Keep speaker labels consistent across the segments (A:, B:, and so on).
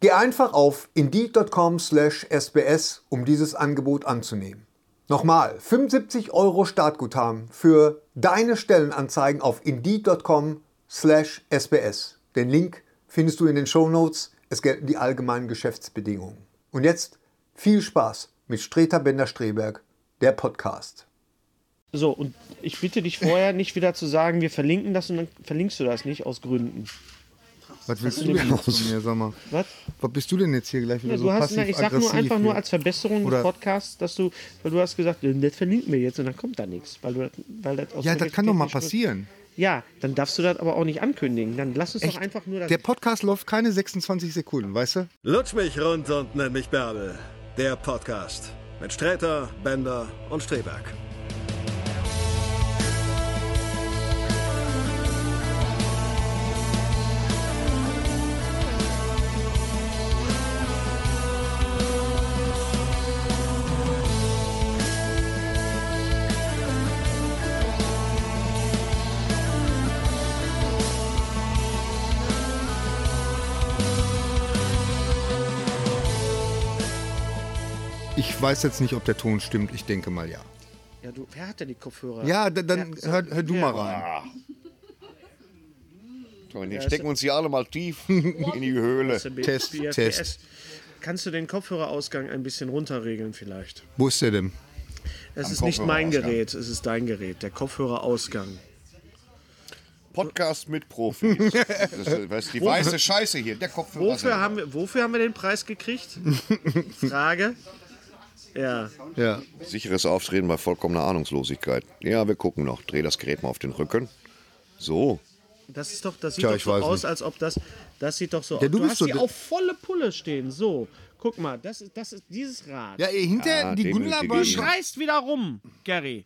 A: Geh einfach auf indeed.com/sbs, um dieses Angebot anzunehmen. Nochmal, 75 Euro Startguthaben für deine Stellenanzeigen auf indeed.com/sbs. Den Link findest du in den Shownotes. Es gelten die allgemeinen Geschäftsbedingungen. Und jetzt viel Spaß mit Streter Bender-Streberg, der Podcast.
B: So, und ich bitte dich vorher nicht wieder zu sagen, wir verlinken das und dann verlinkst du das nicht aus Gründen.
C: Was willst du denn noch von mir, sag mal?
B: Was?
C: Was bist du denn jetzt hier gleich wieder
B: Ja,
C: so
B: du hast,
C: passiv
B: na, ich sag nur
C: aggressiv
B: einfach nur
C: hier?
B: als Verbesserung des
C: Also Oder-
B: Podcasts, dass du, weil du hast gesagt, äh, das verlinken wir jetzt und dann kommt da nichts. Weil du, weil das aus
C: Ja, das kann doch mal
B: technischen-
C: passieren.
B: Ja, dann darfst du das aber auch nicht ankündigen. Dann lass uns doch
C: Echt?
B: einfach nur das.
C: Der Podcast läuft keine 26 Sekunden, weißt du?
D: Lutsch mich rund und nenn mich Bärbel. Der Podcast mit Sträter, Bender und Streberg.
C: Ich weiß jetzt nicht, ob der Ton stimmt. Ich denke mal ja.
B: ja, du, wer hat denn die Kopfhörer?
C: Ja, da- dann
B: Ja, so-
C: hör, hör du
B: ja.
C: mal rein.
E: So, und jetzt Oh, stecken wir uns hier alle mal tief in die Höhle.
B: USB,
C: Test,
B: BFBS.
C: Test.
B: Kannst du den Kopfhörerausgang ein bisschen runterregeln vielleicht?
C: Wo ist der denn?
B: Es ist nicht mein
E: Kopfhörerausgang.
B: Gerät, es ist dein Gerät, der Kopfhörerausgang.
E: Podcast mit Profis. Das ist, was, die weiße Scheiße hier. Der Kopf
B: Wofür haben, wir, wofür haben wir den Preis gekriegt? Frage. Ja,
C: Ja.
E: Sicheres Auftreten bei vollkommener Ahnungslosigkeit. Ja, wir gucken noch. Dreh das Gerät mal auf den Rücken. So.
B: das ist doch, das sieht
C: Tja,
B: doch
C: ich
B: so
C: weiß
B: aus,
C: nicht.
B: als ob das, das sieht doch so aus.
C: du bist
B: hast
C: so
B: die
C: der-
B: auf volle Pulle stehen, so. Guck mal, das ist, das ist dieses Rad.
C: Ja, ihr hinter
E: Ah,
C: die
E: demütige
C: Gundula
B: Du
E: Idee.
C: war
B: schreist wieder rum, Gary.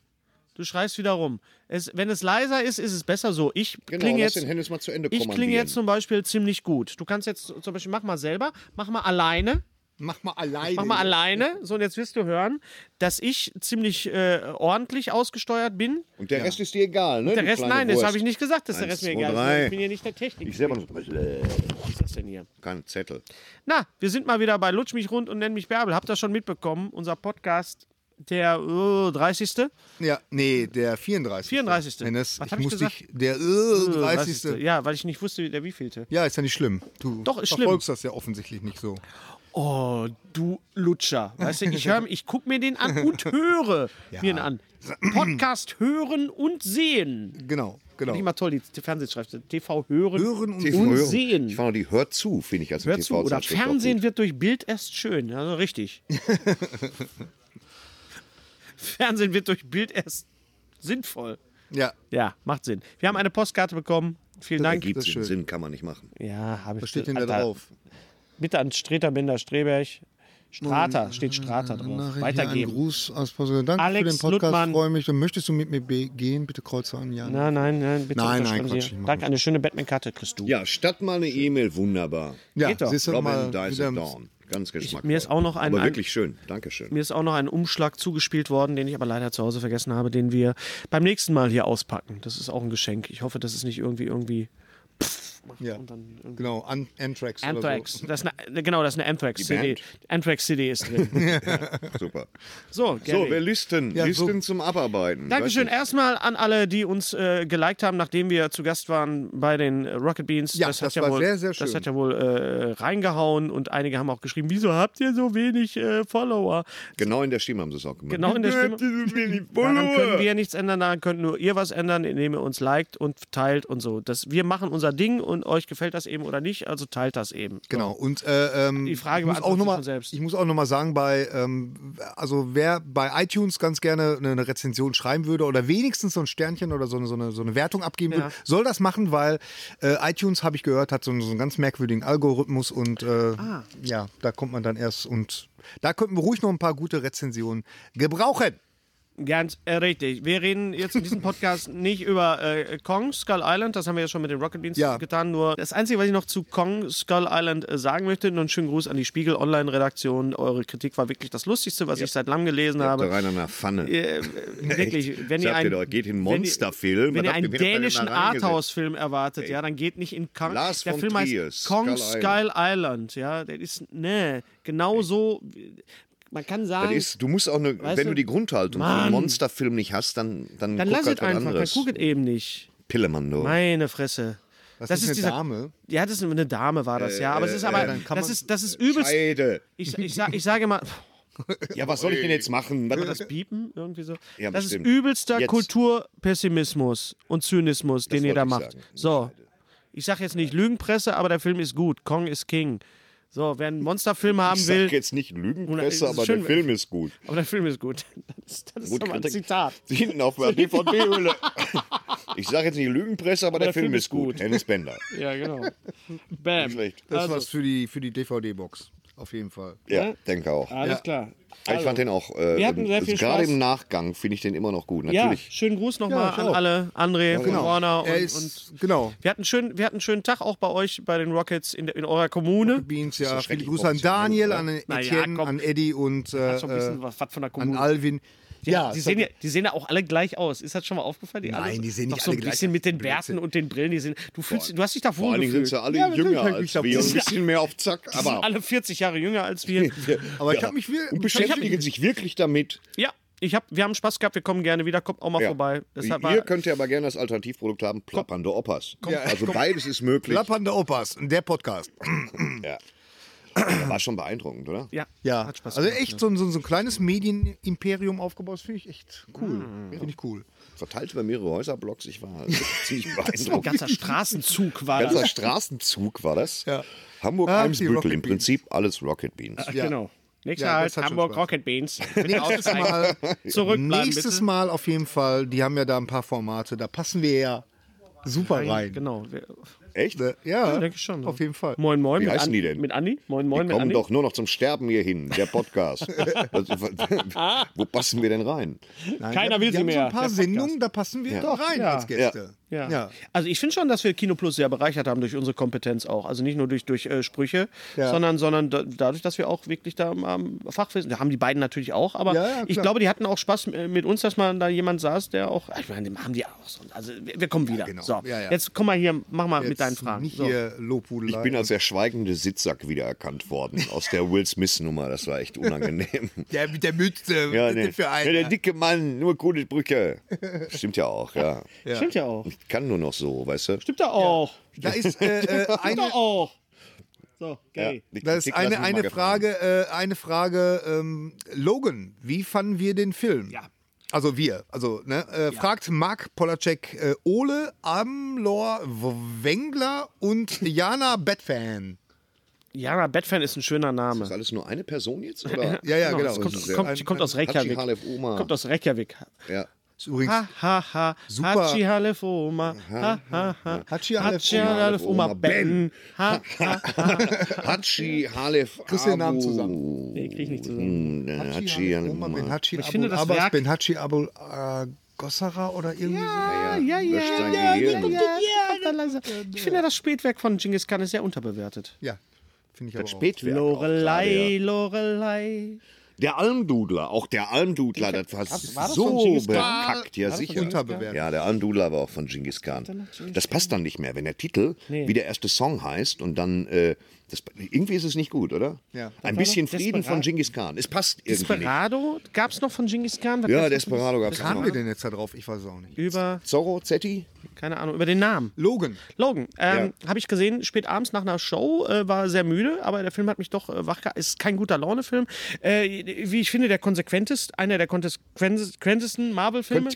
B: Du schreist wieder rum. Es, wenn es leiser ist, ist es besser so. Ich
E: Genau,
B: klinge
E: lass
B: jetzt,
E: den Hennes mal zu Ende
B: ich
E: kommandieren.
B: klinge jetzt zum Beispiel ziemlich gut. Du kannst jetzt zum Beispiel, mach mal selber, mach mal alleine.
C: Mach mal alleine.
B: Mach mal alleine. So, und jetzt wirst du hören, dass ich ziemlich äh, ordentlich ausgesteuert bin.
E: Und der Rest ist dir egal, ne?
B: Der Rest, nein, das habe ich nicht gesagt, dass der
E: Eins,
B: Rest mir
E: zwei,
B: egal ist.
E: drei.
B: Ich bin hier nicht der Technik.
E: Ich selber noch. Äh,
B: Was ist das denn hier?
E: Kein Zettel.
B: Na, wir sind mal wieder bei Lutsch mich rund und nenn mich Bärbel. Habt ihr schon mitbekommen? Unser Podcast, der äh, 30.
C: Ja, nee, der 34.
B: 34..
C: Hennes,
B: Was
C: ich
B: hab ich
C: muss
B: gesagt?
C: dich. Der äh, 30.
B: Ja, weil ich nicht wusste, der wievielte.
C: Ja, ist ja nicht schlimm. Du
B: Doch, ist schlimm.
C: verfolgst das ja offensichtlich nicht so.
B: Oh, du Lutscher. Weißt du, ich, hör, ich guck mir den an und höre mir den an. Podcast hören und sehen.
C: Genau, genau.
B: Nicht mal toll, die Fernsehschrift. TV hören,
C: Hören und
B: und
E: Hören.
B: sehen.
E: Ich fand auch die Hört zu, finde ich, als
B: Hör zu, oder
E: TV-Zeitschrift auch
B: Fernsehen
E: gut.
B: wird durch Bild erst schön. Also richtig. Fernsehen wird durch Bild erst sinnvoll.
C: Ja,
B: Ja, macht Sinn. Wir haben eine Postkarte bekommen. Vielen Dank.
E: Ergibt
C: Das ist
E: Sinn,
C: schön.
E: Sinn kann man nicht machen.
B: Ja, habe ich.
C: was steht denn da
B: Alter,
C: drauf?
B: Bitte an Streter Bender Streberg. Strater, steht Strater drauf.
C: Nachricht Hier ein
B: Weitergeben.
C: Gruß aus Potsdam. Danke
B: Alex
C: für den Podcast.
B: Luttmann.
C: Freue mich. Und möchtest du mit mir be- gehen? Bitte kreuze an, ja.
B: Nein, nein, nein, bitte.
C: Nein, nein,
B: unterschreiben Sie.
C: Quatsch, ich mach
B: Danke, eine schöne Batman-Karte kriegst du.
E: Ja, statt mal eine E-Mail, wunderbar.
C: ja,
B: geht doch.
C: siehst du mal
E: Robin Dice
C: wieder,
E: and Dawn. Ganz geschmackvoll.
B: mir ist auch noch ein-
E: Aber wirklich schön. Dankeschön.
B: Mir ist auch noch ein Umschlag zugespielt worden, den ich aber leider zu Hause vergessen habe, den wir beim nächsten Mal hier auspacken. Das ist auch ein Geschenk. Ich hoffe, das ist nicht irgendwie irgendwie pff, aufmacht
C: Ja.
B: und dann irgendwie.
C: Genau, An Anthrax.
B: Anthrax.
C: Oder
B: Das ist eine, genau, das ist eine Anthrax-CD.
E: Band?
B: Anthrax-CD ist drin.
E: Super.
B: So,
E: So,
B: Gary.
E: wir listen.
C: Ja, so-
E: listen zum Abarbeiten.
B: Dankeschön
E: Weiß
B: erstmal an alle, die uns äh, geliked haben, nachdem wir zu Gast waren bei den äh, Rocket Beans.
C: Ja, das war
B: wohl,
C: sehr, sehr schön.
B: Das hat ja wohl äh, reingehauen und einige haben auch geschrieben, wieso habt ihr so wenig äh, Follower?
E: nicht. Genau in der Stimme haben sie es auch gemacht.
B: Genau in der Stimme. Daran können wir nichts ändern, daran könnt nur ihr was ändern, indem ihr uns liked und teilt und so. Das, wir machen unser Ding und euch gefällt das eben oder nicht, also teilt das eben.
C: Genau. Und äh, ähm,
B: Die Frage
C: ich muss
B: beantwortet
C: auch noch
B: sich
C: mal,
B: von selbst.
C: Ich muss auch nochmal sagen, bei ähm, also wer bei iTunes ganz gerne eine Rezension schreiben würde oder wenigstens so ein Sternchen oder so eine, so eine, so eine Wertung abgeben würde, soll das machen, weil äh, iTunes, habe ich gehört, hat so einen, so einen ganz merkwürdigen Algorithmus und äh,
B: Ah.
C: ja, da kommt man dann erst und da könnten wir ruhig noch ein paar gute Rezensionen gebrauchen.
B: Ganz äh, richtig. Wir reden jetzt in diesem Podcast nicht über äh, Kong Skull Island, das haben wir ja schon mit den Rocket Beans
C: Ja.
B: getan. Nur das Einzige, was ich noch zu Kong Skull Island äh, sagen möchte, nur einen schönen Gruß an die Spiegel Online-Redaktion. Eure Kritik war wirklich das Lustigste, was ich seit langem gelesen
E: Da
B: habe.
E: rein an der Pfanne.
B: Äh, wirklich, wenn ihr,
E: Sagt ihr
B: einen,
E: doch, geht in
B: wenn
E: Monsterfilm.
B: wenn
E: Was
B: ihr
E: habt ihr
B: einen
E: mir denn da
B: dänischen
E: denn da reingesetzt?
B: Arthouse-Film erwartet, ja, dann geht nicht in Kong.
E: Lars
B: der
E: von
B: Film
E: Trier,
B: heißt Kong
E: Skull
B: Skull Island. Ja, das ist ne genau so. Man kann
E: Das
B: sagen,
E: ist, du musst auch eine,
B: Weißt
E: wenn du
B: du-
E: die Grundhaltung für
B: Mann.
E: einen Monsterfilm nicht hast, dann dann,
B: dann
E: guck
B: lass
E: halt
B: es
E: was
B: einfach, dann
E: anderes.
B: guckt eben nicht.
E: Pillemann, du.
B: Meine Fresse.
C: Das,
B: Das
C: ist,
B: ist
C: eine
B: dieser-
C: Dame.
B: Ja, das ist eine Dame war
E: Äh,
B: das, ja. Aber es ist aber,
C: dann kann
B: das,
C: man-
B: ist, das ist übelst.
E: Scheide.
B: Ich, ich, sag, ich sage mal,
E: Ja, was soll ich denn jetzt machen? Was,
B: das Piepen irgendwie so.
E: Ja,
B: das
E: bestimmt.
B: ist übelster
E: Jetzt.
B: Kulturpessimismus und Zynismus, den ihr da
E: wollte
B: macht.
E: ich
B: So.
E: sagen.
B: Ich sage jetzt nicht Lügenpresse, aber der Film ist gut. Kong ist King. So, wer einen Monsterfilm haben
E: ich sag
B: will,
E: jetzt nicht Lügenpresse,
B: Oder-
E: aber
B: ist
E: der
B: schön-
E: Film ist gut.
B: aber der Film ist gut. Das ist, das ist
E: Gut
B: doch mal ein
E: gekriegt.
B: Zitat.
E: Hinten auf der DVD-Hülle. Ich sage jetzt nicht Lügenpresse, aber, der, Film, ist gut. Dennis Bender.
B: Ja, genau. Bam.
E: Schlecht.
C: Das
B: Also.
C: war's für die, für die DVD-Box. Auf jeden Fall.
E: Ja, Ah, denke auch.
B: Alles klar.
E: ich fand den auch. Äh,
B: Wir hatten sehr viel
E: gerade
B: Spaß.
E: im Nachgang finde ich den immer noch gut.
B: Ja,
E: Natürlich.
B: schönen Gruß nochmal
C: ich
B: an
C: auch.
B: alle, André, von
E: genau.
B: Warner und,
C: er
B: und
C: ist, genau.
B: Wir hatten, schön, wir hatten einen schönen Tag auch bei euch, bei den Rockets in, der, in eurer Kommune.
C: Beans, ja. Viele
E: schrecklich
C: Grüße an Daniel, an
B: Na ja,
C: Etienne,
B: komm.
C: an Eddie und äh,
B: Schon ein bisschen
C: äh,
B: was, was von der
C: an
B: Kommune.
C: Alvin. Ja,
B: die,
C: es
B: sehen
C: hat-
B: ja, die sehen ja auch alle gleich aus. Ist das schon mal aufgefallen? Die
C: Nein,
B: alle,
C: die sehen
B: doch
C: nicht
B: so
C: alle
B: ein
C: gleich
B: bisschen
C: aus.
B: mit den Bärten und den Brillen. Die sind, du, fühlst, du hast dich da
E: Vor allen Dingen sind
B: vorgefühlt.
E: sie alle
C: Ja, natürlich
E: jünger
C: hab ich
E: als
C: da
E: wir.
C: wohl-
E: Ein bisschen mehr auf Zack. Aber
B: Alle 40 Jahre jünger als wir.
C: aber ich habe mich will.
E: und beschäftigen sich wirklich damit.
B: ja, ich hab, wir haben Spaß gehabt. Wir kommen gerne wieder. Kommt auch mal
E: Ja.
B: vorbei. Deshalb war,
E: Ihr könnt ja aber gerne das Alternativprodukt haben, plappernde Opas. also beides ist möglich.
C: Klappernde Opas, der Podcast.
E: Ja. War schon beeindruckend, oder?
B: ja,
C: Ja,
B: hat Spaß
C: also
B: gemacht.
C: echt so, ein- so, ein- so ein kleines Medienimperium aufgebaut, das finde ich echt cool.
B: Mhm.
C: Finde ich cool.
E: Verteilt über mehrere Häuserblocks. Ich war ziemlich
B: Ein
E: beeindruckt.
B: ganzer Straßenzug war
E: Ganzer
B: das.
E: Straßenzug war das.
C: Ja. Ah, die
E: Hamburg-Eimsbüttel,
C: Rocket
E: im Prinzip alles Rocket Beans.
C: Ja.
B: Genau. Nächster
C: Ja, das
B: Halt,
C: hat schon
B: Hamburg
C: Spaß.
B: Rocket Beans.
C: Nächstes Mal,
B: Zurückbleiben
C: nächstes
B: bitte.
C: Mal auf jeden Fall, die haben ja da ein paar Formate, da passen wir ja super rein.
B: Genau.
E: Echt?
C: Ne? Ja,
B: denke ich schon, ne?
C: auf jeden Fall.
B: Moin, moin.
E: Wie
B: mit
E: heißen
B: An-
E: die denn?
B: Mit Andi. Moin, moin, mit
E: Kommen
B: Andi.
E: doch nur noch zum Sterben hier hin, der Podcast. das, wo passen wir denn rein?
C: Nein,
B: Keiner will
C: wir, wir
B: sie
C: Äh, haben
B: mehr,
C: So ein paar
B: der
C: Sendungen, da passen wir doch rein als Gäste.
B: Ja.
C: Ja.
B: Also ich finde schon, dass wir Kino Plus sehr bereichert haben durch unsere Kompetenz auch. Also nicht nur durch, durch äh, Sprüche,
C: Ja.
B: sondern, sondern da, dadurch, dass wir auch wirklich da am- am Fachwissen, da haben die beiden natürlich auch, aber
C: Ja, ja, klar.
B: ich glaube, die hatten auch Spaß äh, mit uns, dass man da jemand saß, der auch, ich meine, die haben die auch so. Also wir, wir kommen wieder.
C: genau.
B: So,
C: Ja, ja.
B: jetzt komm mal hier, mach mal
C: Jetzt
B: mit deinen Fragen.
C: Nicht
B: So.
C: hier Lobhudelei.
E: Ich bin als der schweigende Sitzsack wiedererkannt worden aus der Will Smith-Nummer. Das war echt unangenehm.
C: der mit der Mütze.
E: Ja,
C: was ist
E: nee.
C: denn für
E: ja,
C: einen?
E: der dicke Mann, nur coole Brücke. Stimmt ja auch, ja.
B: Stimmt ja auch.
E: Ich kann nur noch so, weißt du?
B: Stimmt ja auch.
C: Da ist äh, äh,
B: Stimmt
C: eine,
B: ja auch. So,
E: Ja,
B: geil.
E: die
C: da ist
E: Kritik
C: eine,
E: lassen wir mal
C: eine
E: gefallen.
C: Frage, äh, eine Frage ähm, Logan, wie fanden wir den Film?
B: Ja.
C: Also wir, also ne, äh, fragt Marc Polacek, äh, Ole Amlor W- Wengler und Jana Batfan.
B: Jana Batfan ist ein schöner Name.
E: Ist alles nur eine Person jetzt? Oder?
C: Ja, ja, genau.
B: das kommt,
C: Das
E: ist
B: kommt,
C: ein-
B: kommt aus
E: ein-
B: Reykjavik.
E: Hatschi Halef Oma.
B: Kommt aus Reykjavik.
E: ja.
C: Ist übrigens
B: Ha, ha, ha.
C: Super.
B: Hatschi Halef Oma. Ha, ha, ha.
C: Hatschi Halef
B: Hatschi
C: Oma.
B: Halef Oma. Ben. Ha, ha, ha.
E: Hatschi, Halef,
C: Kriegst du den Namen
E: Abu.
C: zusammen?
B: Nee, krieg ich nicht zusammen.
E: Hm, äh, Hatschi,
C: Hatschi
E: Halef,
C: Oma Ben
E: Oma.
C: Hatschi
B: Ich finde
C: Abul
B: das
C: Abbas
B: Werk-
C: Ben Hatschi Abul äh, Gossara oder irgendwie
E: Ja,
B: ja,
E: das
B: ja,
E: steigt
B: ja,
E: die
B: ja,
E: Hirn.
B: ja. Ich finde, das Spätwerk von Genghis Khan ist sehr unterbewertet.
C: so. Ja, finde ich aber
E: Das
C: auch.
E: Spätwerk. auch
B: Lorelei,
E: gerade,
B: Lorelei.
E: Der Almdudler, auch der Almdudler, das war,
F: Krass, war das von
E: so
F: Genghis Khan?
E: bekackt, ja
F: War das von
E: sicher.
F: Genghis Khan?
C: Unterbewertet.
E: Ja, der Almdudler war auch von Genghis Khan. Das passt dann nicht mehr, wenn der Titel wie der erste Song heißt und dann, äh, das, irgendwie ist es nicht gut, oder?
C: Ja.
E: Ein bisschen
F: doch
E: Frieden von
F: Desperado.
E: Genghis Khan. Es passt irgendwie nicht.
F: Desperado? Gab es noch von Genghis Khan? Was
E: Ja,
F: gab's noch von-
E: Desperado gab es
C: Kamen
E: noch.
C: wir denn jetzt da drauf? Ich weiß es auch nicht.
B: Über,
E: Zorro, Zetti?
B: keine Ahnung, über den Namen.
C: Logan.
B: Logan, ähm, habe ich gesehen, spät abends nach einer Show, äh, war sehr müde, aber der Film hat mich doch äh, wach gehalten. Ist kein guter Laune-Film. Äh, wie ich finde, der konsequentest, einer der konsequentesten Marvel-Filme.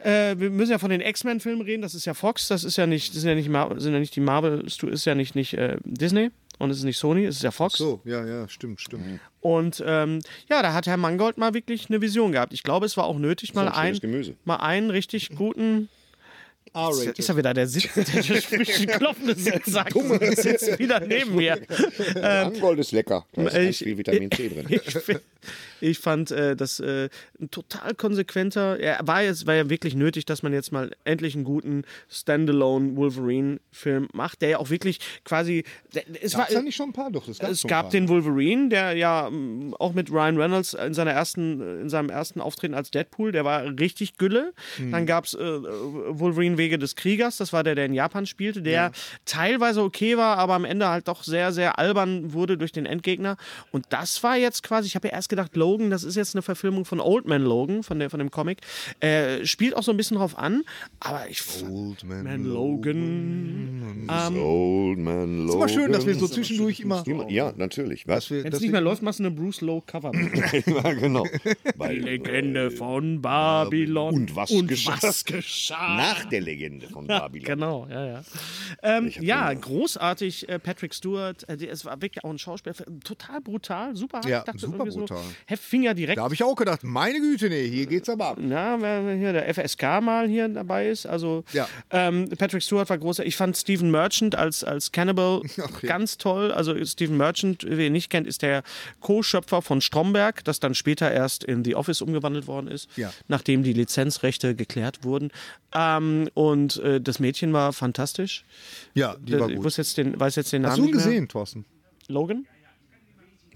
B: Äh, wir müssen ja von den X-Men-Filmen reden, das ist ja Fox, das ist ja nicht, das sind ja nicht, Mar sind ja nicht die Marvel, ist ja nicht, nicht äh, Disney und es ist nicht Sony, es ist ja Fox.
C: So, ja, ja, stimmt, stimmt.
B: Und ähm, ja, da hat Herr Mangold mal wirklich eine Vision gehabt. Ich glaube, es war auch nötig, mal,
E: ein schönes
B: einen,
E: Gemüse.
B: mal einen richtig guten. Jetzt Ist ja wieder der Sitz, der klopfende Sitz sagt, sitzt wieder neben mir.
E: Angold ist lecker. Da ist
B: äh,
E: ganz
B: ich-
E: viel Vitamin C drin.
B: Ich, fi- ich fand äh, das äh, ein total konsequenter. Er war, jetzt, war ja wirklich nötig, dass man jetzt mal endlich einen guten Standalone Wolverine-Film macht, der ja auch wirklich quasi. Der, es war,
C: Gab's da nicht schon ein paar? Doch, das gab's
B: es
C: schon ein
B: gab
C: paar.
B: den Wolverine, der ja mm, auch mit Ryan Reynolds in, seiner ersten, in seinem ersten Auftreten als Deadpool, der war richtig Gülle.
C: Hm.
B: Dann gab es äh, Wolverine Wege des Kriegers, das war der, der in Japan spielte, der teilweise okay war, aber am Ende halt doch sehr, sehr albern wurde durch den Endgegner. Und das war jetzt quasi, ich habe ja erst gedacht, Logan, das ist jetzt eine Verfilmung von Old Man Logan, von, der, von dem Comic. Äh, spielt auch so ein bisschen drauf an, aber ich.
C: Old Man,
B: Man Logan.
E: Old Man Logan.
C: Ist immer schön, dass wir so zwischendurch immer.
E: Ja, natürlich. Was?
C: Dass wir,
B: Wenn
C: dass
B: es nicht
C: wir,
B: mehr läuft, machst du eine Bruce Low Cover.
E: ja, genau.
B: Die
E: Weil,
B: Legende von Babylon.
E: Äh, und was geschah?
B: was geschah?
E: nach der Legende von Babylon.
B: Genau, ja, ja. Ähm,
E: Ich hab
B: ja,
E: den-
B: großartig, äh, Patrick Stewart. Äh, der- es war wirklich auch ein Schauspieler. Total brutal, super hart.
C: Ja,
B: ich dachte,
C: super
B: irgendwie
C: brutal.
B: So, Hef Finger direkt.
C: da habe ich auch gedacht, meine Güte, nee, hier geht's aber ab.
B: Na, wenn hier der FSK mal hier dabei ist. Also
C: Ja.
B: ähm, Patrick Stewart war großer. Ich fand Stephen Merchant als, als Cannibal
C: ja.
B: ganz toll. Also Stephen Merchant, wer ihn nicht kennt, ist der Co-Schöpfer von Stromberg, das dann später erst in The Office umgewandelt worden ist,
C: Ja.
B: nachdem die Lizenzrechte geklärt wurden. Ähm, und äh, das Mädchen war fantastisch.
C: Ja, die war
B: ich
C: gut.
B: wusste jetzt den, weiß jetzt den Namen.
C: Hast du ihn
B: nicht mehr.
C: gesehen, Thorsten?
B: Logan?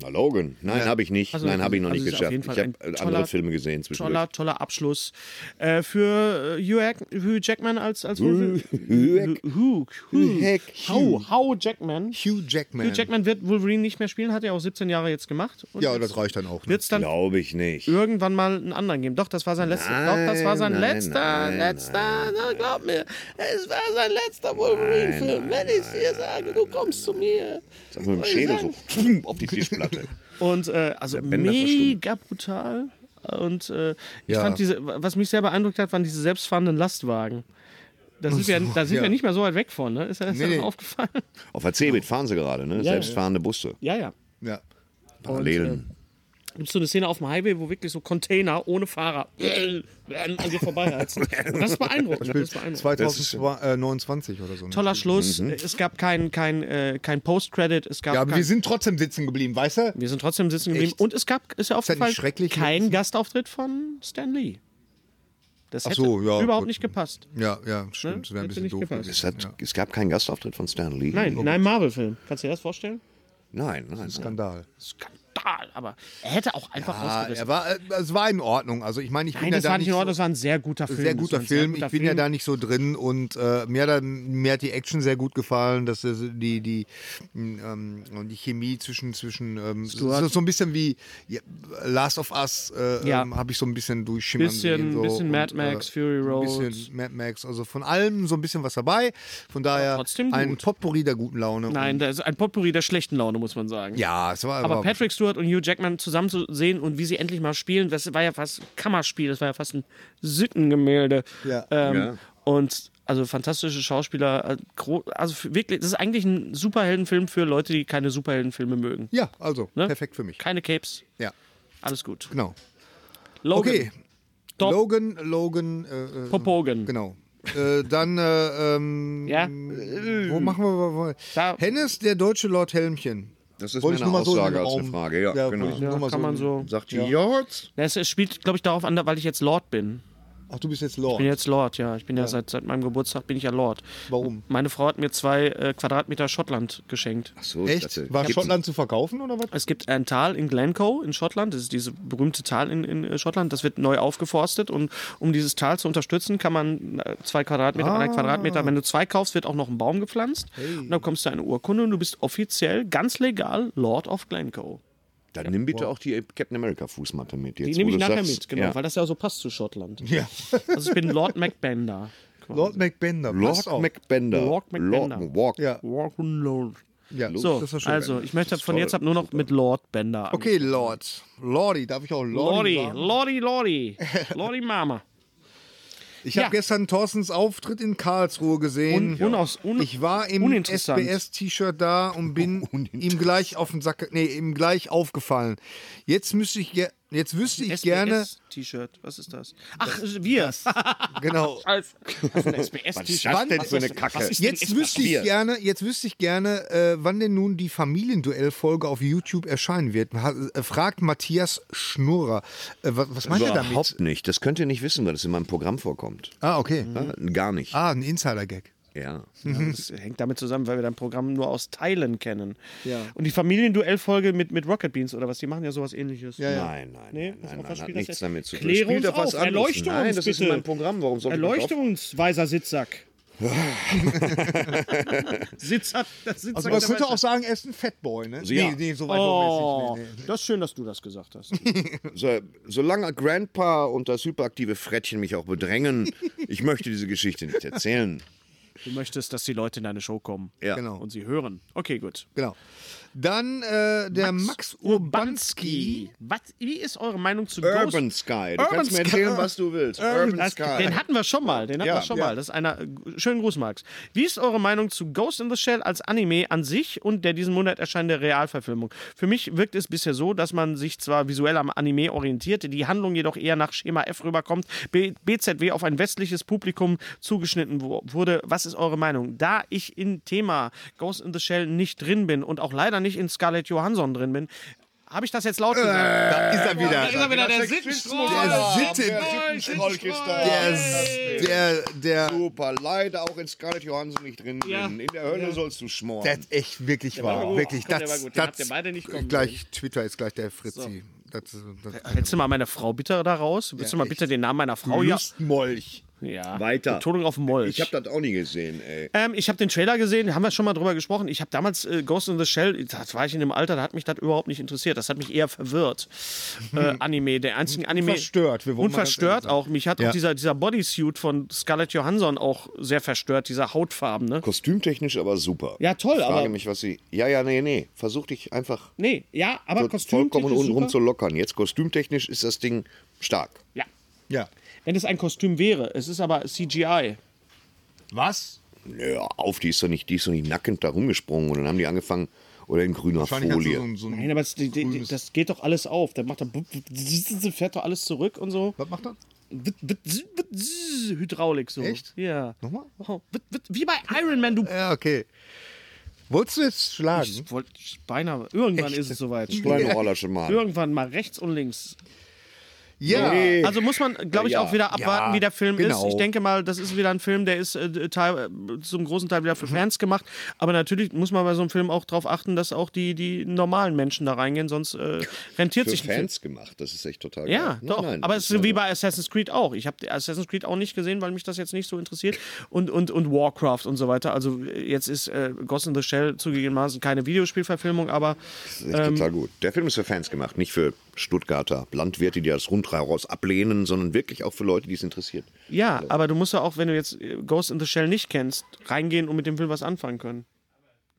E: Na, Logan. Nein, habe ich nicht.
B: Also,
E: Nein, habe ich noch
B: also
E: nicht
B: ist auf
E: geschafft.
B: jeden
E: Ich
B: Fall
E: habe
B: ein toller-
E: andere Filme gesehen zwischendurch.
B: Toller, toller Abschluss. Äh, für äh, Hugh, Hack- Hugh Jackman als, als Wolverine.
E: Hugh Hack-
B: Hugh, Hugh,
E: Hack-
B: How, How Jackman.
C: Hugh Jackman.
B: Hugh Jackman wird Wolverine nicht mehr spielen, hat er auch 17 Jahre jetzt gemacht. Und
C: Ja,
B: jetzt
C: das reicht dann auch. Ne?
B: Wird es dann
E: Glaube ich nicht.
B: irgendwann mal einen anderen geben. Doch, das war sein letzter.
E: Nein,
B: doch, das war sein
E: nein,
B: letzter.
E: nein,
B: letzter. Na, glaub mir, es war sein letzter Wolverine-Film. Wenn ich dir sage, du kommst zu mir.
E: Sag
B: Oh,
E: mal, mit dem Schädel so pfumm, auf die Tischplatte.
B: Und äh, also
E: Bender verstummt.
B: mega brutal. Und äh, ich
C: Ja.
B: fand diese, was mich sehr beeindruckt hat, waren diese selbstfahrenden Lastwagen. Da sind, wir, da sind
C: ja.
B: wir nicht mehr so weit weg von, ne? Ist, ist
C: Nee,
B: das
C: nee.
B: aufgefallen?
E: Auf der Cebit fahren sie gerade, ne? Selbstfahrende Busse.
B: Ja, ja.
C: Ja.
E: Parallelen.
B: Gibt es so eine Szene auf dem Highway, wo wirklich so Container ohne Fahrer äh, werden an dir vorbeiheizen. Das ist beeindruckend. Das ist beeindruckend.
C: 2029 äh, oder so. Ne?
B: Toller Schluss. Es gab kein, kein, äh, kein Post-Credit. Es gab
C: Ja, aber
B: kein,
C: wir sind trotzdem sitzen geblieben, weißt du?
B: wir sind trotzdem sitzen geblieben. Und es gab, ist ja
C: das nicht
B: aufgefallen,
C: schrecklich
B: kein Gastauftritt von Stan Lee. Das hätte
C: so, ja,
B: überhaupt
C: gut.
B: nicht gepasst.
C: Ja, ja,
B: Ne?
C: stimmt. Das wäre ein
B: Hätte
C: bisschen
B: nicht
C: doof.
B: gepasst.
E: Es, hat, es gab keinen Gastauftritt von Stan Lee.
B: äh, Nein, in einem Marvel-Film. Kannst du dir das vorstellen?
E: Nein, nein. nein.
C: Skandal.
B: Skandal, aber er hätte auch einfach
C: Ah,
B: rausgerissen.
C: er war, äh, es war in Ordnung. Also ich meine, ich
B: Nein,
C: bin ja
B: das
C: da
B: war nicht in Ordnung, das
C: so,
B: war ein sehr guter Film.
C: sehr
B: Das
C: guter
B: war ein
C: Film. Ich
B: guter
C: bin ja da nicht so drin und äh, mir, hat, dann- mir hat die Action sehr gut gefallen, dass das, die die ähm, und die Chemie zwischen zwischen ähm, so,
B: Stuart.
C: so ein bisschen wie ja, Last of Us äh,
B: Ja.
C: ähm, habe ich so ein bisschen durchschimmern
B: Bisschen-
C: sehen so äh,
B: bisschen Mad Max, Fury
C: Ein
B: Road.
C: bisschen Mad Max, also von allem so ein bisschen was dabei. Von daher
B: trotzdem gut.
C: ein Potpourri der guten Laune.
B: Nein,
C: und,
B: das ist ein Potpourri der schlechten Laune, muss man sagen.
C: ja, es war
B: Aber
C: war-
B: Patrick Stewart und Hugh Jackman zusammen zu sehen und wie sie endlich mal spielen, das war ja fast ein Kammerspiel, das war ja fast ein Sittengemälde.
C: Ja.
B: Ähm,
E: Ja.
B: Und also fantastische Schauspieler, äh, gro- also für- wirklich, das ist eigentlich ein Superheldenfilm für Leute, die keine Superheldenfilme mögen.
C: ja, also
B: Ne?
C: perfekt für mich.
B: Keine Capes,
C: Ja,
B: alles gut.
C: genau.
B: Logan,
C: Okay,
B: Top.
C: Logan, Logan, äh, äh,
B: Popogen.
C: Genau. Äh, dann, äh, ähm,
B: Ja.
C: wo
E: Äh.
C: machen wir, wo,
B: Da-
C: wo? Hennes, der deutsche Lord Helmchen.
E: Das ist
C: Wollte
E: meine
C: ich nur mal so in den
E: Aussage als eine
C: Raum-
E: Frage. Ja,
C: Ja,
E: genau.
C: wollte ich nur
B: kann
C: mal so-
B: man so.
E: Sagt die, ja.
B: Ja, Es, es spielt, glaube ich, darauf an, weil ich jetzt Lord bin.
C: Ach, du bist
B: Ich
C: jetzt Lord.
B: bin jetzt Lord, ja. Ich bin ja, seit, seit meinem Geburtstag bin ich ja Lord.
C: Warum?
B: Meine Frau hat mir zwei äh, Quadratmeter Schottland geschenkt.
E: Ach so, ich dachte,
C: Echt? War
E: gibt's-
C: Schottland zu verkaufen oder was?
B: Es gibt ein Tal in Glencoe in Schottland, das ist dieses berühmte Tal in, in äh, Schottland, das wird neu aufgeforstet und um dieses Tal zu unterstützen, kann man äh, zwei Quadratmeter, einer Quadratmeter, wenn du zwei kaufst, wird auch noch ein Baum gepflanzt und dann kommst du eine Urkunde und du bist offiziell ganz legal Lord of Glencoe.
E: Dann nimm bitte auch die Captain America Fußmatte mit. Jetzt,
B: Die nehme
E: wo
B: ich
E: du
B: nachher
E: sagst,
B: mit, genau,
E: ja.
B: weil das ja so passt zu Schottland.
C: Ja.
B: Also ich bin Lord Macbender. quasi.
C: Lord Macbender.
E: Lord
C: passt auch.
E: MacBender.
B: Lord Macbender.
E: Lord Walk.
C: Ja.
B: Walk and Lord.
C: ja.
B: So,
C: das war schön.
B: also ich möchte
E: ist
B: von
E: toll.
B: jetzt ab nur noch mit Lord Bender an.
C: Okay, Lord. Lordi, darf ich auch
B: Lordi,
C: Lordi? sagen?
B: Lordi, Lordi. Lordi Mama.
C: Ich habe
B: Ja.
C: gestern Thorstens Auftritt in Karlsruhe gesehen.
B: Un- unaus- un-
C: ich war im
B: uninteressant.
C: SBS-T-Shirt da und bin ihm gleich auf den Sack, nee, ihm gleich aufgefallen. Jetzt müsste ich, ge- jetzt wüsste ich gerne,
B: SBS-T-Shirt, was ist das? Ach, wir.
C: genau.
B: Als was ist ein SBS-T-Shirt.
E: Was ist das denn für eine
B: Was
E: Kacke?
B: ist denn
C: Jetzt wüsste ich
E: Bier?
C: gerne, jetzt wüsste ich gerne, äh, wann denn nun die Familienduell-Folge auf YouTube erscheinen wird. Ha, äh, fragt Matthias Schnurrer. Äh, was, was meint er damit?
E: Überhaupt nicht. Das könnt ihr nicht wissen, weil das in meinem Programm vorkommt.
C: Ah, okay.
E: Ja, gar nicht.
C: Ah, ein Insider-Gag.
E: Ja.
B: Also, Das hängt damit zusammen, weil wir dein Programm nur aus Teilen kennen.
C: Ja.
B: Und die Familienduellfolge mit, mit Rocket Beans oder was, die machen ja sowas ähnliches.
E: Nein, nein,
B: Nee,
E: nein,
B: pass auf,
E: nein,
B: was
E: nein hat
B: spielt das
E: nichts
B: jetzt?
E: damit zu tun.
B: Klär uns
E: Spielt auf was
B: auf,
E: anderes.
B: erleuchte
E: Nein,
B: uns
E: das ist
B: bitte.
E: in meinem Programm. Warum soll ich mich
B: Erleuchte uns, weiser Sitzsack. Sitzsack, das Sitzsack.
C: Also
B: der
C: man könnte
B: Weisheit.
C: auch sagen, er ist ein Fatboy, ne?
E: Also ja.
C: Nee, nee, so weit wollen
B: Oh,
C: wir jetzt nicht. Nee,
B: das ist schön, dass du das gesagt hast.
E: so, solange Grandpa und das hyperaktive Frettchen mich auch bedrängen, ich möchte diese Geschichte nicht erzählen.
B: Du möchtest, dass die Leute in deine Show kommen
E: Ja.
C: Genau.
B: und sie hören. Okay, gut.
C: nee. Genau. Dann äh, der Max, Urbanski.
B: Was, wie ist eure Meinung zu
E: Urban
B: Ghost?
E: Sky. Du
B: Urban
E: kannst mir
B: Sky.
E: erzählen, was du willst. Urban,
B: Das,
E: Sky.
B: den hatten wir schon mal. Den hatten
E: Ja,
B: wir schon
E: ja.
B: mal. Das ist einer. Schönen Gruß, Max. Wie ist eure Meinung zu Ghost in the Shell als Anime an sich und der diesen Monat erscheinende Realverfilmung? Für mich wirkt es bisher so, dass man sich zwar visuell am Anime orientiert, die Handlung jedoch eher nach Schema F rüberkommt, B BZW auf ein westliches Publikum zugeschnitten wo- wurde. Was ist eure Meinung? Da ich in Thema Ghost in the Shell nicht drin bin und auch leider nicht in Scarlett Johansson drin bin, habe ich das jetzt laut gesagt?
C: Da ist er wieder.
B: wieder der
C: Der
E: Ja,
C: Sitte-
E: der Sittenstrolch ist da.
C: Der, der, der,
E: Super, leider auch in Scarlett Johansson nicht drin
B: Ja.
E: bin. In der Hölle sollst du schmoren.
C: der ist echt wirklich
B: war
C: wahr.
B: gut.
C: Wirklich,
B: Komm, der
C: das,
B: war gut. Den habt
C: das,
B: ihr beide nicht kommen
C: gleich Twitter ist gleich der Fritzi. Das, das,
B: Willst du mal meine Frau bitte da raus? Willst du mal bitte den Namen meiner
C: Oh
B: Frau hier?
C: Lustmolch.
B: Ja.
E: Weiter.
B: Betonung auf Molch.
E: Ich habe das auch nie gesehen, ey.
B: Ähm, ich habe den Trailer gesehen, haben wir schon mal drüber gesprochen. Ich habe damals äh, Ghost in the Shell, da war ich in dem Alter, da hat mich das überhaupt nicht interessiert. Das hat mich eher verwirrt. Äh, Anime, der einzige Anime.
C: Unverstört, wir wollen mal ganz ehrlich
B: Unverstört
C: sein.
B: auch. Mich hat
C: Ja.
B: auch dieser, dieser Bodysuit von Scarlett Johansson auch sehr verstört, dieser Hautfarben, ne?
E: Kostümtechnisch aber super.
B: Ja, toll,
E: ich frage
B: aber-
E: mich, was sie. Ja, ja, nee, nee. Versuch dich einfach
B: Nee, ja, aber
E: so
B: Kostüm.
E: vollkommen untenrum zu lockern. Jetzt kostümtechnisch ist das Ding stark.
B: Ja.
C: Ja.
B: Wenn es ein Kostüm wäre, es ist aber CGI.
C: Was?
E: Nö, auf, die ist doch nicht, die ist doch nicht nackend da rumgesprungen und dann haben die angefangen oder in grüner
C: Wahrscheinlich hat sie so
E: Folie.
C: ein, so ein
B: Nein, aber das, die, die, die,
C: grünes-
B: das geht doch alles auf. Der macht da bup, bup, zzz, fährt doch alles zurück und so.
C: Was macht er?
B: Witt, witt, zzz, witt, zzz, Hydraulik so.
C: Echt?
B: Ja.
C: Nochmal?
B: Oh, witt, witt, wie bei Iron Man, du.
E: Äh,
C: Ja, okay. Wolltest du jetzt schlagen?
E: hm?
B: Ich wollte beinahe. Irgendwann ist es soweit.
E: Kleine Roller schon mal.
B: Irgendwann mal rechts und links.
C: Ja.
B: Also muss man, glaube ich,
E: Ja.
B: auch wieder abwarten,
C: Ja,
B: wie der Film
C: genau.
B: ist. Ich denke mal, das ist wieder ein Film, der ist äh, teil, äh, zum großen Teil wieder für
E: Mhm.
B: Fans gemacht. Aber natürlich muss man bei so einem Film auch darauf achten, dass auch die, die normalen Menschen da reingehen, sonst äh, rentiert
E: Für
B: sich ein Film.
E: Fans gemacht. Das ist echt total
B: Ja,
E: geil. Nein,
B: doch.
E: nein,
B: aber
E: das
B: es ist so
E: ja-
B: wie bei Assassin's Creed auch. Ich habe Assassin's Creed auch nicht gesehen, weil mich das jetzt nicht so interessiert. Und, und, und Warcraft und so weiter. Also äh, jetzt ist äh, Ghost in the Shell zugegebenermaßen keine Videospielverfilmung, aber
E: Das ist echt total gut. Der Film ist für Fans gemacht, nicht für Stuttgarter Landwirte, die das rundheraus ablehnen, sondern wirklich auch für Leute, die es interessiert.
B: ja, aber du musst ja auch, wenn du jetzt äh, Ghost in the Shell nicht kennst, reingehen und mit dem Film was anfangen können.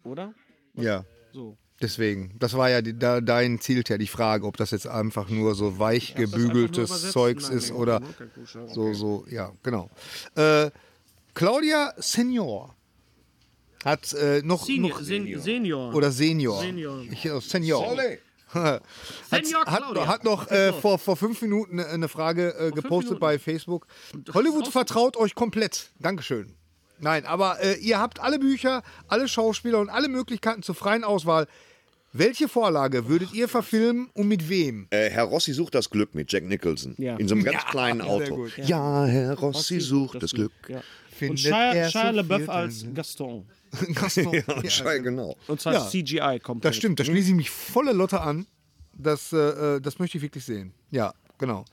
B: Oder?
C: ja.
B: So.
C: Deswegen, das war ja die, da, dein Ziel, ja, die Frage, ob das jetzt einfach nur so weich gebügeltes
B: einfach nur
C: Zeugs
B: übersetzt?
C: ist
B: Nein,
C: oder
B: ne? okay, gut, ja,
C: so, so, ja, genau. Äh, Claudia Senior hat äh, noch,
B: Senior.
C: noch
B: Sen Senior.
C: oder Senior.
B: Senior.
C: Ich, äh, Senior. Hat,
B: Senior
C: hat,
B: Claudia.
C: hat noch äh, vor, vor fünf Minuten äh, eine Frage äh, gepostet bei Facebook. Hollywood vertraut euch komplett. Dankeschön. Nein, aber äh, ihr habt alle Bücher, alle Schauspieler und alle Möglichkeiten zur freien Auswahl. Welche Vorlage würdet ihr verfilmen und mit wem?
E: Äh, Herr Rossi sucht das Glück mit Jack Nicholson.
B: Ja.
E: In so einem ganz kleinen Auto.
C: gut.
E: Ja, Herr Rossi sucht das Glück.
B: Ja.
C: Findet
B: Und Shia,
C: er so
B: Shia LaBeouf
C: viel
B: als
C: drin?
B: Gaston.
C: Gaston.
E: Ja, Schei, genau.
B: Und zwar
C: Ja.
B: CGI komplett.
C: Das stimmt, da schließe ich mich volle Lotte an. Das, äh, das möchte ich wirklich sehen. Ja, genau.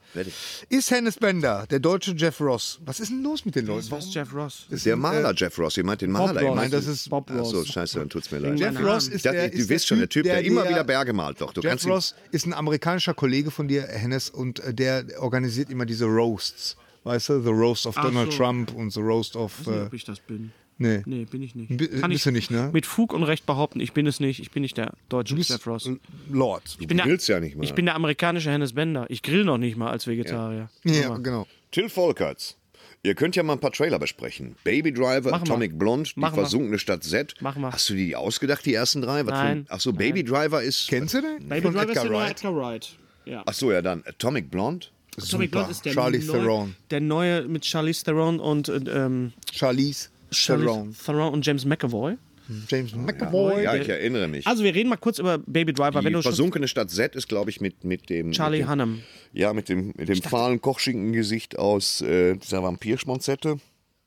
C: Ist Hennes Bender, der deutsche Jeff Ross. Was ist denn los mit den Leuten?
B: Das ist Jeff Ross.
E: Der Maler Jeff Ross, ihr meint den Maler.
B: Ross.
E: ihr meint
C: Nein, halt das ist
B: Bob Ross.
E: Achso, scheiße, dann tut's mir leid.
B: Jeff
C: Jeff Ross ist
E: Das-
C: der,
E: du
C: ist
E: weißt schon, der Typ, der, immer wieder Berge malt. Doch, du
C: Jeff
E: kannst ihn-
C: Ross ist ein amerikanischer Kollege von dir, Hennes, und äh, der organisiert immer diese Roasts. Weißt du, The Roast of Donald
B: so. Also,
C: Trump und The Roast of.
B: Ich weiß nicht,
C: Äh,
B: ob ich das bin.
C: nee.
B: Nee, bin ich nicht.
C: Bi- bist
B: ich
C: du nicht, ne?
B: Mit Fug und Recht behaupten, ich bin es nicht. Ich bin nicht der deutsche Jeff Ross. Ich
C: Lord.
B: bin der,
E: grillst ja nicht mal.
B: Ich bin der amerikanische Hennes Bender. Ich grill noch nicht mal als Vegetarier.
C: Ja, genau.
E: Till Volkerts. Ihr könnt ja mal ein paar Trailer besprechen. Baby Driver,
B: Machen wir.
E: Atomic Blonde, Die
B: Machen wir.
E: versunkene Stadt Z.
B: Machen wir.
E: Hast du die ausgedacht, die ersten drei? Was
B: Nein.
E: Achso, Baby Driver ist.
C: Kennst du den?
B: Baby
C: Von
B: Driver ist
C: Edgar
B: der neue
C: Wright.
B: Edgar Wright. Ja.
E: Achso, ja, dann Atomic Blonde.
B: Tommy Blond ist der
C: Charlie
B: neue,
C: Theron.
B: Der neue mit Charlize Theron und äh, ähm,
C: Charlize
B: Charlize
C: Theron.
B: Theron und James McAvoy.
C: James McAvoy.
E: Ja, ich erinnere mich.
B: Also wir reden mal kurz über Baby Driver. wenn
E: die
B: du schon
E: versunkene Stadt Z ist, glaube ich, mit, mit dem.
B: Charlie
E: mit dem,
B: Hunnam.
E: Ja, mit dem, mit dem fahlen Kochschinkengesicht aus äh, dieser Vampirschmonzette.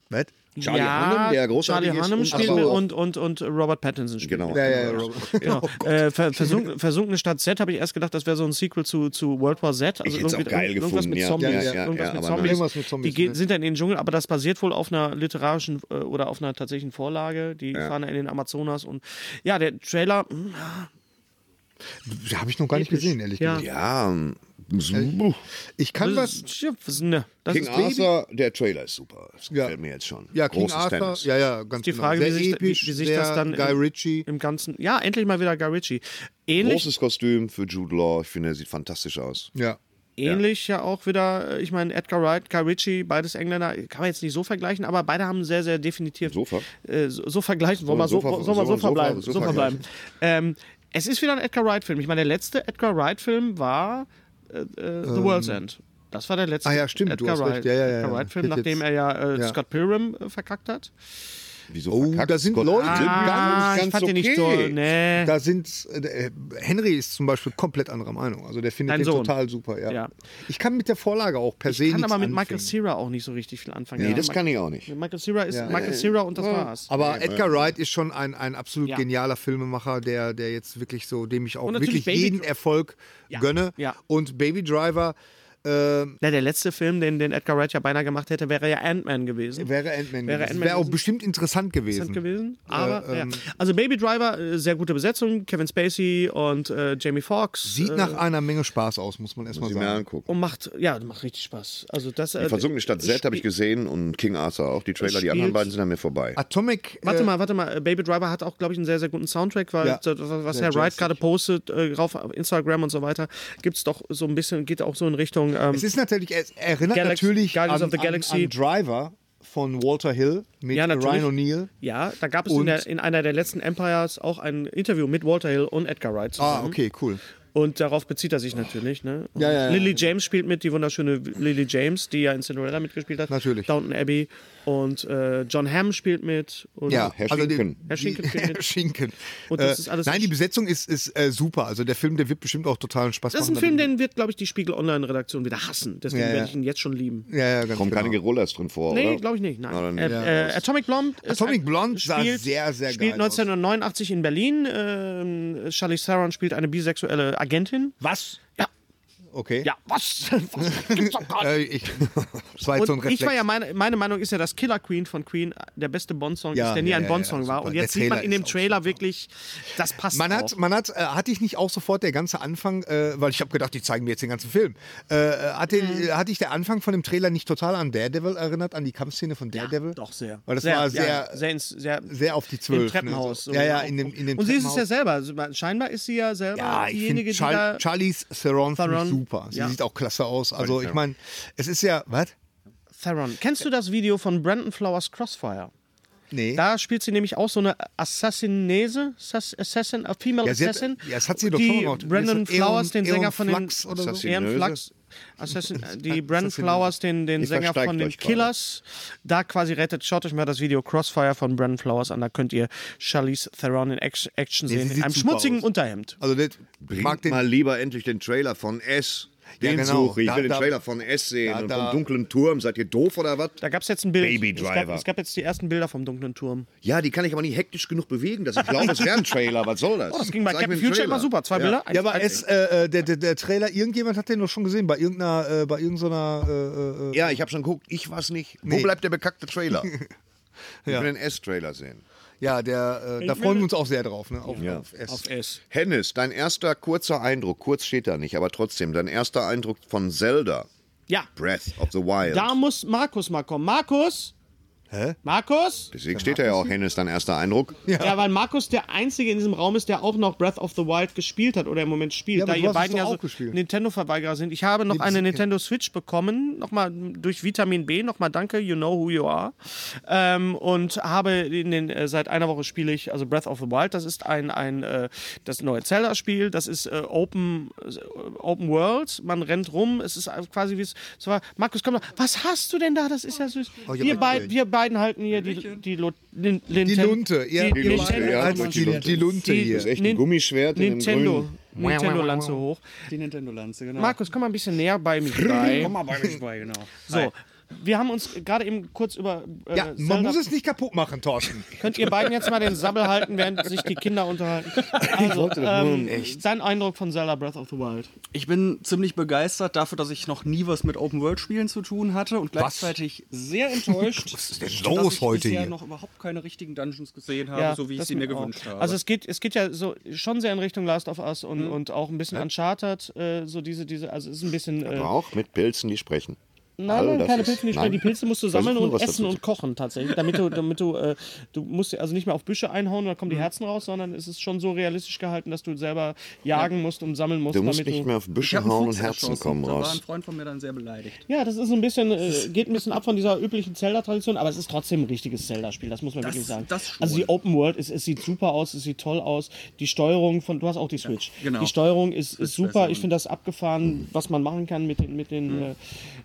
C: Was?
E: Charlie
B: ja,
E: Hunnam, der großartig
B: Charlie
E: ist
B: Hunnam
E: und-
B: spielt
E: Ach so.
B: mit und, und, und Robert Pattinson spielt
E: Genau.
B: mit.
C: Ja, ja, ja.
B: Genau.
E: Oh
B: äh, ver versunk versunkene Stadt Z habe ich erst gedacht, das wäre so ein Sequel zu, zu World War Z. Also
E: Ich hätt's auch
B: irgendwie-
E: geil
B: irgendwas
E: gefunden,
B: mit
E: ja.
B: Zombies.
E: Ja, ja, ja,
B: irgendwas
E: ja,
B: mit
E: aber
B: Zombies.
E: nein.
C: Irgendwas mit
B: die
C: Zombies,
B: gehen,
C: ne?
B: sind dann in den Dschungel, aber das basiert wohl auf einer literarischen äh, oder auf einer tatsächlichen Vorlage. Die fahren da in den Amazonas und ja, der Trailer. hm,
C: Habe ich noch gar nicht gesehen, ehrlich
B: Ja.
C: gesagt.
E: Ja, ähm, buh.
C: Ich kann
B: Das
C: was.
B: ist, das ne, das
E: King
B: ist Baby.
E: Arthur, der Trailer ist super. Das
C: Ja.
E: gefällt mir jetzt schon.
C: Ja, King
E: Großes
C: Arthur.
E: Tennis.
C: Ja, ja, ganz
B: Die Frage,
C: genau.
B: wie
C: Sehr
B: sich, da-
C: episch,
B: wie, wie sich
C: sehr
B: das dann
C: Guy
B: im,
C: Ritchie.
B: im Ganzen. Ja, endlich mal wieder Guy Ritchie. Ähnlich,
E: Großes Kostüm für Jude Law. Ich finde, er sieht fantastisch aus.
C: Ja.
B: ähnlich ja. auch wieder, äh, ich meine, Edgar Wright, Guy Ritchie, beides Engländer, kann man jetzt nicht so vergleichen, aber beide haben sehr, sehr definitiv.
E: Sofa?
B: Äh, so, so vergleichen, wollen wir so,
E: Sofa-
B: so, so, so,
E: Sofa-
B: verbleiben.
E: Sofa-
B: So verbleiben. Ähm, es ist wieder ein Edgar Wright-Film. Ich meine, der letzte Edgar Wright-Film war äh, äh, The World's End. Das war der letzte
C: Ähm, Ah ja, stimmt, du
B: Edgar
C: hast recht.
B: Wright-
C: Ja, ja, ja,
B: Edgar
C: ja.
B: Wright-Film,
C: Hit
B: nachdem
C: jetzt.
B: er ja, äh,
C: Ja.
B: Scott Pilgrim äh, verkackt hat.
E: Wieso
C: Oh,
E: verkackt
C: da sind
E: Scott
C: Leute
E: Pilgrim?
B: Ah, ich fand den nicht toll. Nee.
C: Da sind äh, Henry ist zum Beispiel komplett anderer Meinung. Also der findet
B: Dein
C: den
B: Sohn.
C: total super. Ja.
B: Ja.
C: Ich kann mit der Vorlage auch per se
B: Ich kann
C: nichts
B: aber mit Michael
C: anfangen.
B: Cera auch nicht so richtig viel anfangen.
E: Nee,
B: Ja,
E: das
B: Ma-
E: kann ich auch nicht.
B: Michael Cera ist Michael Cera und das war's.
C: Aber Edgar Wright ist schon ein, ein absolut
B: Ja.
C: genialer Filmemacher, der, der jetzt wirklich so, dem ich auch
B: Und natürlich
C: wirklich
B: Baby
C: jeden
B: Dri-
C: Erfolg gönne.
B: ja.
C: Und Baby Driver ähm,
B: Na, der letzte Film, den, den Edgar Wright ja beinahe gemacht hätte, wäre ja Ant-Man gewesen.
C: wäre Ant-Man
B: Wäre
C: gewesen.
B: Ant-Man
C: Wäre auch
B: gewesen.
C: bestimmt interessant gewesen.
B: Interessant gewesen. Aber,
C: Hm. ähm,
B: ja. Also Baby Driver, äh, sehr gute Besetzung. Kevin Spacey und äh, Jamie Foxx.
C: Sieht
B: äh,
C: nach einer Menge Spaß aus, muss man erstmal
E: Muss ich mir
C: sagen.
E: angucken.
B: Und macht, ja, macht richtig Spaß. Also das, äh,
E: Die versunkene Stadt Z habe ich gesehen und King Arthur auch. Die Trailer, die anderen
B: spielt-
E: beiden sind an mir vorbei.
C: Atomic.
B: Warte
C: äh,
B: mal, warte mal. Baby Driver hat auch, glaube ich, einen sehr, sehr guten Soundtrack, weil
C: Ja.
B: das, was
C: Sehr
B: Herr Wright
C: jazzig.
B: gerade postet, äh, auf Instagram und so weiter, gibt es doch so ein bisschen, geht auch so in Richtung. Ähm,
C: Es ist natürlich, es erinnert
B: Galax-
C: natürlich an,
B: Guardians
C: an,
B: of the Galaxy.
C: an Driver von Walter Hill mit
B: Ja, natürlich.
C: Ryan O'Neill.
B: ja, da gab es
C: Und-
B: in, der, in einer der letzten Empires auch ein Interview mit Walter Hill und Edgar Wright zusammen.
C: Ah, okay, cool.
B: Und darauf bezieht er sich natürlich. Ne? Und
C: Ja, ja, ja.
B: Lily James spielt mit, die wunderschöne Lily James, die ja in Cinderella mitgespielt hat.
C: Natürlich.
B: Downton Abbey. Und äh, John Hamm spielt mit. Und
C: Ja,
E: Herr
C: die-
E: Schinken.
B: also Herr Schinken
C: die-
B: spielt mit.
C: Herr Schinken.
B: Und das
C: Äh,
B: ist alles-
C: Nein, die Besetzung ist, ist äh, super. Also der Film, der wird bestimmt auch totalen Spaß
B: Das ist
C: machen.
B: ein Film, den wird, glaube ich, die Spiegel Online-Redaktion wieder hassen. Deswegen
C: Ja, ja.
B: werde ich ihn jetzt schon lieben.
C: Ja, ja, ganz
E: Kommen
C: genau.
E: keine Gerollas drin vor,
B: Nee,
E: oder?
B: glaube ich nicht.
E: Na,
B: Nein.
E: dann-
B: Äh, äh,
C: Ja.
B: Atomic Blonde. ist
C: Atomic
B: ein-
C: Blonde sah sehr, sehr
B: Spielt
C: geil aus.
B: 1989 in Berlin. Ähm, Charlie Theron spielt eine bisexuelle Agentin.
C: Was?
B: Ja.
C: Okay.
B: Ja, was? was? Gibt's doch gar nicht.
C: Äh, ich, das war jetzt Halt so ein
B: Und
C: Reflex.
B: ich war ja meine, meine Meinung ist ja, dass Killer Queen von Queen der beste Bond-Song
C: Ja,
B: ist, der nie
C: ja,
B: ein
C: ja,
B: Bond-Song
C: ja,
B: war.
C: super.
B: Und jetzt
C: Der
B: sieht man
C: Trailer
B: in dem
C: ist auch
B: Trailer wirklich, das passt.
C: Man
B: auch.
C: hat, man hat, äh, hatte ich nicht auch sofort der ganze Anfang, äh, weil ich habe gedacht, die zeigen mir jetzt den ganzen Film. Äh, äh, hatte,
B: Mhm.
C: hatte ich der Anfang von dem Trailer nicht total an Daredevil erinnert, an die Kampfszene von Daredevil?
B: Doch sehr.
C: Weil das
B: sehr,
C: war
B: ja,
C: sehr,
B: sehr, ins, sehr,
C: sehr auf die Zwölf.
B: Im Treppenhaus.
C: Ne?
B: so. genau.
C: Ja, ja, in dem, in dem
B: Und sie ist es ja
C: Treppenhaus.
B: selber. Also, Scheinbar ist sie ja selber
C: Ja, ich
B: diejenige,
C: finde
B: die da.
C: Char Charlize Theron, find ich
B: Theron,
C: super. Sie
B: ja.
C: sieht auch klasse aus. Also ich meine, es ist ja, was?
B: Theron. Kennst du das Video von Brandon Flowers Crossfire?
C: Nee.
B: Da spielt sie nämlich auch so eine Assassinese, Sass- Assassin, a Female
C: Ja, sie hat-
B: Assassin.
C: ja, das hat sie doch
B: die
C: schon mal gemacht.
B: Brandon
C: Ist das Eon-
B: Flowers, den
C: Eon
B: Sänger von den
C: Flux oder so?
B: Eon Flux. Assassin, die Brandon Flowers, den, den
E: Ihr
B: Sänger
E: versteigt
B: von den
E: euch gerade.
B: Killers, da quasi rettet. Schaut euch mal das Video Crossfire von Brandon Flowers an, da könnt ihr Charlize Theron in Action Action
C: Nee, sie
B: sehen, in
C: sieht
B: einem
C: super
B: schmutzigen
C: aus.
B: Unterhemd.
C: Also das mag
E: Bringt
C: den
E: mal lieber endlich den Trailer von S. Den
C: Ja, genau.
E: suche ich. Ich
C: Da-
E: will
C: da-
E: den Trailer von S sehen.
C: Ja,
E: und
C: da-
E: vom dunklen Turm. Seid ihr doof oder was?
B: Da gab es jetzt ein Bild.
E: Baby
B: Es
E: Driver.
B: gab, es gab jetzt die ersten Bilder vom dunklen Turm.
E: Ja, die kann ich aber nicht hektisch genug bewegen, dass ich glaube, es wäre ein Trailer. Was soll das?
B: Oh, das ging bei
E: Zeig mir
B: Captain
E: den
B: Future
E: Trailer.
B: immer super. Zwei
E: ja.
B: Bilder.
C: Ja, aber es, äh, äh, der, der, der Trailer, irgendjemand hat den doch schon gesehen, bei irgendeiner, äh, bei irgendeiner, äh, äh, äh,
E: Ja, ich habe schon geguckt. Ich war's nicht. Wo bleibt der bekackte Trailer? Ich will den S-Trailer sehen.
C: ja, der, äh, da freuen wir uns auch sehr drauf, ne? Auf,
E: Ja.
C: auf S.
B: auf S.
E: Hennis, dein erster kurzer Eindruck. Kurz steht da nicht, aber trotzdem. Dein erster Eindruck von Zelda.
B: Ja.
E: Breath of the Wild.
B: Da muss Markus mal kommen. Markus! Hä? Markus?
E: Deswegen steht da ja auch Hennis, dein erster Eindruck.
B: Ja. weil Markus der Einzige in diesem Raum ist, der auch noch Breath of the Wild gespielt hat oder im Moment spielt.
C: Ja, aber
B: da
C: du
B: ihr
C: hast es
B: beiden
C: doch
B: ja
C: auch
B: so
C: gespielt.
B: Nintendo-Verweigerer sind. Ich habe noch eine Nintendo Switch bekommen, nochmal durch Vitamin B, nochmal danke, you know who you are. Ähm, und habe in den, äh, seit einer Woche spiele ich, also Breath of the Wild, das ist ein, ein äh, das neue Zelda-Spiel, das ist äh, Open, äh, Open World, man rennt rum, es ist äh, quasi wie es es war. Markus, komm doch, was hast du denn da? Das ist ja süß.
C: ja,
B: wir,
C: aber-
B: beid, wir beiden halten hier die, die, Lo- Lin-
C: Die
B: Linten-
C: Lunte, ihr,
B: die
C: ihr
B: Nintendo-
C: beide
E: ja,
C: haltet
E: durch die
C: die,
E: Lunte.
C: die Lunte
B: Die-
C: hier.
E: Das ist echt ein
B: Nin-
E: Gummischwert in dem
B: Nintendo.
E: Grünen.
B: Nintendo-Lanze hoch.
F: Die Nintendo-Lanze, genau.
B: Markus, komm mal ein bisschen näher bei mich rein.
F: Komm mal bei mich bei, genau.
B: So, wir haben uns gerade eben kurz über. Äh,
C: Ja,
B: Zelda-
C: man muss es nicht kaputt machen, Thorsten.
B: Könnt ihr beiden jetzt mal den Sabbel halten, während sich die Kinder unterhalten? Also, ähm, Dein Eindruck von Zelda Breath of the Wild.
F: Ich bin ziemlich begeistert dafür, dass ich noch nie was mit Open-World-Spielen zu tun hatte und gleichzeitig sehr enttäuscht, was ist
C: denn
F: dass
C: los
F: ich
C: heute
F: bisher
C: hier?
F: noch überhaupt keine richtigen Dungeons gesehen habe, so wie ich
B: das
F: sie mir
B: auch.
F: gewünscht habe. Mhm.
B: Also es geht, es geht ja so schon sehr in Richtung Last of Us und, und auch ein bisschen Uncharted, äh, so diese, diese, also es ist ein bisschen. Äh,
E: Auch mit Pilzen, die sprechen.
B: Nein,
E: All
B: nein,
E: das
B: keine
E: ist-
B: Pilze nicht
E: nein.
B: mehr. Die Pilze musst du sammeln
E: Versuchen,
B: und
E: was
B: essen
E: dazu
B: und kochen tatsächlich, damit du, damit du, äh, du musst also nicht mehr auf Büsche einhauen und dann kommen
E: Hm.
B: die Herzen raus, sondern es ist schon so realistisch gehalten, dass du selber jagen musst und sammeln musst,
E: Du musst
B: damit
E: nicht
B: du.
E: mehr auf
F: ich
E: Büsche
F: habe
E: hauen und Herzen kommen
F: Da war
E: raus.
F: ein Freund von mir dann sehr beleidigt.
B: Ja, das ist so ein bisschen, äh, geht ein bisschen ab von dieser üblichen Zelda-Tradition, aber es ist trotzdem ein richtiges Zelda-Spiel, das muss man wirklich sagen.
F: das schon.
B: also die Open World, es, es sieht super aus, es sieht toll aus. Die Steuerung von, du hast auch die Switch.
F: genau.
B: Die Steuerung ist, ist super,
F: Version.
B: ich finde das abgefahren, was man machen kann mit den, mit den, äh,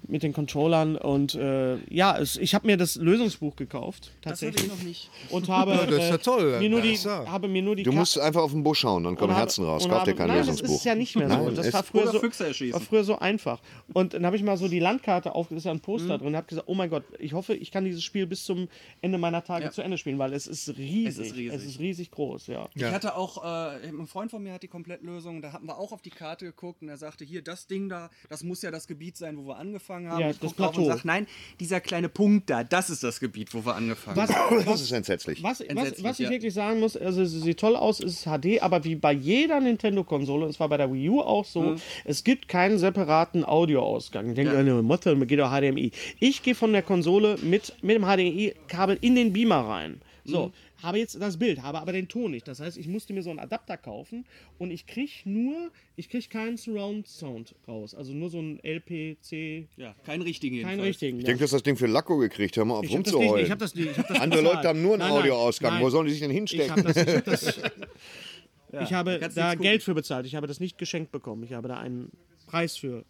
B: mit den Controllern. Und äh, ja, es, ich habe mir das Lösungsbuch gekauft,
F: Das hatte ich eh
B: tatsächlich.
F: noch nicht.
B: Und habe,
C: das ist ja
B: äh,
C: toll, dann
B: Mir nur die,
C: ist ja.
B: habe mir nur die
E: Du
B: Ka-
E: musst einfach auf den Busch hauen, dann kommen
B: und habe-
E: Herzen raus.
B: und
E: Kauf dir
B: habe-
E: kein
B: Nein,
E: Lösungsbuch.
B: das ist ja nicht mehr so.
E: Nein,
B: das
E: es-
B: war früher
F: Oder
B: so,
F: Füchse erschießen.
B: war früher so einfach. Und dann habe ich mal so die Landkarte auf, ist ja ein Poster
F: Mhm.
B: drin, habe gesagt, oh mein Gott, ich hoffe, ich kann dieses Spiel bis zum Ende meiner Tage
F: Ja.
B: zu Ende spielen, weil es ist riesig. Es
F: Es
B: ist
F: ist
B: riesig,
F: riesig.
B: groß, ja.
F: Ich hatte auch, äh, ein Freund von mir hat die Komplettlösung, da hatten wir auch auf die Karte geguckt und er sagte, hier, das Ding da, das muss ja das Gebiet sein, wo wir angefangen haben.
B: Ja,
F: ich
B: das
F: guck drauf
B: Plateau.
F: Und sag, nein, dieser kleine Punkt da, das ist das Gebiet, wo wir angefangen haben.
E: Das ist entsetzlich.
B: Was, was,
F: Entsetzlich,
B: was ich
F: ja.
B: wirklich sagen muss, also es sieht toll aus, es ist HD, aber wie bei jeder Nintendo-Konsole, und zwar bei der Wii U auch so,
F: Hm.
B: es gibt keinen separaten Audioausgang. Ich denke, ja. eine Motte, man geht doch HDMI. Ich gehe von der Konsole mit, mit dem HDMI-Kabel in den Beamer rein.
F: Hm.
B: So, habe jetzt das Bild, habe aber den Ton nicht. Das heißt, ich musste mir so einen Adapter kaufen und ich kriege nur, ich kriege keinen Surround-Sound raus. Also nur so einen LPC,
F: Ja, keinen richtigen
B: keinen
F: jedenfalls.
B: richtigen.
E: Ich denke, du hast das Ding für Lacko gekriegt. Hör mal auf
B: Ich hab das nicht,
E: rumzuheulen.
B: ich hab das nicht. Ich hab das
E: Andere
B: bezahlt.
E: Leute haben nur einen
B: Nein, nein,
E: Audioausgang.
B: nein.
E: Wo sollen die sich denn
B: Ich
E: hinstecken?
B: habe das, ich hab das, ich habe
F: kannst
B: da
F: nichts
B: Geld für bezahlt. Ich habe das nicht geschenkt bekommen. Ich habe da einen Preis für.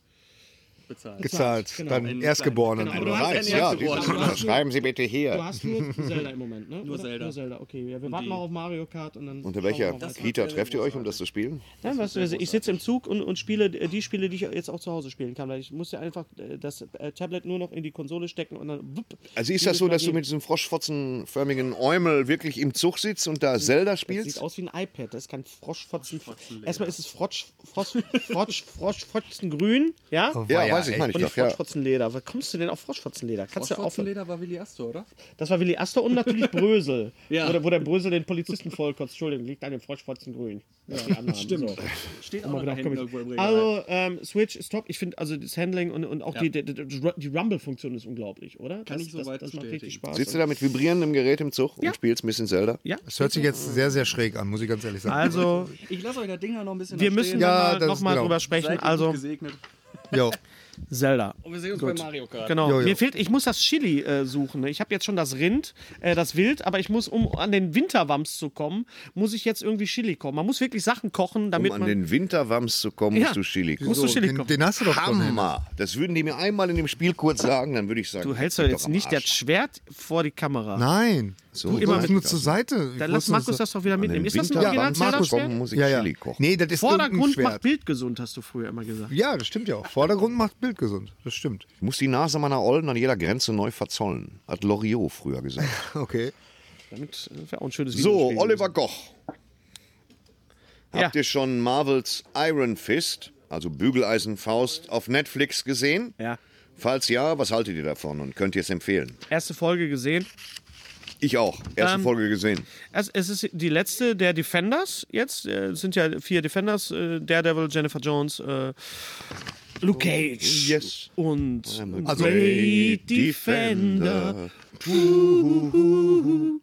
F: Bezahlt.
C: Gezahlt,
B: Genau.
C: deinen Erstgeborenen.
B: Genau,
C: oder?
B: du hast
E: Weiß,
B: keine
E: ja,
B: erste
E: dieses-
B: Worte.
E: das schreiben Sie bitte
B: Du
E: hier.
B: hast nur Zelda im Moment, ne? Nur
F: Zelda.
B: Nur Zelda, okay. Ja, wir warten
F: die-
B: mal auf Mario Kart und dann.
E: Unter
B: schauen wir
E: welcher
B: mal weiter.
E: Kita trefft ihr euch, um das zu spielen?
B: Nein, weißt du, also ich sitze im Zug und, und spiele äh, die Spiele, die ich jetzt auch zu Hause spielen kann. Weil ich muss ja einfach äh, das äh, Tablet nur noch in die Konsole stecken und dann. Wupp,
E: Also ist
B: jedes
E: das so,
B: Mal
E: dass du
B: gehen.
E: mit diesem froschfotzenförmigen Eumel wirklich im Zug sitzt und da Zelda
B: Sieht
E: spielst?
B: aus wie ein iPad. Das ist kein Froschfotzen. Erstmal ist es Frosch, Frosch, Frosch, Froschfotzengrün. Ja?
E: Ja, weiß ich, meine ich
B: Und nicht
E: doch. Ja.
B: Froschfotzenleder. Wo kommst du denn auf Froschfotzenleder? Kannst du auf
F: Leder war Willi Astor, oder?
B: Das war Willi Astor und natürlich Brösel.
F: Ja.
B: wo, der, wo der Brösel den Polizisten vollkotzt. Entschuldigung, liegt an dem Froschfotzengrün. Ja, stimmt. So.
F: Steht
B: Aber
F: auch
B: darauf
F: dahinter,
B: komme
F: wo
B: genau, ich.
F: er-
B: Also, ähm, Switch ist top. Ich finde, also das Handling und, und auch die, die, die die Rumble-Funktion ist unglaublich, oder?
F: Kann
B: das,
F: ich so
B: das,
F: weit
B: Das macht
F: bestätigen.
B: richtig Spaß.
E: Sitzt du da mit vibrierendem Gerät im Zug und spielst ein bisschen Zelda? Um
B: ja.
C: Das hört sich jetzt sehr, sehr schräg an, muss ich ganz ehrlich sagen.
B: Also,
F: Ich lasse euch da Dinger noch ein bisschen
B: wir
F: da
B: müssen
F: stehen.
C: Ja,
B: da mal-
C: das
B: noch
C: ist
B: mal
C: genau.
B: drüber Also,
F: Seid ihr
B: sprechen.
F: gut
B: Also,
F: gesegnet.
C: Jo.
B: Zelda.
F: Und wir sehen uns bei Mario Kart.
B: Genau.
C: Jo, jo.
B: Mir fehlt, ich muss das Chili äh, suchen. ne? Ich habe jetzt schon das Rind, äh, das Wild, aber ich muss, um an den Winterwams zu kommen, muss ich jetzt irgendwie Chili kommen. Man muss wirklich Sachen kochen, damit
E: Um an
B: man.
E: den Winterwams zu kommen,
B: Ja.
E: musst du Chili kochen.
B: Musst du Chili
C: Den,
B: kochen.
C: den hast du doch schon. Henning.
E: Hammer! Das würden die mir einmal in dem Spiel kurz sagen, dann würde ich sagen.
B: du hältst
E: leck
B: doch
E: mich
B: jetzt
E: am
B: nicht das
E: Arsch.
B: Schwert vor die Kamera.
C: Nein.
E: So,
C: du
E: immer
C: immer
E: mit-
C: nur zur Seite. Ich
B: Dann lass
C: wusste, dass
B: Markus
C: du-
B: das doch wieder
E: An den
B: mitnehmen. Ist das ein original
E: Winterwams
B: Zelda
E: zu
B: Schwert?
E: kommen, muss ich
C: ja, ja.
E: Chili kochen.
C: Nee, das ist irgendein
B: Vordergrund macht
C: Schwert.
B: Bild gesund, hast du früher immer gesagt.
C: Ja, das stimmt ja auch. Vordergrund macht Bild gesund. Das stimmt.
E: Ich muss die Nase meiner Olden an jeder Grenze neu verzollen, hat Loriot früher gesagt.
C: Okay.
B: Damit äh, wäre auch ein schönes
E: so,
B: Videospiel
E: Oliver Koch.
B: Ja.
E: Habt ihr schon Marvels Iron Fist, also Bügeleisenfaust, auf Netflix gesehen?
B: Ja.
E: Falls ja, was haltet ihr davon und könnt ihr es empfehlen?
B: Erste Folge gesehen.
E: Ich auch. Erste
B: Ähm,
E: Folge gesehen.
B: Es, es ist die letzte der Defenders jetzt. äh, Es sind ja vier Defenders: äh, Daredevil, Jennifer Jones, äh, Luke Cage
E: Yes.
B: und
E: Also-
B: Great Defender. Huhuhuhu.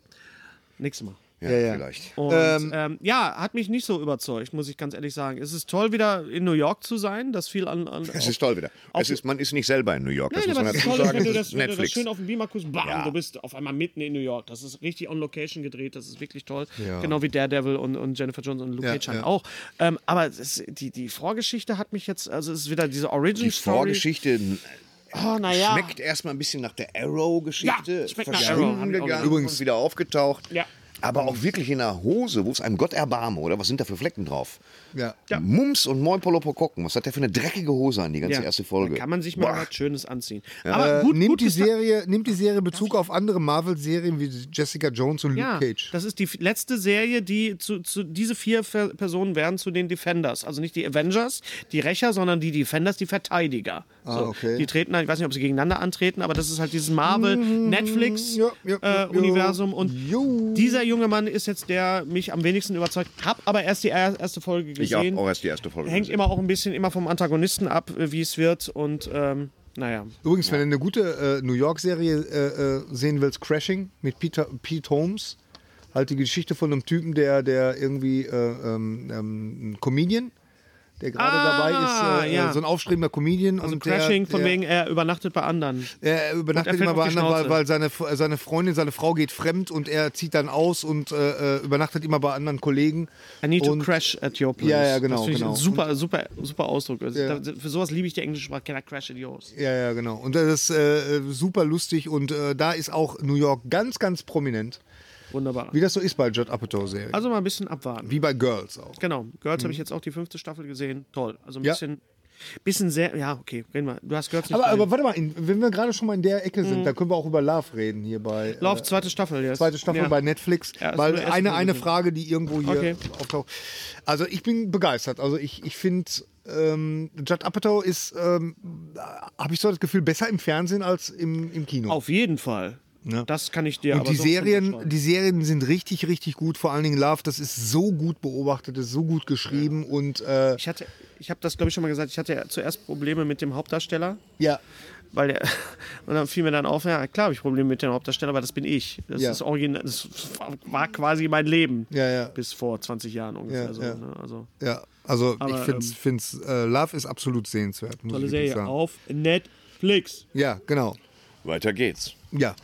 B: Nix mal.
E: Ja,
C: Ja, ja.
E: vielleicht.
B: Und ähm, ja, hat mich nicht so überzeugt, muss ich ganz ehrlich sagen. Es ist toll, wieder in New York zu sein. Das viel an. an
E: Es ist toll wieder. Es ist, man ist nicht selber in New York. Das
B: Nein,
E: muss
B: aber
E: man
B: es ist
E: dazu
B: toll, ist,
E: sagen.
B: wenn du
E: Das
B: das,
E: ist
B: wenn du das
E: Netflix.
B: schön auf dem Beamer guckst, bam,
E: Ja.
B: du bist auf einmal mitten in New York. Das ist richtig on Location gedreht, das ist wirklich toll. Genau wie Daredevil und, und Jennifer Jones und Luke
C: Ja,
B: Cage
C: ja.
B: auch. Ähm, aber es ist, die, die Vorgeschichte hat mich jetzt, also es ist wieder diese Origin
E: Die
B: Story.
E: Vorgeschichte
B: Oh, naja.
E: schmeckt erstmal ein bisschen nach der Arrow-Geschichte.
B: Ja, schmeckt nach Arrow, hab
E: Verschwunden
B: ich auch
E: gegangen,
B: gedacht.
E: übrigens wieder aufgetaucht.
B: Ja.
E: Aber auch wirklich in einer Hose, wo es einem Gott erbarme, oder? Was sind da für Flecken drauf?
C: Ja.
E: Mums und Moin Polopokokken. Was hat der für eine dreckige Hose an, die ganze
B: Ja.
E: erste Folge?
B: Da kann man sich mal
E: Boah. Äh,
B: was Schönes anziehen. Aber gut,
C: nimmt,
B: gut
C: die
B: ist-
C: Serie, nimmt die Serie Bezug auf andere Marvel-Serien wie Jessica Jones und
B: Ja,
C: Luke Cage.
B: das ist die f- letzte Serie, die zu, zu diese vier Fe- Personen werden zu den Defenders. Also nicht die Avengers, die Rächer, sondern die Defenders, die Verteidiger.
C: Ah, okay.
B: Die treten, halt, ich weiß nicht, ob sie gegeneinander antreten, aber das ist halt dieses Marvel-Netflix-Universum.
C: Mhm. ja, ja, ja,
B: äh, Universum. Und
C: Jo.
B: dieser junge Mann ist jetzt der, der mich am wenigsten überzeugt. Hab aber erst die er- erste Folge
E: Ich habe
B: gesehen.
E: auch erst die erste Folge
B: Hängt
E: gesehen.
B: immer auch ein bisschen immer vom Antagonisten ab, äh, wie es wird. Und ähm, naja.
C: Übrigens, wenn du eine gute äh, New York-Serie äh, äh, sehen willst, Crashing mit Peter, Pete Holmes, halt die Geschichte von einem Typen, der, der irgendwie äh, ähm, ähm, ein Comedian, der gerade
B: Ah,
C: dabei ist, äh,
B: ja.
C: so ein aufstrebender Comedian.
B: Also
C: und
B: Crashing,
C: der,
B: von
C: der,
B: wegen, er übernachtet bei anderen.
C: Er äh, übernachtet
B: Und er
C: immer
B: fällt
C: bei
B: auf die
C: anderen, weil,
B: Schnauze.
C: weil seine, F- äh, seine Freundin, seine Frau geht fremd und er zieht dann aus und äh, äh, übernachtet immer bei anderen Kollegen.
B: I need
C: Und-
B: to crash at your place.
C: Ja, ja, genau,
B: Das finde ich
C: genau.
B: ein super, super, super Ausdruck. Also da, für sowas liebe ich die englische Sprache. Can I crash at yours?
C: Ja, ja, genau. Und das ist äh, super lustig und äh, da ist auch New York ganz, ganz prominent,
B: Wunderbar.
C: wie das so ist bei Judd Apatow-Serien.
B: Also mal ein bisschen abwarten.
C: wie bei Girls auch.
B: Genau. Girls habe ich jetzt auch die fünfte Staffel gesehen. Toll. Also ein
C: Ja.
B: bisschen, bisschen sehr. Ja, okay. Reden wir. Du hast Girls nicht
C: Aber,
B: gesehen.
C: aber warte mal, in, wenn wir gerade schon mal in der Ecke
B: Mhm.
C: sind, dann können wir auch über Love reden hier bei äh,
B: Lauf, zweite Staffel jetzt.
C: zweite Staffel
B: ja.
C: bei Netflix,
B: Ja, das
C: weil
B: wurde erst
C: eine,
B: mal
C: eine
B: gesehen.
C: Frage, die irgendwo hier
B: Okay.
C: auftaucht. Also ich bin begeistert. Also ich, ich finde, ähm, Judd Apatow ist, ähm, habe ich so das Gefühl, besser im Fernsehen als im, im Kino.
B: Auf jeden Fall. Das kann ich dir
C: Und
B: aber
C: die
B: so
C: Serien,
B: unterschreiben.
C: die Serien sind richtig, richtig gut. Vor allen Dingen Love, das ist so gut beobachtet, ist so gut geschrieben und äh,
B: Ich hatte, ich habe das glaube ich schon mal gesagt, ich hatte ja zuerst Probleme mit dem Hauptdarsteller,
C: ja,
B: weil der und dann fiel mir dann auf, ja klar habe ich Probleme mit dem Hauptdarsteller, aber das bin ich. Das
C: Ja.
B: ist original, das war quasi mein Leben
C: ja, ja,
B: bis vor 20 Jahren ungefähr.
C: Ja,
B: so,
C: ja.
B: Ne? Also
C: ja. Also ich
B: Aber,
C: find's,
B: ähm,
C: find's äh, Love ist absolut sehenswert. Muss
B: tolle
C: ich wirklich
B: Serie
C: sagen.
B: auf Netflix.
C: Ja, genau.
E: Weiter geht's.
C: Ja.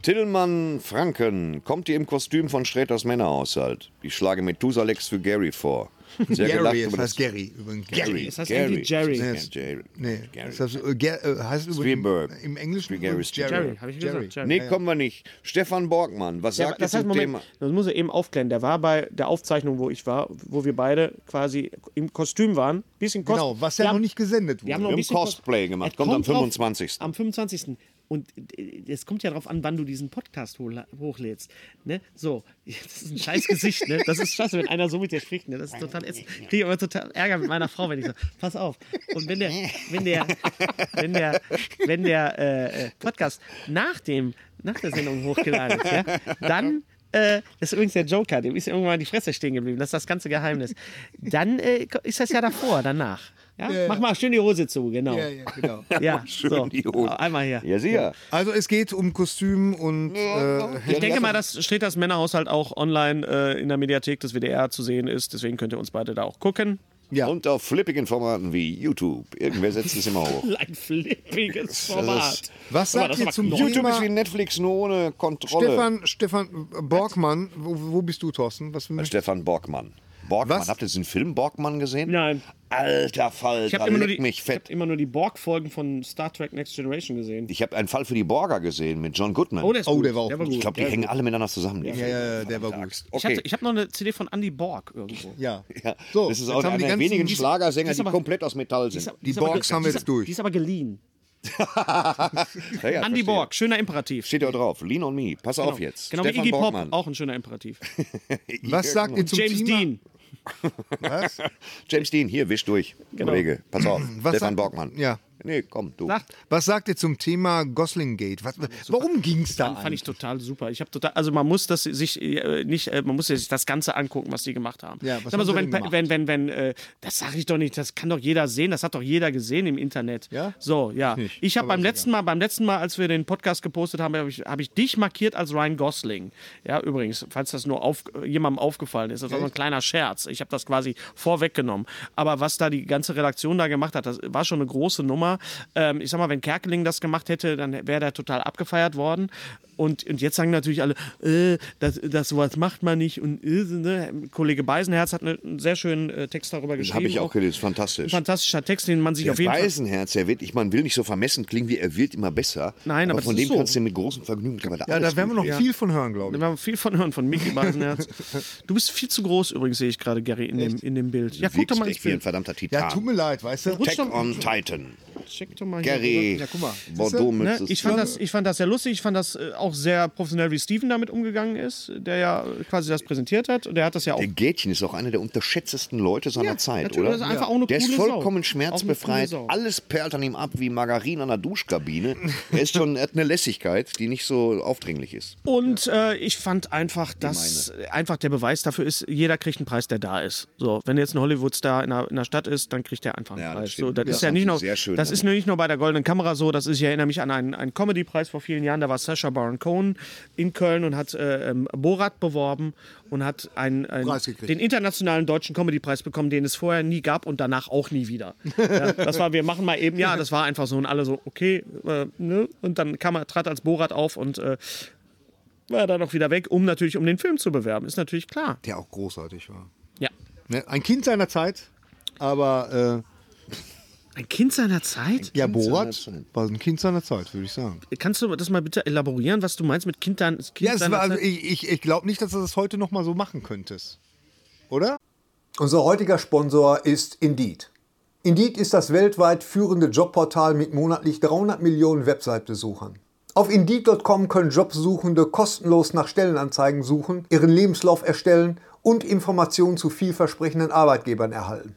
E: Tillmann Franken, kommt ihr im Kostüm von Sträters Männerhaushalt? Ich schlage Methusalex für Gary vor. Sehr gelacht
C: Gary, das
E: über das
C: heißt Gary übrigens.
E: Gary.
B: Es heißt
E: Gary.
B: irgendwie Jerry.
E: Das ist kein Jerry.
C: Nee,
E: Gary.
C: das heißt, äh, Ger äh, heißt
E: Spielberg.
C: übrigens im Englischen
E: Spiel- Gary
C: übrigens Jerry.
B: Jerry, habe ich gesagt. Jerry.
E: Nee, kommen wir nicht. Stefan Borgmann, was
B: Der,
E: sagt ihr
B: das heißt,
E: zum
B: Moment,
E: Thema?
B: das muss er eben aufklären. Der war bei der Aufzeichnung, wo ich war, wo wir beide quasi im Kostüm waren. Bisschen Kos-
C: Genau, was ja,
B: Wir
C: noch
B: haben-
C: nicht gesendet wurde.
B: Wir haben noch ein
E: Wir haben
B: bisschen Kos-
E: Cosplay gemacht.
B: Es
E: Kommt am
B: drauf-
E: 25..
B: am 25. Und äh, es kommt ja darauf an, wann du diesen Podcast hol- hochlädst. Ne? So, das ist ein scheiß Gesicht. Ne? Das ist scheiße, wenn einer so mit dir spricht. Ne? Das ist total ätzend. Kriege ich aber total Ärger mit meiner Frau, wenn ich so, pass auf. Und wenn der, wenn der, wenn der, wenn der äh, äh, Podcast nach dem, nach der Sendung hochgeladen ist, ja, dann äh, das ist übrigens der Joker, dem ist irgendwann die Fresse stehen geblieben. Das ist das ganze Geheimnis. Dann äh, ist das ja davor, danach. Ja? Mach mal schön die Hose zu, genau.
C: ja, ja, genau.
B: Ja,
E: Schön
B: so. ah,
E: die Hose.
B: Einmal hier.
E: Ja, sicher.
C: Also es geht um Kostüm und äh,
B: Ich denke mal, das steht das Männerhaushalt auch online äh, in der Mediathek des WDR zu sehen ist. Deswegen könnt ihr uns beide da auch gucken.
C: Ja.
E: Unter flippigen Formaten wie YouTube. Irgendwer setzt es immer hoch.
B: Ein flippiges
E: Das
B: Format.
E: ist-
C: Was
B: Aber
C: sagt
B: das
C: ihr
B: war
C: zum
B: Knochen.
E: YouTube
C: Thema-
E: ist wie Netflix, nur ohne Kontrolle.
C: Stefan, Stefan Borgmann, wo, wo bist du, Thorsten? Was möchtest
E: Äh, Stefan Borgmann. Borgmann,
C: Was?
E: habt ihr diesen Film Borgmann gesehen?
B: Nein.
E: Alter Fall,
B: Ich
E: da
B: habe immer, nur
E: leck
B: die-
E: mich
B: ich
E: fett.
B: hab immer nur die Borg-Folgen von Star Trek Next Generation gesehen.
E: Ich habe einen Fall für die Borger gesehen mit John Goodman.
B: Oh, der, ist
C: Oh,
B: gut.
C: der war auch gut.
E: ich glaube, die
B: Der-
E: hängen alle miteinander zusammen. die Filme.
C: ja, der war gut.
B: Ich, hatte- ich habe noch eine CD von Andy Borg irgendwo.
C: Ja.
E: Ja,
C: So,
E: das ist
C: jetzt
E: auch
C: haben
E: einer
C: die
E: der
C: ganzen-
E: wenigen Schlagersänger,
B: ist
E: die
B: aber-
E: komplett aus Metall
B: ist
E: sind.
B: aber-
C: Die
B: ist aber-
C: Borgs haben wir
B: die ist
C: jetzt
B: aber-
C: durch.
B: Die ist aber geliehen.
E: Ja, ja,
B: Andy
E: verstehe.
B: Borg, schöner Imperativ.
E: Steht da drauf. Lean on me. Pass auf jetzt.
B: Genau
E: Stefan
B: wie Iggy Pop,
E: Borgmann.
B: auch ein schöner Imperativ.
C: Was sagt ihr zum
B: James
C: Thema?
B: Dean.
C: Was?
E: James Dean, hier, wisch durch. Kollege, pass auf.
C: Was
E: Stefan
C: sagt-
E: Borgmann.
C: Ja.
E: Nee, komm, du.
B: Genau. Sagt,
C: Was sagt ihr zum Thema Goslingate? Was, warum ging es da
B: fand ich
C: eigentlich?
B: total super. Ich habe total, also man muss das sich äh, nicht, äh, man muss sich das Ganze angucken, was die gemacht haben.
C: Ja, was
B: Sag mal
C: haben
B: so,
C: sie
B: wenn,
C: denn gemacht?
B: wenn, wenn, wenn, äh, das sage ich doch nicht, das kann doch jeder sehen, das hat doch jeder gesehen im Internet.
C: Ja?
B: So, ja.
C: Ich nicht,
B: Ich habe
C: aber
B: beim
C: ist
B: letzten Mal, beim letzten Mal, als wir den Podcast gepostet haben, habe ich, hab ich dich markiert als Ryan Gosling. Ja, übrigens, falls das nur auf, jemandem aufgefallen ist, das war so ein kleiner Scherz. Ich habe das quasi vorweggenommen. Aber was da die ganze Redaktion da gemacht hat, das war schon eine große Nummer. Ähm, ich sag mal, wenn Kerkeling das gemacht hätte, dann wäre der total abgefeiert worden. Und, und jetzt sagen natürlich alle, äh, das, das sowas macht man nicht. Und äh, ne? Kollege Beisenherz hat eine- einen sehr schönen äh, Text darüber geschrieben.
E: Habe ich auch gelesen. Fantastisch.
B: Fantastischer Text, den man sich
E: Der
B: auf jeden Fall
E: Weisenherz, der wird, ich man will nicht so vermessen klingen, wie er wird immer besser.
B: Nein, aber das
E: von
B: ist
E: dem
B: so.
E: kannst du mit großem Vergnügen. Kann man da
C: Ja, da werden wir noch viel von hören, glaube ich.
B: Wir haben viel von hören von Mickey Beisenherz. du bist viel zu groß übrigens, sehe ich gerade, Gary, in dem, in dem Bild. Ja, guck doch mal ins
E: wie ein
B: Bild.
E: verdammter Titan.
C: Ja, tut mir leid, weißt du?
E: Tech on Titan.
B: Check doch mal hier
E: Gary.
B: rüber.
E: Ja,
C: guck mal.
E: Bordeaux mit.
B: Ne, ich, fand das, ich fand das sehr lustig. Ich fand das äh, auch sehr professionell, wie Steven damit umgegangen ist, der ja äh, quasi das präsentiert hat. Und der hat das ja auch.
E: Der Äh, Gätchen ist auch einer der unterschätztesten Leute seiner
B: Ja,
E: Zeit,
B: natürlich,
E: oder?
B: das ist einfach auch eine
E: der ist
B: coole Sau.
E: vollkommen schmerzbefreit.
B: Auch eine coole Sau.
E: Alles perlt an ihm ab wie Margarine an der Duschkabine. er ist schon, er hat eine Lässigkeit, die nicht so aufdringlich ist.
B: Und äh, ich fand einfach, dass einfach der Beweis dafür ist, jeder kriegt einen Preis, der da ist. So, wenn jetzt ein Hollywood-Star in einer, in einer Stadt ist, dann kriegt er einfach einen
E: Ja, das
B: Preis.
E: stimmt.
B: so, das
E: Ja,
B: ist ja
E: das
B: nicht
E: haben
B: nur,
E: sie sehr schön
B: das ist
E: gemacht.
B: nur nicht nur bei der goldenen Kamera so. Das ist, ich erinnere mich an einen, einen Comedy-Preis vor vielen Jahren. Da war Sacha Baron Cohen in Köln und hat äh, ähm, Borat beworben und hat einen, einen
C: Preis gekriegt.
B: den internationalen deutschen Comedy-Preis bekommen, den es vorher nie gab und danach auch nie wieder. ja, das war, wir machen mal eben, ja, das war einfach so und alle so, okay, äh, ne? Und dann kam er, trat als Borat auf und äh, war er dann auch wieder weg, um natürlich um den Film zu bewerben. Ist natürlich klar.
C: Der auch großartig war.
B: Ja.
C: Ne? Ein Kind seiner Zeit, aber
B: Ein Kind seiner Zeit?
C: äh, ja, Borat war ein Kind seiner Zeit, würde ich sagen.
B: Kannst du das mal bitte elaborieren, was du meinst mit Kind, dein, kind
C: Ja, es
B: seiner
C: war, also
B: Zeit?
C: ich, ich, ich glaube nicht, dass du das heute noch mal so machen könntest. Oder?
A: Unser heutiger Sponsor ist Indeed. Indeed ist das weltweit führende Jobportal mit monatlich 300 Millionen Website-Besuchern. Auf Indeed.com können Jobsuchende kostenlos nach Stellenanzeigen suchen, ihren Lebenslauf erstellen und Informationen zu vielversprechenden Arbeitgebern erhalten.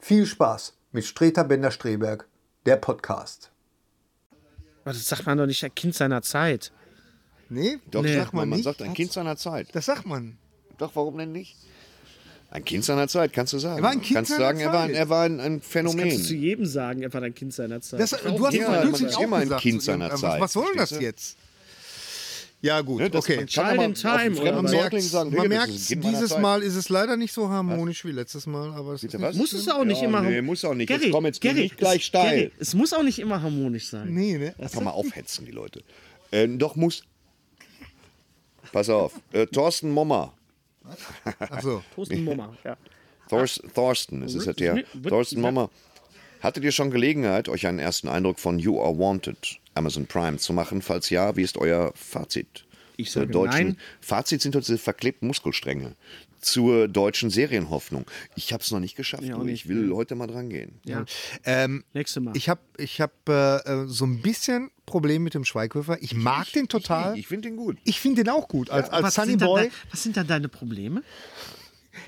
A: viel Spaß mit Streter Bender-Streberg, der Podcast.
B: Das sagt man doch nicht, ein Kind seiner Zeit.
C: Nee,
E: Doch,
C: nee,
E: sagt man, man sagt ein
C: Hat's-
E: Kind seiner Zeit.
C: Das sagt man.
E: Doch, warum denn nicht? Ein Kind seiner Zeit, kannst du sagen.
C: Er war ein Kind
E: kannst
C: seiner
E: sagen, Er, war ein,
C: Zeit.
E: er war ein, ein
B: Kannst du zu
E: Phänomen.
B: jedem sagen, er war ein Kind seiner Zeit.
C: Das,
B: Das
C: du hast
E: jeder-
C: mal
E: man
C: kürzlich
E: ist
C: auch
E: immer ein
C: gesagt,
E: Kind
C: zu ihm,
E: seiner
C: was,
E: Zeit,
C: Was soll denn das jetzt? Ja gut,
E: Ne, dass
C: okay.
E: man kann
B: Child
E: aber
B: in
E: auf
B: Time,
E: einen
B: oder
E: fremden
B: was?
C: Man merkt,
E: Säugling sagen,
C: man
E: Digga, das
C: merkt
E: ist ein Kind meiner
C: dieses
E: Zeit.
C: Mal ist es leider nicht so harmonisch wie letztes Mal, aber es ist
E: Was?
C: nicht,
B: muss es auch nicht
E: ja,
B: immer
E: Nee,
B: harmon-
E: muss auch nicht.
B: Gary,
E: jetzt komm jetzt geh
B: Gary,
E: nicht gleich
B: es,
E: steil.
B: Gary, es muss auch nicht immer harmonisch sein.
C: Nee, ne?
E: Einfach mal aufhetzen, die Leute. Äh, doch muss. Pass auf. Äh, Thorsten Mommer.
C: Achso.
B: Posten Mama. Ja.
E: Thors, Thorsten, es ist ja der.
B: Wird-
E: Thorsten
B: wird-
E: Mommer Hattet ihr schon Gelegenheit, euch einen ersten Eindruck von You Are Wanted, Amazon Prime, zu machen? Falls ja, wie ist euer Fazit?
B: Ich sage
E: Zur deutschen
B: nein.
E: Fazit sind heute diese verklebten Muskelstränge zur deutschen Serienhoffnung. Ich habe es noch nicht geschafft.
B: Ja, auch
E: du.
B: nicht.
E: Ich will heute mal dran gehen.
B: Ja.
C: Ähm,
B: Nächste Mal.
C: ich habe ich hab, äh, äh, so ein bisschen Problem mit dem Schweighöfer. Ich mag den total.
E: Ich finde ihn gut.
C: Ich finde den auch gut. Als, als
B: was,
C: Sunny
B: sind dann
C: Boy.
B: de- was sind dann deine Probleme?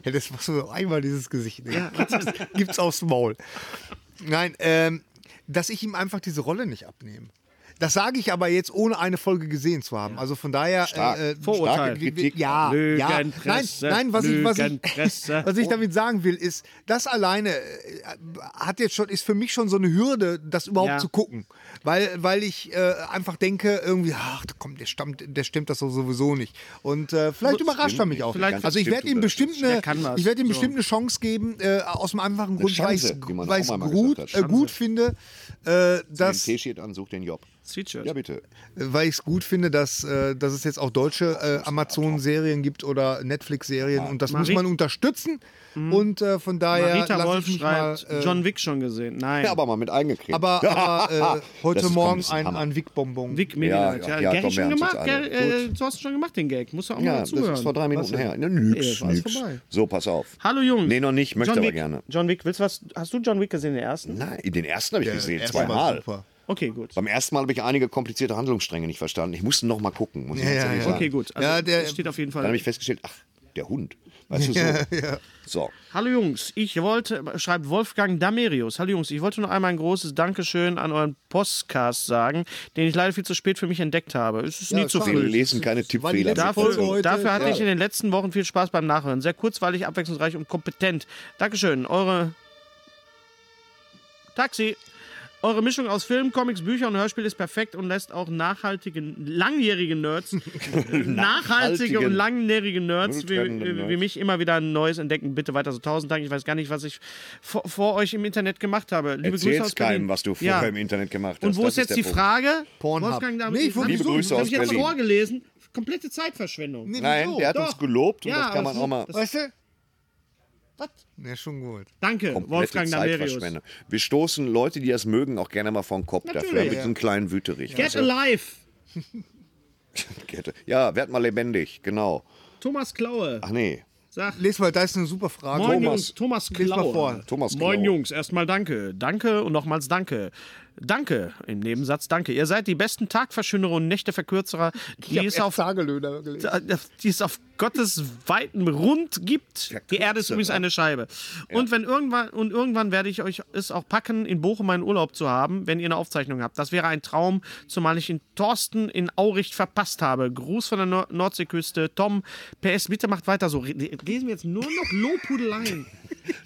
C: Ja, das machst du doch einmal dieses Gesicht.
B: Ja.
C: Ja. Gibt's, gibt's aufs Maul. Nein, ähm, dass ich ihm einfach diese Rolle nicht abnehme. Das sage ich aber jetzt, ohne eine Folge gesehen zu haben. Also von daher.
E: Stark.
C: äh, äh,
B: Vorurteil.
C: starke Kritik.
E: Kritik.
C: Ja, ja. Nein,
B: Lügenpresse,
C: nein was, ich, was, ich,
B: Lügenpresse.
C: was ich damit sagen will, ist, das alleine äh, hat jetzt schon, ist für mich schon so eine Hürde, das überhaupt
B: Ja.
C: zu gucken. Weil, weil ich äh, einfach denke, irgendwie, ach komm, der stimmt, der stimmt das doch sowieso nicht. Und äh, vielleicht überrascht er mich auch.
E: Vielleicht-
C: also ich werde ihm bestimmt eine,
B: Der kann was.
C: ich werde ihm
B: So.
C: bestimmt eine Chance geben, äh, aus einem einfachen Grund, weil ich
E: Chance,
C: es
E: wie man auch mal
C: gut,
E: gesagt
C: äh,
E: hat.
C: gut finde, äh,
E: Den
C: dass, äh,
E: T-Shirt an, such den Job.
B: Sweatshirt.
E: Ja, bitte.
C: weil ich es gut finde, dass, äh, dass es jetzt auch deutsche äh, Amazon-Serien gibt oder Netflix-Serien und das
B: Marit-
C: muss man unterstützen.
E: Mhm.
C: Und äh, von daher
B: Marita
C: lasse
B: Wolf
C: ich mich
B: schreibt,
C: mal. Äh,
B: John Wick schon gesehen. Nein.
E: Ja, aber mal mit eingekriegt.
C: aber aber äh,
E: Das
C: heute
E: ist- komm,
C: Morgen
E: ist ein
C: ein,
E: Hammer.
C: ein Wick-Bonbon.
B: Vic Medialite.
E: ja,
B: Ja,
E: ja,
B: Gag
E: komm, wir
B: schon
E: haben's
B: gemacht.
E: jetzt alle.
B: Gag, äh, du hast schon gemacht den Gag. Muss auch mal
E: ja, das
B: zuhören.
E: ist vor drei Minuten her. Na, nix,
B: Ey, war
E: nix.
C: vorbei.
E: So, pass auf.
B: Hallo Jungs.
E: Nee, noch nicht, möchte
B: John
E: aber
B: Wick.
E: gerne.
B: John Wick, willst du was? Hast du John Wick gesehen, den ersten?
E: Nein, den ersten habe ich
C: Der
E: gesehen,
C: erste war
E: zweimal.
C: super.
B: Okay, gut.
E: Beim ersten Mal habe ich einige komplizierte Handlungsstränge nicht verstanden. Ich musste noch mal gucken, muss ich
C: Ja,
E: ganz
C: ja,
E: ehrlich
C: ja.
E: sagen.
B: Okay, gut. Also,
C: Ja, der-
B: steht auf jeden
E: Dann
B: Fall.
E: habe ich festgestellt, ach, der Hund. Weißt du so? So,
B: Hallo Jungs, ich wollte, schreibt Wolfgang Damerius. Hallo Jungs, ich wollte noch einmal ein großes Dankeschön an euren Podcast sagen, den ich leider viel zu spät für mich entdeckt habe. Es ist nie zu
E: wir
B: früh.
E: lesen keine Tippfehler. Also,
C: War die
E: mit.
C: letzte Folge
B: Dafür,
C: heute.
B: dafür hatte
E: Ja.
B: ich in den letzten Wochen viel Spaß beim Nachhören. Sehr kurzweilig, abwechslungsreich und kompetent. Dankeschön. Eure Taxi. Eure Mischung aus Film, Comics, Büchern und Hörspiel ist perfekt und lässt auch nachhaltigen, langjährigen Nerds, nachhaltige und langjährige Nerds wie,
E: Nulltrennende
B: wie,
E: Nerds.
B: wie mich immer wieder ein neues entdecken. Bitte weiter so tausend Dank. Ich weiß gar nicht, was ich vor, vor euch im Internet gemacht habe. Liebe Grüße aus
E: Erzähl's
B: Berlin.
E: keinem, was du vorher im Internet gemacht hast.
B: Und wo
E: Das
B: ist jetzt
E: der
B: die
E: Punkt.
B: Frage?
C: Pornhub.
B: Wolfgang, da-
C: Nee, ich wollte
B: hab
E: Liebe Grüße
B: hab
E: aus
B: ich jetzt
E: Berlin.
B: vorgelesen. Komplette Zeitverschwendung.
E: Nein, der hat
B: Doch.
E: uns gelobt und
B: Ja,
E: das kann
B: aber
E: man auch mal.
B: das-
C: Weißt du? Was? Ja, schon gut.
B: Danke,
E: komplette
B: Wolfgang Damerius.
E: Zeitverschwendung. Wir stoßen Leute, die das mögen, auch gerne mal vom Kopf. Dafür
B: Natürlich.
E: habe ich einen kleinen Wüterich.
B: Get Alive,
E: Kette. Ja, werd mal lebendig, genau.
B: Thomas Klaue.
E: Ach nee.
B: Sag,
C: Les mal, da ist eine super Frage.
B: Moin
E: Thomas.
B: Jungs, Thomas
C: Lies mal
B: Klaue.
C: vor.
E: Thomas
B: Moin
E: Klaue.
B: Jungs, erstmal danke. Danke und nochmals danke. Danke, im Nebensatz danke. Ihr seid die besten Tagverschönerer und Nächteverkürzerer, die,
C: Ich
B: es
C: habe
B: auf,
C: Tagelöhner gelesen.
B: äh, die es auf Gottes weiten Rund gibt. Die Erde ist übrigens eine Scheibe. Und, wenn irgendwann, und irgendwann werde ich euch es auch packen, in Bochum meinen Urlaub zu haben, wenn ihr eine Aufzeichnung habt. Das wäre ein Traum, zumal ich in Thorsten in Auricht verpasst habe. Gruß von der Nor Nordseeküste. Tom, PS, bitte macht weiter so. Re- Lesen wir jetzt nur noch Lobhudeleien.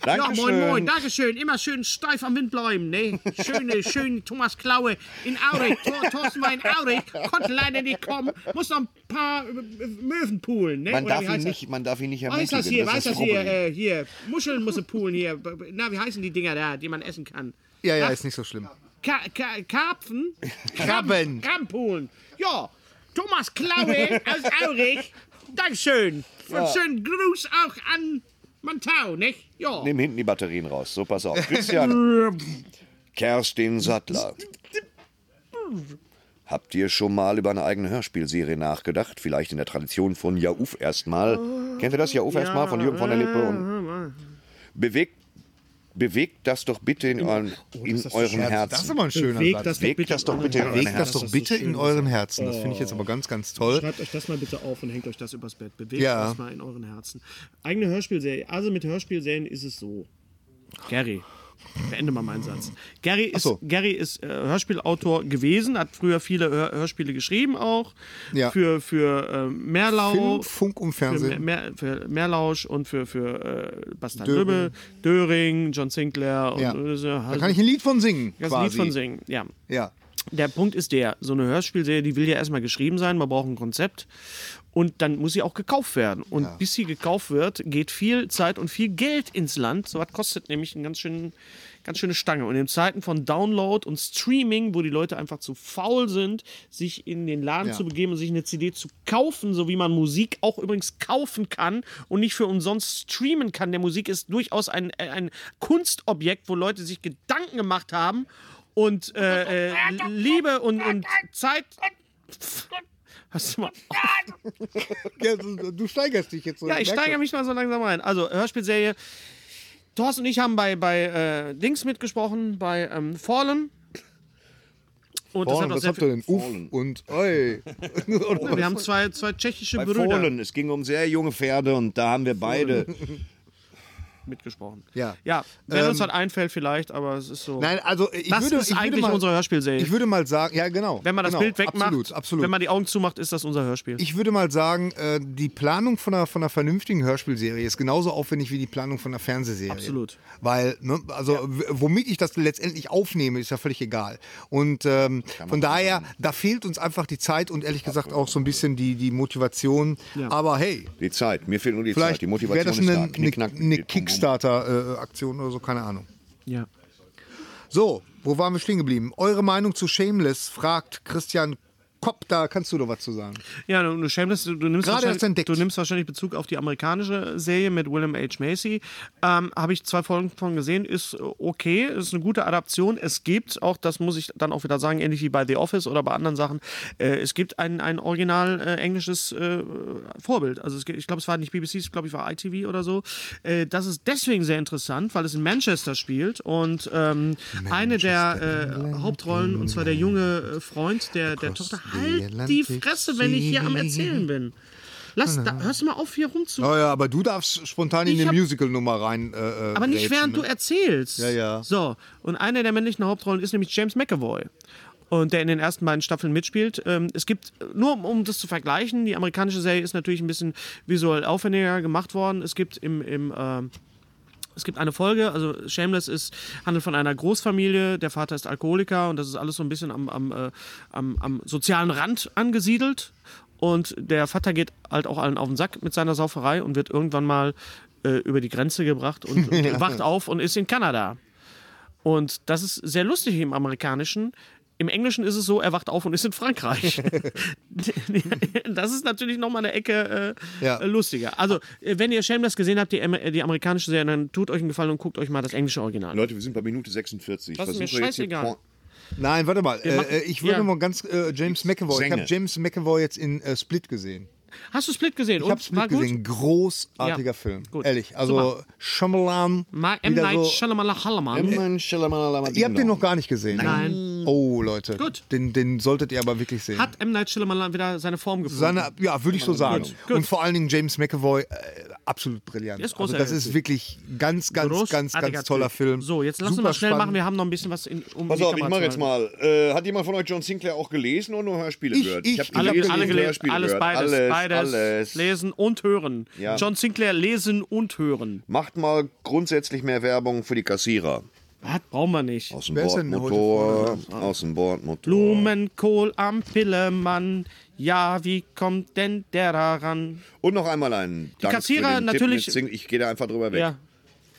B: Ja,
E: Dankeschön.
B: moin, moin, Dankeschön. Immer schön steif am Wind bleiben, ne? Schöne, schön Thomas Klaue in Aurich. Thor, Thorsten war in Aurich, konnte leider nicht kommen. Muss noch ein paar äh, Möwen poolen, ne?
E: Man darf,
B: wie
E: ihn
B: heißt das?
E: nicht, man darf ihn nicht
B: Weiß das
E: ermächtigen.
B: hier,
E: Das
B: weiß
E: ist
B: das
E: das
B: hier,
E: Problem.
B: äh, hier. Muscheln muss er poolen hier. B- b- Na, wie heißen die Dinger da, die man essen kann?
C: Ja, ja, ist nicht so schlimm.
B: Ka Ka Karpfen?
C: Krabben.
B: Krabbenpoolen. Ja, Thomas Klaue aus Aurich. Dankeschön. Und schönen Gruß auch an Mantau, nicht? Ja.
E: Nimm hinten die Batterien raus. So, pass auf. Christian. Kerstin Sattler. Habt ihr schon mal über eine eigene Hörspielserie nachgedacht? Vielleicht in der Tradition von Jauf erstmal. Kennt ihr das Jauf erstmal von Jürgen von der Lippe? Und bewegt, bewegt das doch bitte in, euren, in eurem
C: Oh, Das ist
E: Herzen.
C: immer ein schöner
B: Bewegt
C: Satz.
B: das
E: Bewegt das doch bitte in eurem
C: Legt das
E: Herzen.
C: doch bitte in euren Herzen. Das finde ich
B: Oh.
C: jetzt aber ganz, ganz toll.
B: Schreibt euch das mal bitte auf und hängt euch das übers Bett. Bewegt
C: Ja.
B: das mal in euren Herzen. Eigene Hörspielserie. Also mit Hörspielserien ist es so. Gary. Beende mal meinen Satz. Gary ist,
C: so.
B: Gary ist äh, Hörspielautor gewesen, hat früher viele Hör Hörspiele geschrieben auch.
C: Ja.
B: Für, für äh, Merlau.
C: Film, Funk und
B: Für,
C: Fernsehen.
B: Mer für Merlausch und für, für äh, Bastard Döbel, Döring, John Sinclair und
C: Ja.
B: äh, so.
C: Da kann ich ein Lied von singen.
B: Kannst ein
C: quasi.
B: Lied von singen. Ja.
C: Ja.
B: Der Punkt ist der, so eine Hörspielserie, die will ja erstmal geschrieben sein, man braucht ein Konzept und dann muss sie auch gekauft werden. Und bis sie gekauft wird, geht viel Zeit und viel Geld ins Land. So was kostet nämlich eine ganz, schön, ganz schöne Stange. Und in Zeiten von Download und Streaming, wo die Leute einfach zu faul sind, sich in den Laden zu begeben und sich eine CD zu kaufen, so wie man Musik auch übrigens kaufen kann und nicht für umsonst streamen kann. Der Musik ist durchaus ein, ein Kunstobjekt, wo Leute sich Gedanken gemacht haben und äh, äh, Liebe und, und Zeit. Hast du mal
C: Ja, du, du steigerst dich jetzt so.
B: ja, ich
C: merkst
B: steigere mich mal so langsam ein. Also, Hörspielserie. Thorsten und ich haben bei, bei äh, Dings mitgesprochen, bei ähm, Fallen. Und
C: du. Boah,
B: das hat auch
C: was
B: sehr
C: habt ihr
B: viel,
C: denn? Uff und oi.
B: Wir haben zwei, zwei tschechische
E: Bei
B: Brüder
E: Fohlen, es ging um sehr junge Pferde und da haben wir beide.
B: mitgesprochen.
C: Ja. Ähm,
B: Ja, wenn uns was einfällt, vielleicht, aber es ist so.
C: Nein, also ich
B: das
C: würde,
B: ist
C: ich würde
B: eigentlich
C: mal,
B: unsere Hörspielserie.
C: Ich würde mal sagen, ja genau.
B: wenn man das
C: genau,
B: Bild wegmacht,
C: absolut, absolut.
B: wenn man die Augen zumacht, ist das unser Hörspiel.
C: ich würde mal sagen, äh, die Planung von einer, von einer vernünftigen Hörspielserie ist genauso aufwendig wie die Planung von einer Fernsehserie.
B: Absolut.
C: Weil, ne, also w- womit ich das letztendlich aufnehme, ist ja völlig egal. Und ähm, von daher, da fehlt uns einfach die Zeit und ehrlich gesagt auch so ein bisschen die, die Motivation. Aber hey,
E: Die Zeit, mir fehlt nur die Zeit.
C: vielleicht
E: Die
C: wäre
E: Motivation
C: das
E: ist
C: eine,
E: da.
C: eine,
E: Knick, knack,
C: eine
E: bum, bum, bum.
C: Kickstarter-Aktion oder so, keine Ahnung.
B: ja.
C: So, wo waren wir stehen geblieben? Eure Meinung zu Shameless fragt Christian Kopp, da kannst du doch was zu sagen.
B: Ja, du, du schämst, du, du, nimmst
C: Gerade erst
B: wahrscheinlich-
C: entdeckt.
B: du nimmst wahrscheinlich Bezug auf die amerikanische Serie mit William H. Macy. Ähm, Habe ich zwei Folgen von gesehen, ist äh, okay, ist eine gute Adaption. Es gibt auch, das muss ich dann auch wieder sagen, ähnlich wie bei The Office oder bei anderen Sachen, äh, es gibt ein, ein original äh, englisches äh, Vorbild. Also es, gibt- ich glaube, es war nicht BBC, ich glaube, ich war ITV oder so. Äh, das ist deswegen sehr interessant, weil es in Manchester spielt und ähm, eine der äh, Hauptrollen, und zwar der junge äh, Freund der, der Tochter, halt die
C: Atlantic
B: Fresse, wenn ich hier am
C: Sea.
B: Erzählen bin. Lass, da, hörst du mal auf, hier rumzu.
C: Naja, Oh aber du darfst spontan
B: Ich
C: in eine
B: hab-
C: Musical-Nummer rein. Äh, äh,
B: Aber nicht
C: grätschen,
B: während
C: ne?
B: du erzählst. Ja,
C: ja.
B: So, und eine der männlichen Hauptrollen ist nämlich James McAvoy. Und der in den ersten beiden Staffeln mitspielt. Ähm, es gibt, nur um, um das zu vergleichen, die amerikanische Serie ist natürlich ein bisschen visuell aufwendiger gemacht worden. Es gibt im, im ähm, es gibt eine Folge, also Shameless ist, handelt von einer Großfamilie, der Vater ist Alkoholiker und das ist alles so ein bisschen am, am, äh, am, am sozialen Rand angesiedelt. Und der Vater geht halt auch allen auf den Sack mit seiner Sauferei und wird irgendwann mal äh, über die Grenze gebracht und, und wacht auf und ist in Kanada. Und das ist sehr lustig im Amerikanischen. Im Englischen ist es so, er wacht auf und ist in Frankreich. das ist natürlich nochmal eine Ecke äh,
C: Ja.
B: äh, lustiger. Also, äh, wenn ihr Shameless gesehen habt, die, Am- äh, die amerikanische Serie, dann tut euch einen Gefallen und guckt euch mal das englische Original.
E: Leute, wir sind bei Minute 46.
B: Das ist mir
E: Versuche jetzt hier
B: scheißegal.
E: Point-
C: Nein, warte mal.
B: machen-
C: Äh, ich würde
B: ja.
C: mal ganz äh, James McAvoy. Ich
E: Sänge.
C: habe James McAvoy jetzt in äh, Split gesehen.
B: Hast du Split gesehen?
C: Ich habe Split gesehen. Großartiger
B: Ja.
C: Film.
B: Gut.
C: Ehrlich. Also Shyamalan.
B: Ma- M.
C: wieder
B: Night
C: so-
B: Shyamalan.
E: Emmen,
C: Ihr
E: Shalamalalama,
C: habt
B: Genau.
C: den
E: Ding
C: noch gar nicht gesehen. ne?
B: Nein.
C: Oh Leute.
B: Gut.
C: Den, den solltet ihr aber wirklich sehen.
B: Hat M. Night Shyamalan wieder seine Form gefunden?
C: seine, ja, würde ich so sagen.
B: gut.
C: Und vor allen Dingen James McAvoy, äh, absolut brillant.
B: Der ist
C: also das
B: großartig.
C: ist wirklich ganz, ganz, ganz,
B: Großartiger
C: ganz toller
B: Typ.
C: Film.
B: So, jetzt lass
C: Super
B: uns mal schnell
C: spannend.
B: machen. Wir haben noch ein bisschen was in, um
E: Pass
B: die
E: auf, ich
B: Kamera
E: mache
B: zu
E: jetzt
B: halten.
E: mal. Äh, hat jemand von euch John Sinclair auch gelesen oder nur Hörspiele
C: Ich-
E: gehört?
C: ich-
E: hab
C: alle-
E: gelesen,
B: Alle
C: und
B: gelesen,
E: Hörspiele
B: alles,
E: gehört.
B: beides,
E: alles,
B: beides.
E: Alles.
B: Lesen und hören.
E: Ja.
B: John Sinclair, lesen und hören.
E: Macht mal grundsätzlich mehr Werbung für die Kassierer.
B: Was brauchen wir nicht?
C: Wer ist denn heute
E: Außenbordmotor, Außenbordmotor.
B: Blumenkohl am Pillemann. Ja, wie kommt denn der daran?
E: Und noch einmal ein Dank
B: Kassierer
E: für den
B: natürlich-
E: Tipp mit Sing. Ich gehe da einfach drüber weg.
B: Ja.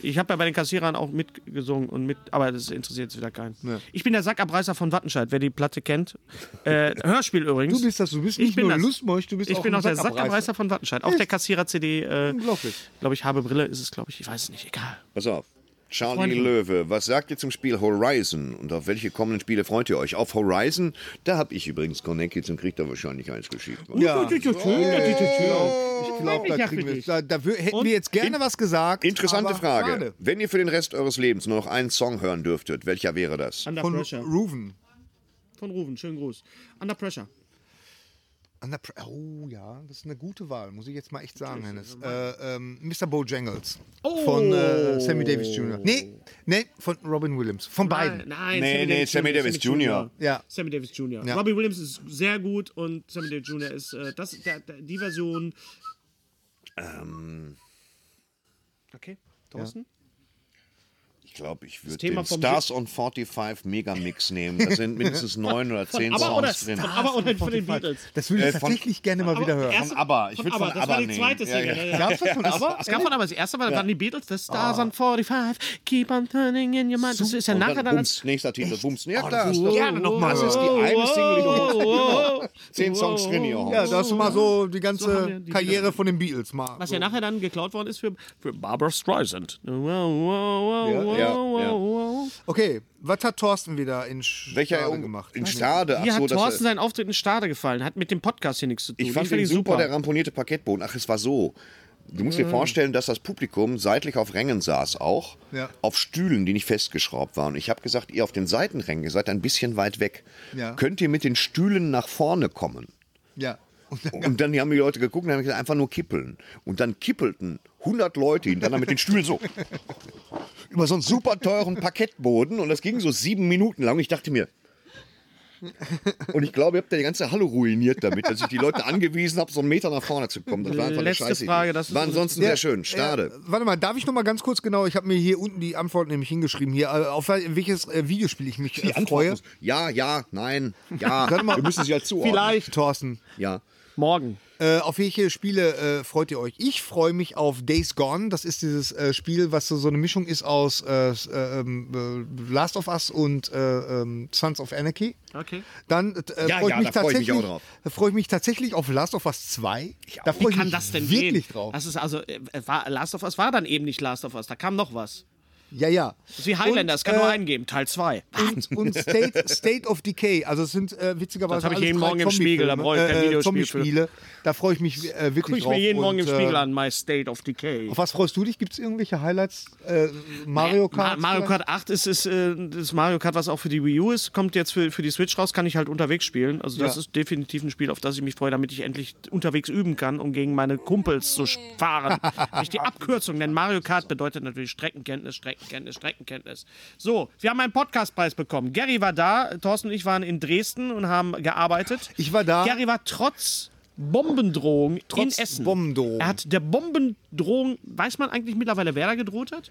B: Ich habe ja bei den Kassierern auch mitgesungen und mit, aber das interessiert jetzt wieder keinen. Ich bin der Sackabreißer von Wattenscheid, wer die Platte kennt. Äh, Hörspiel übrigens.
C: Du bist das, du bist
B: Ich
C: nicht
B: bin
C: nur
B: das.
C: Lustmolch, du bist
B: ich
C: auch
B: bin
C: ein
B: auch der
C: Sackabreißer.
B: Sackabreißer von Wattenscheid. Auf der Kassierer-CD. Äh,
C: Unglaublich.
B: Glaube ich, habe Brille, ist es, glaube ich. Ich weiß es nicht, egal.
E: Pass auf. Charlie
B: Freundin.
E: Löwe, was sagt ihr zum Spiel Horizon und auf welche kommenden Spiele freut ihr euch? Auf Horizon, da habe ich übrigens Connected und krieg da wahrscheinlich eins geschickt.
C: Ja.
B: Ich glaube,
C: Ich glaube, da kriegen wir da, da wür- hätten wir jetzt gerne was gesagt.
E: Interessante
C: aber
E: Frage.
C: schade.
E: Wenn ihr für den Rest eures Lebens nur noch einen Song hören dürftet, welcher wäre das?
B: Under
C: Von
B: Pressure.
C: Ruven.
B: Von Ruven, schönen Gruß. Under Pressure.
C: Under Pre- Oh ja, das ist eine gute Wahl, muss ich jetzt mal echt sagen, Hennes. Äh, ähm, Mr. Bojangles von äh, Sammy Davis
E: Oh.
C: Jr. Nee, nee, von Robin Williams. Von beiden.
B: Nein,
E: Nee, nee, Sammy Davis Jr..
C: Ja.
B: Sammy Davis Jr.
C: Ja.
B: Robbie Williams ist sehr gut und Sammy Davis Jr. ist äh, das, der, der, die Version. ähm, Okay, Thorsten?
E: Ich glaube, ich würde
B: Thema
E: den
B: vom
E: Stars on 45 Megamix nehmen. Das sind mindestens neun oder zehn
B: Aber oder,
E: Songs drin.
B: von aber oder von den Beatles.
C: Das würde ich
E: Äh, von-
C: tatsächlich gerne mal
B: Aber
C: wieder hören.
B: erst-
E: Von ABBA. Ich
B: von
E: würd
B: ABBA.
E: von
B: Das war
E: ABBA
B: die zweite
E: nehmen. Ja,
B: Single. Ja,
E: ja. Ah.
B: ja.
C: Gab's das von aber?
B: Es gab von aber das erste Mal, das waren die Beatles, The Stars on 45, Keep on Turning in Your Mind. Das ist ja
E: Und
B: nachher
E: dann
B: dann. Oh,
E: bums, nächster Titel, bums. Ja, klar.
C: das
E: Das,
C: ist doch- Gerne noch mal.
E: Das ist die eine Single, die du
B: Wow.
E: Zehn Songs drin, Johann.
C: Ja, da hast du mal so die ganze
B: So haben wir die
C: Karriere von den Beatles mal.
B: Was
C: so.
B: ja nachher dann geklaut worden ist für, für Barbara Streisand. Wow, wow, wow,
E: Ja, ja,
B: wow,
E: ja.
B: wow.
C: Okay, was hat Thorsten wieder in Stade
E: Welcher er um-
C: gemacht?
E: In Stade.
B: Hier
E: Ach so,
B: hat
E: das,
B: Thorsten seinen Auftritt in Stade gefallen, hat mit dem Podcast hier nichts zu tun.
E: Ich fand ihn
B: ihn
E: super, der ramponierte Parkettboden. Ach, es war so. Du musst dir vorstellen, dass das Publikum seitlich auf Rängen saß auch,
C: Ja.
E: auf Stühlen, die nicht festgeschraubt waren. Ich habe gesagt, ihr auf den Seitenrängen ihr seid ein bisschen weit weg.
C: Ja.
E: Könnt ihr mit den Stühlen nach vorne kommen?
C: Ja. Und dann-
E: Und dann haben die Leute geguckt und haben gesagt, einfach nur kippeln. Und dann kippelten 100 Leute hintereinander mit den Stühlen so. Über so einen super teuren Parkettboden. Und das ging so sieben Minuten lang. Und ich dachte mir, und ich glaube, ihr habt ja die ganze Halle ruiniert damit, dass ich die Leute angewiesen habe, so einen Meter nach vorne zu kommen. Das war einfach
B: Letzte
E: eine Scheiße.
B: Frage, das ist
E: war
B: so-
E: ansonsten sehr schön. Schade.
C: Äh, warte mal, darf ich noch mal ganz kurz genau, ich habe mir hier unten die Antwort nämlich hingeschrieben, hier, äh, auf wel- welches äh, Videospiel ich mich äh, freue.
E: Ja, ja, nein, ja.
C: Sag mal,
E: Wir müssen sie ja zuordnen.
C: Vielleicht, Thorsten.
E: Ja.
B: Morgen.
C: Äh, auf welche Spiele äh, freut ihr euch? Ich freue mich auf Days Gone. Das ist dieses äh, Spiel, was so, so eine Mischung ist aus äh, s- äh, ähm, äh, Last of Us und äh, ähm, Sons of Anarchy.
B: Okay.
E: Oh,
C: Dann äh,
E: Ja,
C: freue ich
E: ja,
C: mich
E: da freu ich
C: tatsächlich.
E: mich auch drauf.
C: Da freue ich mich tatsächlich auf Last of Us 2.
E: Ich auch.
C: Da freue
B: Wie
C: ich
B: kann
C: mich
B: das denn
C: wirklich
B: gehen?
C: drauf.
B: Das ist also, äh, war, Last of Us war dann eben nicht Last of Us, da kam noch was.
C: Ja, ja.
B: Das ist wie Highlander,
C: Und,
B: das kann nur
C: äh,
B: einen geben, Teil 2.
C: und, und State, State of Decay. Also es sind äh, witzigerweise
B: Das hab ich
C: alles
B: jeden
C: drei
B: Morgen im Spiegel,
C: Zombie-Filme, Äh,
B: da brauch ich kein Videospiel für.
C: Zombie-Spiele. Da freue ich mich äh, wirklich
B: Guck ich
C: drauf.
B: mir jeden
C: und,
B: Morgen im
C: äh,
B: Spiegel an, My State of Decay.
C: Auf was freust du dich? Gibt es irgendwelche Highlights? Äh, Mario Kart?
B: Ma Mario
C: vielleicht?
B: Kart 8 ist, ist äh, das Mario Kart, was auch für die Wii U ist, kommt jetzt für, für die Switch raus, kann ich halt unterwegs spielen. Also das
C: Ja.
B: ist definitiv ein Spiel, auf das ich mich freue, damit ich endlich unterwegs üben kann, um gegen meine Kumpels zu sch- fahren. Nicht die Abkürzung, denn Mario Kart bedeutet natürlich Streckenkenntnis, Streckenkenntnis, Streckenkenntnis. So, wir haben einen Podcastpreis bekommen. Gary war da, Thorsten und ich waren in Dresden und haben gearbeitet.
C: Ich war da.
B: Gary war trotz Bombendrohung
C: Trotz
B: in Essen.
C: Bombendrohung.
B: Er hat der Bombendrohung, weiß man eigentlich mittlerweile, wer da gedroht hat?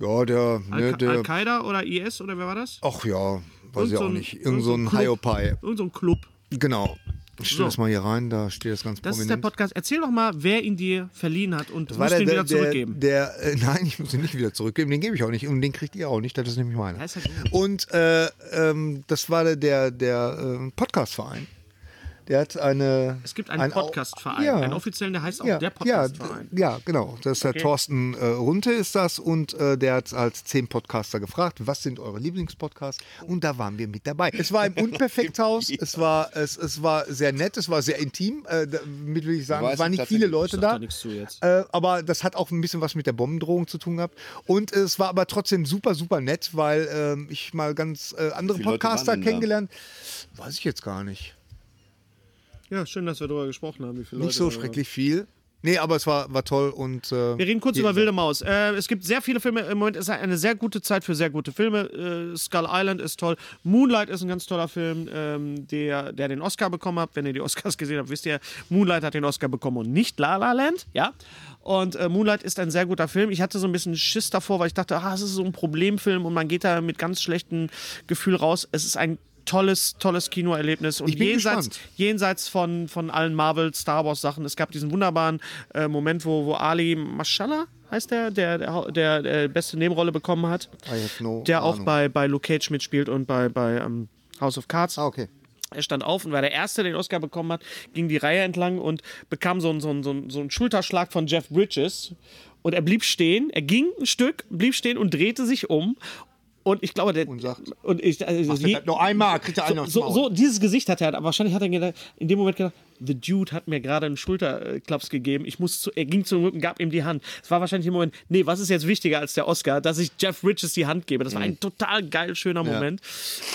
C: Ja, der,
B: Al-
C: ne, der,
B: Al-Qaida oder IS oder wer war das?
C: ach ja, weiß
B: Irgend
C: ich
B: so
C: auch
B: ein-
C: nicht. Irgend
B: irgend
C: so
B: so ein
C: ein
B: Club.
C: Hiopai.
B: Irgend so ein Club.
C: Genau. Ich stelle
B: So.
C: das mal hier rein, da steht das ganz
B: Das ist der
C: prominent.
B: Podcast. Erzähl doch mal, wer ihn dir verliehen hat und
C: war
B: musst
C: der,
B: du ihn
C: der,
B: wieder
C: der,
B: zurückgeben.
C: der äh, nein, ich muss ihn nicht wieder zurückgeben, den gebe ich auch nicht und den kriegt ihr auch nicht, das ist nämlich meiner.
B: ist ja gut.
C: Und äh, ähm, das war der, der, der ähm, Podcastverein. Der hat eine.
B: es gibt einen
C: ein Au-
B: Podcastverein,
C: Ja.
B: einen offiziellen, der heißt auch
C: ja,
B: der Podcastverein.
C: Ja, d- ja, genau. Das ist der Thorsten äh, Runte ist das und äh, der hat als zehn Podcaster gefragt, was sind eure Lieblingspodcasts? Und da waren wir mit dabei. Es war im Unperfekthaus, es war es, es war sehr nett, es war sehr intim. Äh, damit will ich sagen,
E: Weiß
C: es waren
E: ich
C: nicht viele
E: tatsächlich,
C: Leute
B: da
C: da.
B: nichts zu jetzt.
C: Äh, aber das hat auch ein bisschen was mit der Bombendrohung zu tun gehabt. Und äh, es war aber trotzdem super, super nett, weil ähm, ich mal ganz äh, andere
E: viele Leute
C: Podcaster
E: waren denn da?
C: kennengelernt. Weiß ich jetzt gar nicht.
B: Ja, schön, dass wir darüber gesprochen haben, wie viele
C: Nicht so schrecklich viel. Nee, aber es war, war toll und äh,
B: Wir reden kurz
C: jeder-
B: über Wilde Maus. Äh, es gibt sehr viele Filme. Im Moment ist eine sehr gute Zeit für sehr gute Filme. Äh, Skull Island ist toll. Moonlight ist ein ganz toller Film, ähm, der, der den Oscar bekommen hat. Wenn ihr die Oscars gesehen habt, wisst ihr, Moonlight hat den Oscar bekommen und nicht La La Land. Ja. Und äh, Moonlight ist ein sehr guter Film. Ich hatte so ein bisschen Schiss davor, weil ich dachte, ah, es ist so ein Problemfilm und man geht da mit ganz schlechtem Gefühl raus. Es ist ein tolles, tolles Kinoerlebnis. Und
C: Ich bin
B: jenseits,
C: gespannt.
B: jenseits von, von allen Marvel, Star Wars Sachen. Es gab diesen wunderbaren äh, Moment, wo, wo Ali Mashallah heißt der, der, der, Hau- der, der äh, beste Nebenrolle bekommen hat,
C: I have no
B: der auch
C: Ahnung.
B: bei, bei Luke Cage mitspielt und bei, bei ähm, House of Cards.
C: Ah, okay.
B: Er stand auf und war der Erste, der den Oscar bekommen hat, ging die Reihe entlang und bekam so einen, so einen, so einen, so einen Schulterschlag von Jeff Bridges. Und er blieb stehen, er ging ein Stück, blieb stehen und drehte sich um. Und ich glaube, der.
C: Und sagt,
B: und ich, also,
C: Macht
B: je-
C: er das noch einmal, kriegt er einen aufs
B: so,
C: Maul.
B: so dieses Gesicht hat er, halt, aber wahrscheinlich hat er gedacht, in dem Moment gedacht, The Dude hat mir gerade einen Schulterklaps gegeben. Ich muss zu, er ging zum Rücken, gab ihm die Hand. Es war wahrscheinlich im Moment, nee, was ist jetzt wichtiger als der Oscar, dass ich Jeff Bridges die Hand gebe. Das war ein total geil schöner Moment.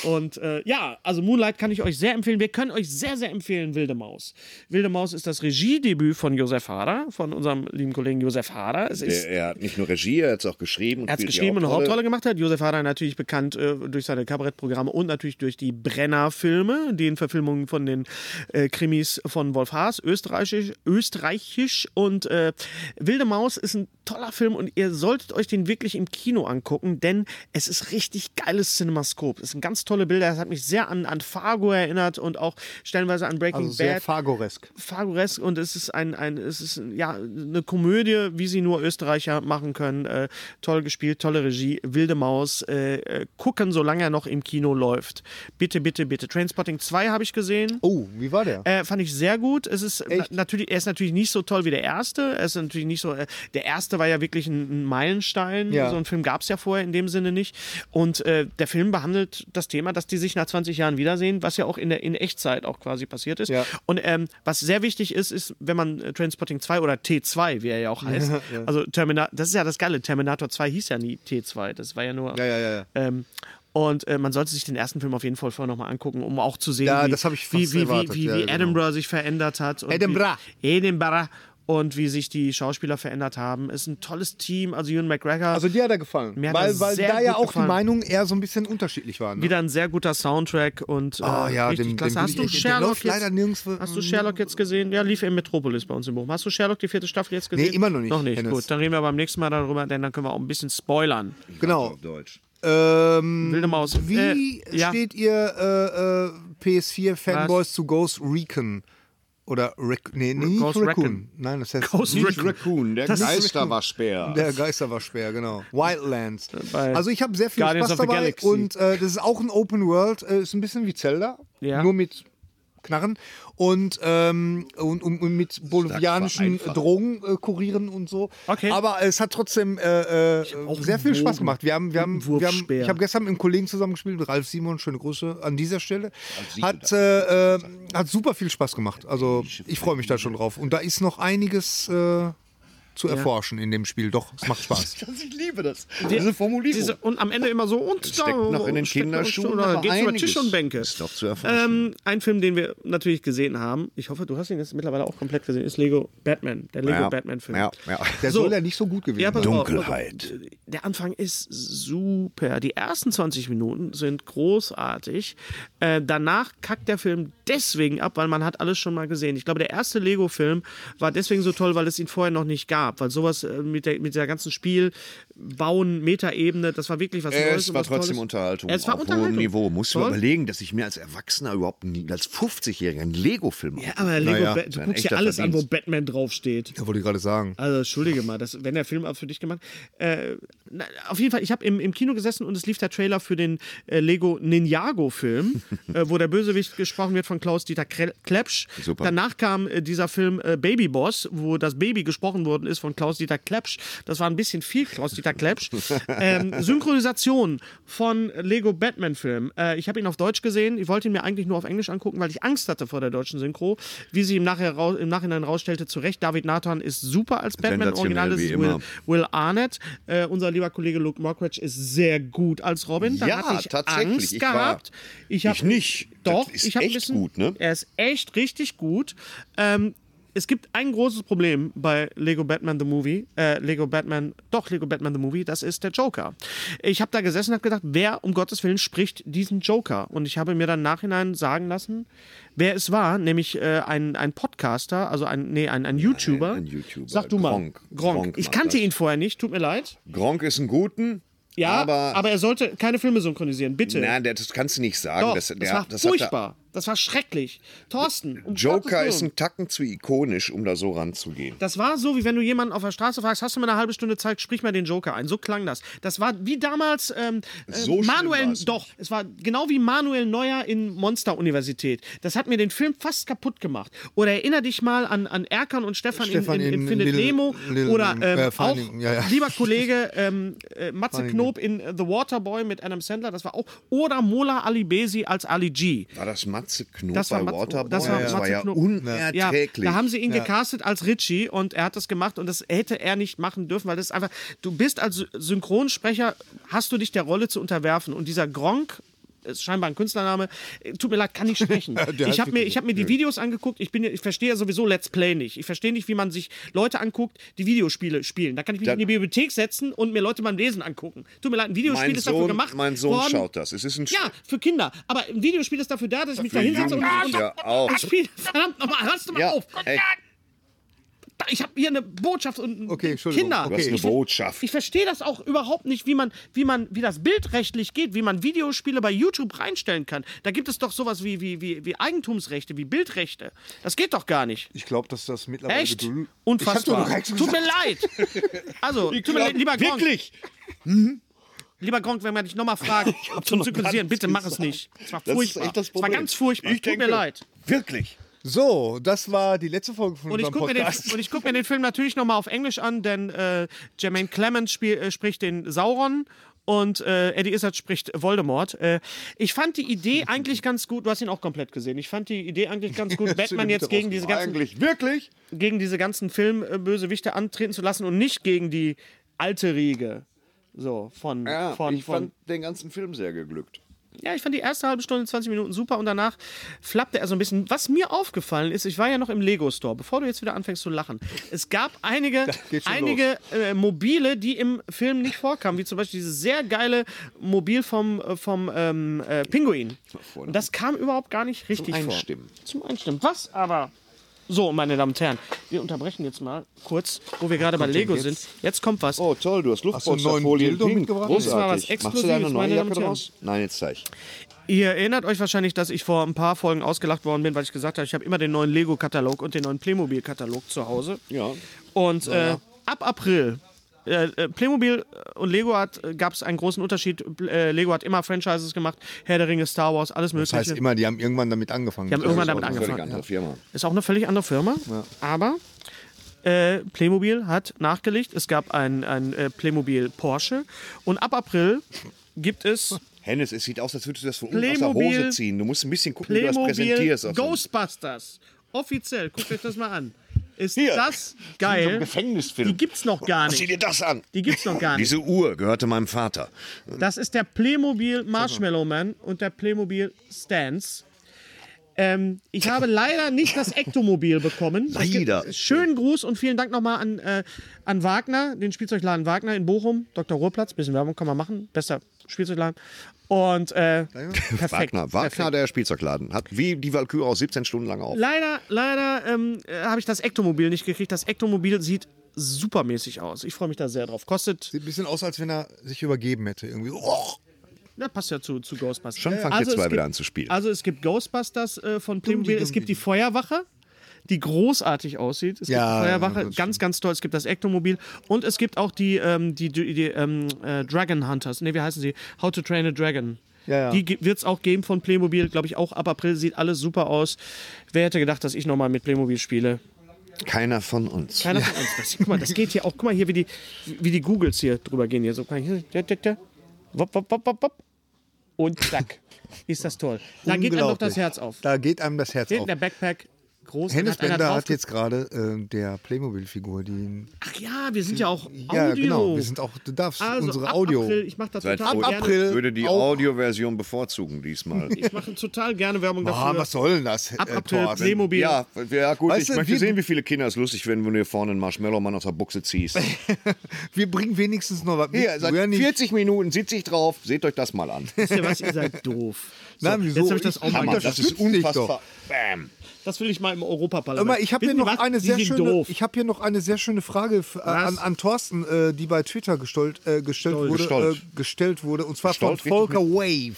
B: Und äh, ja, also Moonlight kann ich euch sehr empfehlen. Wir können euch sehr, sehr empfehlen Wilde Maus. Wilde Maus ist das Regiedebüt von Josef Hader, von unserem lieben Kollegen Josef Hader. Es ist
E: Er, er hat nicht nur Regie, er hat es auch geschrieben.
B: er hat geschrieben und eine Hauptrolle gemacht hat. Josef Hader natürlich bekannt äh, durch seine Kabarettprogramme und natürlich durch die Brenner-Filme, den Verfilmungen von den äh, Krimis von Wolf Haas, österreichisch, österreichisch und äh, Wilde Maus ist ein toller Film und ihr solltet euch den wirklich im Kino angucken, denn es ist richtig geiles Cinemascope. Es sind ganz tolle Bilder, es hat mich sehr an, an Fargo erinnert und auch stellenweise an Breaking
C: Also sehr
B: Bad.
C: Fargoresk.
B: Fargoresk und es ist ein, ein es ist ja eine Komödie, wie sie nur Österreicher machen können. Äh, toll gespielt, tolle Regie, wilde Maus. Äh, äh, gucken, solange er noch im Kino läuft. Bitte, bitte, bitte. Trainspotting 2 habe ich gesehen.
C: Oh, wie war der?
B: Äh, fand ich sehr gut. Es ist na,
C: Echt?
B: natürlich, er ist natürlich nicht so toll wie der erste. Er ist natürlich nicht so. Äh, der erste war ja wirklich ein, ein Meilenstein.
C: Ja.
B: So einen Film gab es ja vorher in dem Sinne nicht. Und äh, der Film behandelt das Thema, dass die sich nach 20 Jahren wiedersehen, was ja auch in der in Echtzeit auch quasi passiert ist.
C: Ja.
B: Und ähm, was sehr wichtig ist, ist, wenn man äh, Trainspotting 2 oder T2, wie er ja auch heißt, also Terminator, das ist ja das Geile, Terminator 2 hieß ja nie T2, das war ja nur.
C: ja, ja, ja.
B: Ähm, und äh, man sollte sich den ersten Film auf jeden Fall vorher nochmal angucken, um auch zu sehen,
C: Ja,
B: wie,
C: das hab ich fast
B: wie, wie,
C: erwartet.
B: wie, wie
C: Ja, genau.
B: Edinburgh sich verändert hat. Und
C: Edinburgh.
B: Wie, Edinburgh. Und wie sich die Schauspieler verändert haben. Ist ein tolles Team. Also Ewan McGregor,
C: Also dir hat er gefallen.
B: Mir hat
C: weil
B: er
C: weil
B: sehr
C: da ja
B: gut
C: auch
B: gefallen.
C: die Meinungen eher so ein bisschen unterschiedlich waren. Ne?
B: wieder ein sehr guter Soundtrack und äh,
C: Ah, ja,
B: richtig
C: dem-
B: klasse.
C: dem
B: hast
C: will
B: du
C: ich- der
B: Sherlock
C: läuft leider
B: jetzt,
C: nirgendwo.
B: Hast du Sherlock jetzt gesehen? Ja, lief in Metropolis bei uns im Bochum. Hast du Sherlock die vierte Staffel jetzt gesehen?
C: immer noch nicht,
B: Noch nicht.
C: Hennes.
B: Gut, dann reden wir beim nächsten Mal darüber, denn dann können wir auch ein bisschen spoilern.
C: Genau.
E: Auf Deutsch.
C: Ähm,
B: Wilde Maus.
C: Wie
B: Äh, ja.
C: steht ihr äh, äh, PS4-Fanboys zu Ghost Recon? Oder Rec nee, nee, nicht
B: Ghost
C: Raccoon.
B: Recon.
C: Nein, das heißt
B: Ghost
C: nicht
B: Recon.
E: Raccoon, der Geisterwaschbär.
C: Der Geister war schwer, genau. Wildlands.
B: Bei
C: also ich habe sehr viel
B: Guardians
C: Spaß
B: of the
C: dabei
B: Galaxy.
C: und äh, das ist auch ein Open World, äh, ist ein bisschen wie Zelda,
B: Ja.
C: nur mit Knarren und, ähm, und, und, und mit bolivianischen
E: vereinfacht.
C: Drogen äh, kurieren und so.
B: Okay.
C: Aber es hat trotzdem äh, äh, sehr viel Spaß gemacht. Wir haben, wir haben, wir haben,
B: Wurfspeer.
C: ich habe gestern mit einem Kollegen zusammengespielt, Ralf Simon, schöne Grüße an dieser Stelle. Hat, äh, äh, hat super viel Spaß gemacht. Also ich freue mich da schon drauf. Und da ist noch einiges äh, zu erforschen in dem Spiel. Doch, es macht Spaß.
E: Also Ich liebe das. Diese Formulierung.
B: Diese, und am Ende immer so, und
E: Steckt noch in den
B: steckt noch-
E: Kinderschuhen,
B: Oder
E: aber
B: geht's über
E: einiges
B: Tisch und Bänke.
E: ist noch zu erforschen.
B: ähm, ein Film, den wir natürlich gesehen haben, ich hoffe, du hast ihn jetzt mittlerweile auch komplett gesehen, ist Lego Batman, der Lego
E: Ja,
B: Batman-Film.
E: ja, ja.
C: Der
B: So.
C: soll ja nicht so gut gewesen
B: Ja,
C: sein.
B: pass auf,
E: Dunkelheit.
B: pass auf. Der Anfang ist super. Die ersten 20 Minuten sind großartig. Äh, danach kackt der Film deswegen ab, weil man hat alles schon mal gesehen. Ich glaube, der erste Lego-Film war deswegen so toll, weil es ihn vorher noch nicht gab. Weil sowas äh, mit, der, mit der ganzen Spiel, Bauen, Metaebene, das war wirklich was Neues.
E: Es
B: und
E: war
B: was
E: trotzdem
B: Tolles.
E: Unterhaltung.
B: Es war
E: auf
B: Unterhaltung.
E: hohem Niveau. Musst du
B: Toll.
E: mal überlegen, dass ich mir als Erwachsener überhaupt nie, als 50-Jähriger einen Lego-Film
B: Ja, aber Lego,
E: Naja,
B: Ba- du
E: ein
B: guckst ja
E: echter
B: alles an, wo
E: Verdienst.
B: Batman draufsteht.
C: Ja, wollte ich gerade sagen.
B: Also entschuldige mal, das, wenn der Film auch für dich gemacht. Äh, na, auf jeden Fall, ich habe im, im Kino gesessen und es lief der Trailer für den äh, Lego Ninjago-Film, äh, wo der Bösewicht gesprochen wird von Klaus Dieter Kre- Klepsch.
E: Super.
B: Danach kam äh, dieser Film äh, Baby Boss, wo das Baby gesprochen worden ist von Klaus Dieter Klepsch. Das war ein bisschen viel Klaus Dieter Klepsch. ähm, Synchronisation von Lego Batman-Film. Äh, ich habe ihn auf Deutsch gesehen. Ich wollte ihn mir eigentlich nur auf Englisch angucken, weil ich Angst hatte vor der deutschen Synchro. Wie sie im, Nachher raus, im Nachhinein rausstellte, zu Recht, David Nathan ist super als Batman.
E: Sensationell,
B: Original ist
E: wie
B: Will,
E: immer.
B: Will Arnett. Äh, unser lieber Kollege Luke Mockridge ist sehr gut als Robin. Da
E: Ja,
B: hatte ich
E: tatsächlich.
B: Angst
E: Ich war-
B: gehabt. ich, hab,
E: Ich nicht. Das
B: Doch,
E: ist
B: ich habe ein
E: echt
B: bisschen.
E: gut, ne?
B: Er ist echt richtig gut. Ähm, es gibt ein großes Problem bei Lego Batman the Movie, äh, Lego Batman, doch Lego Batman the Movie, das ist der Joker. Ich habe da gesessen und habe gedacht, wer um Gottes Willen spricht diesen Joker? Und ich habe mir dann nachhinein sagen lassen, wer es war, nämlich äh, ein, ein Podcaster, also ein, nee, ein, ein YouTuber.
E: ein YouTuber.
B: Sag du mal.
E: Gronk. Gronk
B: Ich
E: macht
B: kannte
E: das.
B: ihn vorher nicht, tut mir leid.
E: Gronk ist ein guten.
B: Ja, aber,
E: aber,
B: er sollte keine Filme synchronisieren, bitte.
E: Nein, der- das kannst du nicht sagen.
B: Doch,
E: das, der,
B: Oh, das war
E: das hat der-
B: furchtbar. Das war schrecklich. Thorsten, um
E: Joker
B: Gottes
E: ist
B: Willen.
E: ein Tacken zu ikonisch, um da so ranzugehen.
B: Das war so, wie wenn du jemanden auf der Straße fragst, hast du mal eine halbe Stunde Zeit, sprich mal den Joker ein. So klang das. Das war wie damals ähm, äh,
E: So schlimm
B: Manuel,
E: war's
B: doch, es war genau wie Manuel Neuer in Monster-Universität. Das hat mir den Film fast kaputt gemacht. Oder erinnere dich mal an, an Erkan und Stefan,
C: Stefan
B: in, in, in
C: in
B: Findet
C: Little-
B: Nemo
C: Little-
B: oder ähm,
C: äh,
B: auch,
C: Finding- ja, ja.
B: lieber Kollege ähm, äh, Matze Knob in äh, The Waterboy mit Adam Sandler, das war auch, oder Mola Alibesi als Ali G.
E: War das Matze Knob
B: Das war
E: bei
B: Matze-
E: Waterboy?
B: das war Matze
E: ja
B: Knob. Ja,
E: unerträglich.
B: da haben sie ihn gecastet als Richie und er hat das gemacht und das hätte er nicht machen dürfen, weil das ist einfach, du bist als Synchronsprecher, hast du dich der Rolle zu unterwerfen und dieser Gronk ist scheinbar ein Künstlername. Äh, Tut mir leid, kann nicht sprechen.
C: Der
B: ich
C: heißt
B: habe mir,
C: wirklich
B: ich hab mir die Videos angeguckt. Ich, bin, ja- ich verstehe ja sowieso Let's Play nicht. Ich verstehe nicht, wie man sich Leute anguckt, die Videospiele spielen. Da kann ich mich
E: Da-
B: in die Bibliothek setzen und mir Leute beim Lesen angucken. Tut mir leid, ein Videospiel
E: Mein
B: ist dafür
E: Sohn,
B: gemacht.
E: mein Sohn
B: worden,
E: schaut das. Es ist ein
B: Ja, für Kinder. Aber ein Videospiel ist dafür da, dass ich mich da
E: Für
B: hinsetze und, und,
E: Jugendliche auch.
B: und spiele. Verdammt nochmal, hörst du mal
E: Ja,
B: auf.
E: ey,
B: Ich habe hier eine Botschaft und
C: Okay, Entschuldigung.
B: Kinder.
E: du hast eine
C: Ich-
E: Botschaft.
B: Ich verstehe das auch überhaupt nicht, wie man, wie man, wie das bildrechtlich geht, wie man Videospiele bei YouTube reinstellen kann. Da gibt es doch sowas wie, wie, wie, wie Eigentumsrechte, wie Bildrechte. Das geht doch gar nicht.
C: Ich glaube, dass das mittlerweile.
B: Echt?
C: gedul-
B: Unfassbar.
C: Ich hab doch
B: Tut mir leid. Also, tut mir leid, lieber Gronk,
E: Wirklich?
B: lieber Gronk, wenn wir dich nochmal fragen, zum Synchronisieren, bitte mach es nicht. Es war
E: Das ist
B: furchtbar.
E: echt das
B: es war
E: Problem.
B: ganz furchtbar.
E: Ich
B: tut mir
E: denke-
B: leid.
E: Wirklich?
C: So, das war die letzte Folge von
B: Und ich
C: unserem
B: gucke mir, den-
C: Podcast.
B: und ich guck mir den Film natürlich nochmal auf Englisch an, denn äh, Jermaine Clement spiel, äh, spricht den Sauron und äh, Eddie Izzard spricht Voldemort. Äh, ich fand die Idee eigentlich ganz gut, du hast ihn auch komplett gesehen, ich fand die Idee eigentlich ganz gut, Batman jetzt gegen diese ganzen,
E: Eigentlich, wirklich?
B: gegen diese ganzen Filmbösewichte antreten zu lassen und nicht gegen die alte Riege. So, von,
E: Ja,
B: von,
E: ich
B: von
E: fand den ganzen Film sehr geglückt.
B: ja, ich fand die erste halbe Stunde, 20 Minuten super und danach flappte er so ein bisschen. Was mir aufgefallen ist, ich war ja noch im Lego-Store, bevor du jetzt wieder anfängst zu lachen. Es gab einige,
C: geht schon
B: einige äh, Mobile, die im Film nicht vorkamen, wie zum Beispiel dieses sehr geile Mobil vom, äh, vom ähm, äh, Pinguin. Und das kam überhaupt gar nicht richtig
E: Einstimmen.
B: vor. Zum Einstimmen. Was aber? So, meine Damen und Herren, wir unterbrechen jetzt mal kurz, wo wir gerade bei Lego sind. Jetzt kommt was.
E: Oh, toll, du hast
C: einen neuen
E: Luftpolsterfolie in
C: Dildo
E: Pink.
C: mitgebracht?
E: Großartig.
B: Das war was
E: Machst du deine
B: Exklusives,
E: neue
B: meine Damen
E: Jacke
B: und Herren.
E: draus? Nein, jetzt zeig.
B: Ihr erinnert euch wahrscheinlich, dass ich vor ein paar Folgen ausgelacht worden bin, weil ich gesagt habe, ich habe immer den neuen Lego-Katalog und den neuen Playmobil-Katalog zu Hause.
E: Ja.
B: Und äh, ab April. äh, äh, Playmobil und Lego hat gab es einen großen Unterschied. Äh, Lego hat immer Franchises gemacht, Herr der Ringe, Star Wars, alles mögliche.
C: Das heißt immer, die haben irgendwann damit angefangen.
B: Die haben irgendwann damit
E: Eine völlig
B: angefangen.
E: andere Firma.
B: Ist auch eine völlig andere Firma. Aber äh, Playmobil hat nachgelegt. Es gab ein, ein äh, Playmobil Porsche. Und ab April gibt es
E: Hennes, es sieht aus, als würdest du das von unten aus der
B: Playmobil-
E: Hose ziehen. Du musst ein bisschen gucken, wie du das
B: Playmobil
E: präsentierst. auf so einem-
B: Ghostbusters. Offiziell, guckt euch das mal an. Ist
E: Hier.
B: das
E: So ein
B: geil?
E: Gefängnisfilm.
B: Die gibt's noch gar
E: Sieh
B: nicht.
E: dir das an.
B: Die gibt's noch gar nicht.
E: Diese Uhr gehörte meinem Vater.
B: Das ist der Playmobil Marshmallow Man und der Playmobil Stance. Ähm, ich habe leider nicht das Ektomobil bekommen.
E: Leider.
B: Schönen Gruß und vielen Dank nochmal an, äh, an Wagner, den Spielzeugladen Wagner in Bochum, Dr. Ruhrplatz. Bisschen Werbung kann man machen. Besser Spielzeugladen. Und äh, perfekt.
E: Wagner, Wagner, der Spielzeugladen, hat wie die Valkyrie auch 17 Stunden lang auf.
B: Leider, leider ähm, äh, habe ich das Ektomobil nicht gekriegt. Das Ektomobil sieht supermäßig aus. Ich freue mich da sehr drauf. Kostet,
C: Sieht ein bisschen aus, als wenn er sich übergeben hätte. Irgendwie. Oh,
B: na, passt ja zu, zu Ghostbusters. Äh,
E: Schon fangt ihr
B: es
E: zwei
B: gibt-
E: wieder an zu spielen.
B: Also es gibt Ghostbusters äh, von Playmobil, es gibt die Feuerwache, die großartig aussieht. Es
C: Ja,
B: gibt die Feuerwache,
C: ja, das
B: ganz, ganz toll. Es gibt das Ektomobil und es gibt auch die, ähm, die, die, die ähm, äh, Dragon Hunters. Ne, wie heißen sie? How to Train a Dragon.
C: Ja, ja.
B: Die wird es auch geben von Playmobil, glaube ich auch ab April. Sieht alles super aus. Wer hätte gedacht, dass ich nochmal mit Playmobil spiele?
E: Keiner von uns.
B: Keiner von uns. Das, guck mal, das geht hier auch. Guck mal hier, wie die, wie die Googles hier drüber gehen. Hier so kann ich, da, da, da. Wop, wop, wop, wop, wop. Und zack. Ist das toll. Da geht einem doch das
C: unglaublich.
B: Herz auf.
C: Da geht einem das Herz
B: Hinten
C: auf.
B: der Backpack. Groß.
C: Hennes
B: einer
C: Bender hat
B: draufge-
C: jetzt gerade äh, der Playmobil-Figur, die.
B: Ach ja, wir sind ja auch Audio.
C: Ja, genau. Wir sind auch, du darfst
B: also,
C: unsere
B: ab
C: Audio.
B: April, ich mache das
E: Seit
B: total
E: Fro-
B: gerne.
C: April.
E: würde die
C: Auch.
E: Audioversion bevorzugen diesmal.
B: Ich mache total gerne Werbung
C: Ah,
B: dafür.
C: was soll denn das?
B: Ab
C: äh,
B: April
C: Thorsten?
B: Playmobil.
E: Ja, ja gut,
C: Weißt
E: ich
C: du,
E: möchte
C: wir-
E: sehen, wie viele Kinder es lustig finden, wenn du hier vorne einen Marshmallow-Mann aus der Buchse ziehst.
C: Wir bringen wenigstens noch was mit.
E: Hier, seit
C: Früher nicht.
E: 40 Minuten sitze ich drauf, seht euch das mal an.
B: Wisst ihr was? Ihr seid doof. So,
C: Nein, wieso?
B: Jetzt habe ich das auch mal
E: Hammer,
B: gemacht.
E: das ist
C: unterstützt dich
E: unfassbar. Bam.
B: Das will ich mal im Europaparlament.
C: Immer, ich habe
B: Wisst
C: hier
B: ihr
C: noch
B: was?
C: eine
B: Die
C: sehr
B: sind
C: schöne,
B: Doof.
C: ich habe hier noch eine sehr schöne Frage f- äh, an, an Thorsten, äh, die bei Twitter gestellt, äh, gestellt wurde,
E: Gestolt.
C: äh, gestellt wurde, und zwar
E: Gestolt
C: von
E: richtig
C: Volker Wave.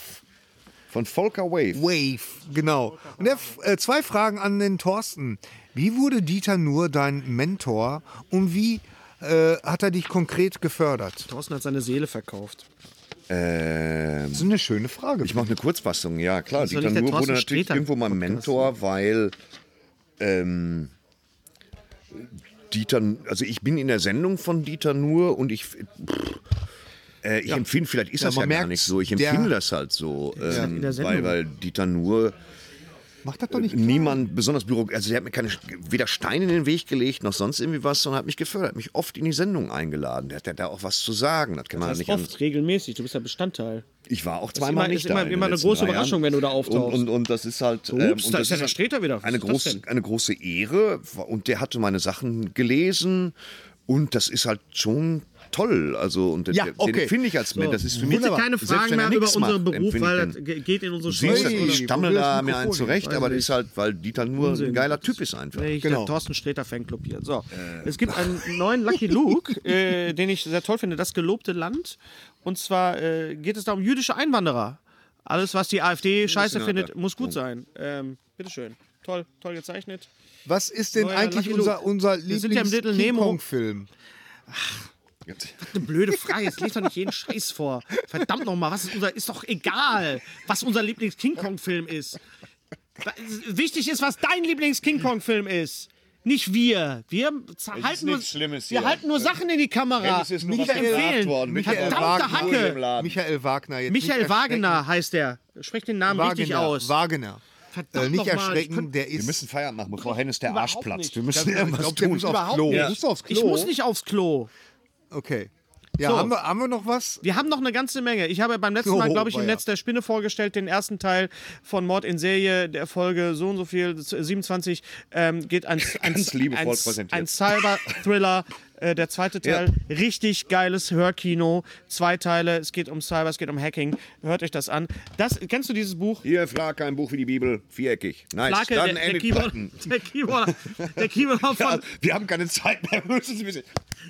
E: Von Volker Wave.
C: Wave, genau. Und er f- äh, zwei Fragen an den Thorsten. Wie wurde Dieter nur dein Mentor und wie äh, hat er dich konkret gefördert?
B: Thorsten hat seine Seele verkauft.
E: Ähm,
C: Das ist eine schöne Frage.
E: ich mache eine Kurzfassung, ja klar.
B: Soll
E: Dieter
B: ich der
E: Nuhr
B: Thorsten
E: wurde natürlich
B: Sträter
E: irgendwo mein Mentor, weil ähm, Dieter, also ich bin in der Sendung von Dieter Nuhr und ich... Pff, äh, ich empfinde, vielleicht ist das
C: man
E: ja gar
C: merkt's,
E: nicht so, ich
C: der-
E: empfinde das halt so, ähm,
B: in der Sendung.
E: weil, weil Dieter Nuhr
C: Mach das doch nicht.
E: Äh, Niemand, besonders Büro, also der hat mir keine, weder Steine in den Weg gelegt, noch sonst irgendwie was, sondern hat mich gefördert, hat mich oft in die Sendung eingeladen. Der hat ja da auch was zu sagen. Das kann man halt
B: Das
E: nicht
B: ist
E: anders.
B: oft, regelmäßig, du bist ja Bestandteil.
E: Ich war auch
B: ist
E: zweimal
B: immer-
E: nicht
B: ist immer-
E: da. in den
B: immer eine
E: letzten
B: große
E: drei
B: Überraschung,
E: Jahren.
B: wenn du da auftauchst.
E: Und, und, und das ist halt.
B: Ups, da ist ja der Streter wieder. Was
E: Eine,
B: ist das
E: groß,
B: denn?
E: eine große Ehre und der hatte meine Sachen gelesen und das ist halt schon toll. Also, und
C: Ja,
E: den,
C: okay.
E: den finde ich als Mensch. Das ist für mich
C: Bitte keine
E: selbst wenn er nichts macht, empfinde ich den-
B: ge- geht in unsere
E: Du siehst, das,
C: Ui,
E: ich stammel
C: wo ist
E: da
C: das
E: mir einen
C: Mikrofon?
E: zurecht,
B: Weiß
E: aber das
B: nicht.
E: ist halt, weil Dieter nur ein geiler Typ ist einfach.
B: Ich, Der
C: Genau.
B: Thorsten Sträter Fanclub hier. So,
E: Äh.
B: es gibt einen neuen Lucky Luke, äh, den ich sehr toll finde, das gelobte Land. Und zwar äh, geht es da um jüdische Einwanderer. Alles, was die AfD scheiße findet, muss
E: Oh.
B: gut sein. Ähm, bitteschön. Toll, toll gezeichnet.
C: Was ist denn
B: Neuer
C: eigentlich
B: Lucky
C: unser,
B: Luke.
C: unser
B: Wir sind ja im Little Nemo.
C: Lieblings-King-Kong-Film?
B: Eine blöde Frage, jetzt lest doch nicht jeden Scheiß vor. Verdammt nochmal, was ist unser. Ist doch egal, was unser Lieblings-King Kong-Film ist. Wa- Wichtig ist, was dein Lieblings-King Kong-Film ist. Nicht wir. Wir z- halten nur,
E: nichts Schlimmes
B: wir
E: hier.
B: halten nur Sachen in die Kamera.
E: Es ist nur
B: die wir
E: was
B: empfehlen.
E: gesagt worden.
C: Michael
B: Verdammte
C: Wagner.
E: Ruhe im
B: Hacke.
E: Laden.
C: Michael Wagner. Jetzt
B: Michael
C: nicht erschrecken.
B: Wagner heißt der. Sprecht den Namen
C: Wagner,
B: richtig aus.
C: Wagner.
B: Verdammt
C: Äh, nicht
B: noch mal,
C: erschrecken,
B: ich könnt-
C: der
E: Wir
C: ist.
E: müssen Feiern machen, bevor Hennes der
B: Überhaupt
E: Arsch platzt.
B: nicht.
E: Wir müssen
C: ich
E: irgendwas
C: glaub, der
E: tun.
C: muss aufs Klo.
B: nicht.
C: Du musst aufs Klo.
B: Ich muss nicht aufs Klo.
C: Okay. Ja,
B: So.
C: haben, wir, haben wir noch was?
B: Wir haben noch eine ganze Menge. Ich habe beim letzten
C: Oh,
B: Mal, glaube ich, im
C: weia.
B: Netz der Spinne vorgestellt, den ersten Teil von Mord in Serie, der Folge so und so viel, 27, ähm, geht an, an,
E: Ganz liebevoll
B: an,
E: präsentiert.
B: an Cyber-Thriller. Äh, der zweite Teil, richtig geiles Hörkino. Zwei Teile, es geht um Cyber, es geht um Hacking. Hört euch das an. Das, kennst du dieses Buch?
E: Hier, frag kein Buch wie die Bibel. Viereckig. Nice.
B: Plake,
E: Dann
B: der, der,
E: endet
B: Keyboard,
E: Platten.
B: der Keyboarder, der Keyboarder
E: Ja,
B: von,
E: wir haben keine Zeit mehr. Wir müssen ein bisschen.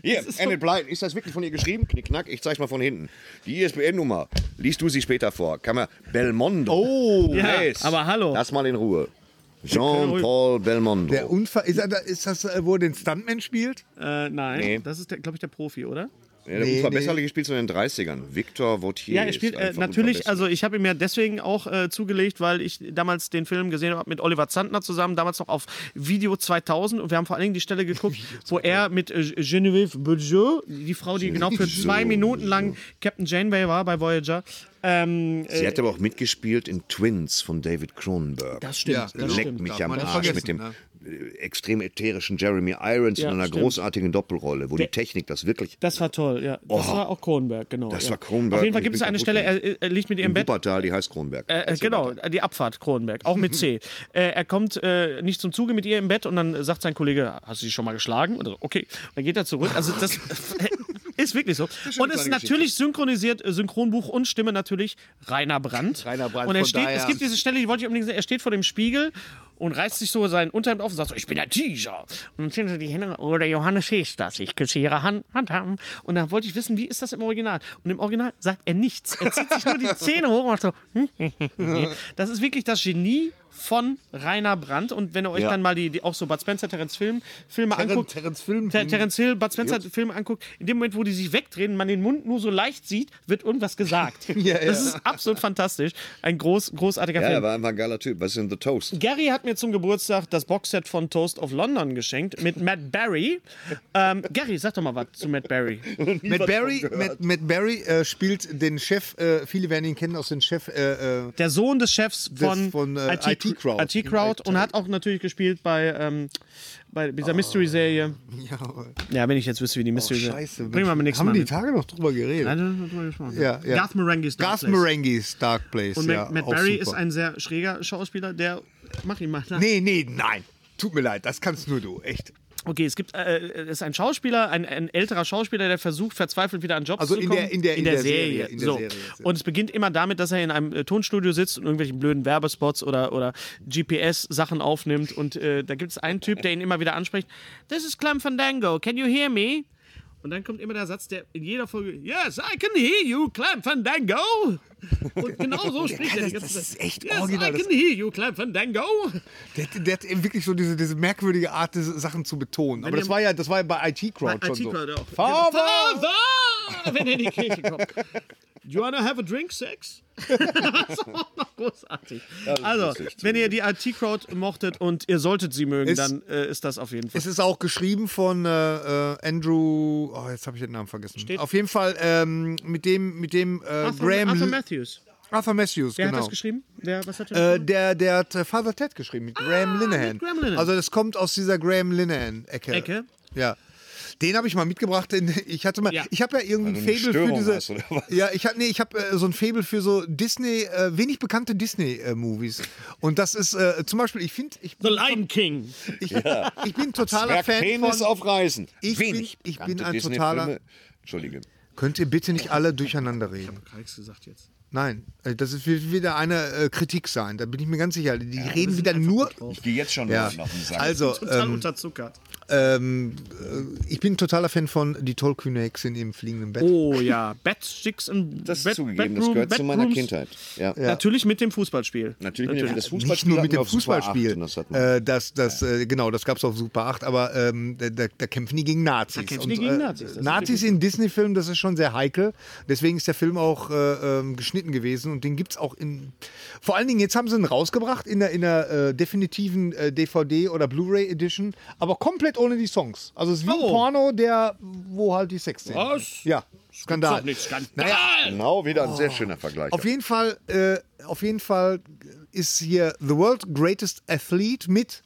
E: Hier, Enid Blyton. Ist das wirklich von ihr geschrieben? Knick, knack. Ich zeig's mal von hinten. Die ISBN-Nummer. Liest du sie später vor. Kann man. Belmondo. Oh,
B: Ja, aber hallo.
E: Lass mal in Ruhe. Jean-Paul Belmondo.
C: Der Unfall. Ist, er- ist das, äh, wo er den Stuntman spielt?
B: äh, nein,
E: Nee.
B: das ist, glaube ich, der Profi, oder?
E: Ja, der Unverbesserliche spielt so in den 30ern. Victor Vautier.
B: Ja, er
E: ist
B: spielt äh,
E: einfach
B: natürlich,
E: unverbesserlich.
B: also ich habe ihm ja deswegen auch äh, zugelegt, weil ich damals den Film gesehen habe mit Oliver Zandner zusammen, damals noch auf Video 2000 und wir haben vor allen Dingen die Stelle geguckt, wo er mit äh, Genevieve Bourgeot, die Frau, die genau für zwei Minuten lang Captain Janeway war bei Voyager, ähm,
E: Sie hat aber auch mitgespielt in Twins von David Cronenberg.
B: das stimmt,
C: Ja,
B: das
C: genau.
E: Leck
B: stimmt.
E: mich
C: Darf
E: am
C: man nicht
E: Arsch mit dem
C: vergessen,
E: äh, extrem ätherischen Jeremy Irons
B: Ja,
E: in einer
B: stimmt.
E: großartigen Doppelrolle, wo die Technik das wirklich
B: Das war toll, ja. Das war auch Kronenberg, genau.
E: Das
B: ja.
E: war Cronenberg
B: Auf jeden Fall
E: und ich
B: gibt es
E: bin
B: eine
E: kaputt
B: Stelle, er, er liegt mit ihr im
E: im
B: Bett
E: Wuppertal, die heißt Kronberg.
B: Äh, äh,
E: Erzähl
B: genau,
E: weiter.
B: die Abfahrt Kronenberg, auch mit C. äh, er kommt äh, nicht zum Zuge mit ihr im Bett und dann sagt sein Kollege, hast du sie schon mal geschlagen? Oder so, okay, dann geht er zurück. Also das ist wirklich so. Und es ist natürlich synchronisiert, äh, Synchronbuch und Stimme natürlich Rainer Brandt.
C: Rainer Brandt,
B: Und er
C: von
B: steht,
C: daher-
B: es gibt diese Stelle, die wollte ich unbedingt sehen, er steht vor dem Spiegel und reißt sich so seinen Unterhemd auf und sagt so, ich bin der Tiger. Und dann ziehen sie die Hände, oder Johannes ist das, ich küsse ihre Hand. Hand haben. Und dann wollte ich wissen, wie ist das im Original? Und im Original sagt er nichts. Er zieht sich nur die Zähne hoch und macht so, das ist wirklich das Genie von Rainer Brandt. Und wenn ihr euch dann mal die, die auch so Bud Spencer, Terence Film, Filme
C: Terren-
B: anguckt.
C: Terence Film.
B: Ter Terence Hill, Bud Spencer Filme anguckt, in dem Moment, wo die sich wegdrehen, man den Mund nur so leicht sieht, wird irgendwas gesagt.
C: Ja, ja.
B: Das ist absolut fantastisch. Ein groß, großartiger
E: Ja,
B: Film.
E: er war einfach ein geiler Typ. Was ist denn The Toast?
B: Gary hat mir zum Geburtstag das Boxset von Toast of London geschenkt mit Matt Berry. Ähm, Gary, sag doch mal was zu Matt Berry.
C: Matt Barry, Matt, Matt Barry äh, spielt den Chef, äh, viele werden ihn kennen aus den Chef. Äh, äh,
B: Der Sohn des Chefs von,
C: von, äh, IT Crowd.
B: IT Crowd und hat auch natürlich gespielt bei, ähm, bei dieser Mystery-Serie.
C: ja,
B: Ja, wenn ich jetzt wüsste, wie die
C: oh,
B: Mystery-Serie
C: scheiße.
B: Bringen wir mal nächstes
C: Haben
B: Mal
C: wir die
B: mit.
C: Tage noch drüber geredet?
B: Ja, das hat man gesprochen.
C: Ja, ja.
B: Garth Marenghi's Dark
C: Garth
B: Place.
C: Marenghi's Dark Place.
B: Und
C: ja,
B: Matt, Matt
C: auch
B: Berry
C: super.
B: ist ein sehr schräger Schauspieler, der... Mach ihn mal.
C: Nee, nee, nein. Tut mir leid, das kannst nur du, echt.
B: Okay, es gibt, äh, es ist ein Schauspieler, ein, ein älterer Schauspieler, der versucht verzweifelt wieder an Jobs
C: Also
B: zu
C: in
B: kommen.
C: der- in der- in der Serie, in der
B: so.
C: Serie jetzt, ja.
B: Und es beginnt immer damit, dass er in einem äh, Tonstudio sitzt und irgendwelchen blöden Werbespots oder, oder GPS-Sachen aufnimmt. Und äh, da gibt es einen Typ, der ihn immer wieder anspricht. This is Clem Fandango, can you hear me? Und dann kommt immer der Satz, der in jeder Folge, Yes, I can hear you, Clem Fandango. Und genau so spricht er die ganze
C: das
B: Zeit.
C: ist echt
B: yes,
C: original,
B: I
C: das-
B: can hear you, Clem Fandango.
C: Der, hat- der hat eben wirklich so diese, diese merkwürdige Art, diese Sachen zu betonen. Aber das war ja, das war ja bei IT Crowd
B: Bei
C: schon
B: IT
C: so.
B: Crowd auch.
C: Father!
B: Father! Wenn er in die Kirche kommt. Do you wanna have a drink, Sex? das ist auch noch großartig. Also, wenn ihr die IT-Crowd mochtet und ihr solltet sie mögen,
C: Ist-
B: dann äh, ist das auf jeden Fall.
C: Es ist auch geschrieben von äh, äh, Andrew. Oh, jetzt habe ich den Namen vergessen.
B: Steht-
C: Auf jeden Fall ähm, mit dem, mit dem äh,
B: Arthur,
C: Graham.
B: Arthur Matthews.
C: Arthur Matthews,
B: Wer
C: genau.
B: hat das geschrieben? Wer, was hat er
C: Äh, der, der hat äh, Father Ted geschrieben mit Graham Linehan.
B: Ah, mit Graham Linehan.
C: Also das kommt aus dieser Graham Linehan-Ecke.
B: Ecke?
C: Ja. Den habe ich mal mitgebracht. In, ich hatte mal,
B: Ja.
C: ich habe ja irgendwie
E: Weil
C: ein
E: du eine
C: Fable für
E: Störung
C: diese.
E: hast, oder was?
C: ja, ich habe nee, ich habe äh, so ein Fable für so Disney, äh, wenig bekannte Disney-Movies. Und das ist äh, zum Beispiel, ich finde, ich,
B: The Lion King.
C: ich, ich bin totaler
E: Berg
C: Fan
E: Penis
C: von.
E: auf Reisen.
C: Ich bin-
E: Wenig
C: ich bin
E: bekannte
C: ein
E: Disney-Filme.
C: totaler-
E: Entschuldige.
C: Könnt ihr bitte nicht alle durcheinander reden?
F: Kalks gesagt jetzt.
C: Nein, äh, das ist- wird wieder eine äh, Kritik sein. Da bin ich mir ganz sicher. Die reden wieder nur.
E: Ich gehe jetzt schon
C: Ja.
E: mal auf den Sack.
C: Also,
B: Total
C: ähm,
B: unterzuckert.
C: ähm, äh, ich bin ein totaler Fan von Die tollkühne Hexe in ihrem fliegenden Bett.
B: Oh ja, Bad Sticks and
E: das ist
B: Bad,
E: zugegeben, das
B: Bedroom-
E: gehört zu meiner
B: Bedrooms.
E: Kindheit. Ja.
B: Natürlich mit dem Fußballspiel.
E: Natürlich, mit dem- das Fußballspiel
C: Nicht nur
E: hatten
C: mit
E: wir
C: dem
E: auf Super 8
C: Fußballspiel.
E: und Das hat man-
C: äh, das, das, äh, genau, das gab es auf Super 8, aber ähm, da, da, da kämpfen die gegen Nazis. Da
B: kämpfen die gegen Nazis, das ist
C: Nazis in Disney-Filmen, das ist schon sehr heikel. Deswegen ist der Film auch äh, ähm, geschnitten gewesen und den gibt es auch in. Vor allen Dingen, jetzt haben sie ihn rausgebracht in der, in der äh, definitiven äh, DVD oder Blu-ray Edition, aber komplett ohne die Songs. Also es ist wie ein
B: Oh.
C: Porno, der, wo halt die Sex sind.
B: Was?
C: Ja,
B: Das ist
C: Skandal.
B: doch nicht Skandal.
E: genau, wieder ein sehr schöner Vergleich.
C: Auf jeden Fall, äh, auf jeden Fall ist hier The World Greatest Athlete mit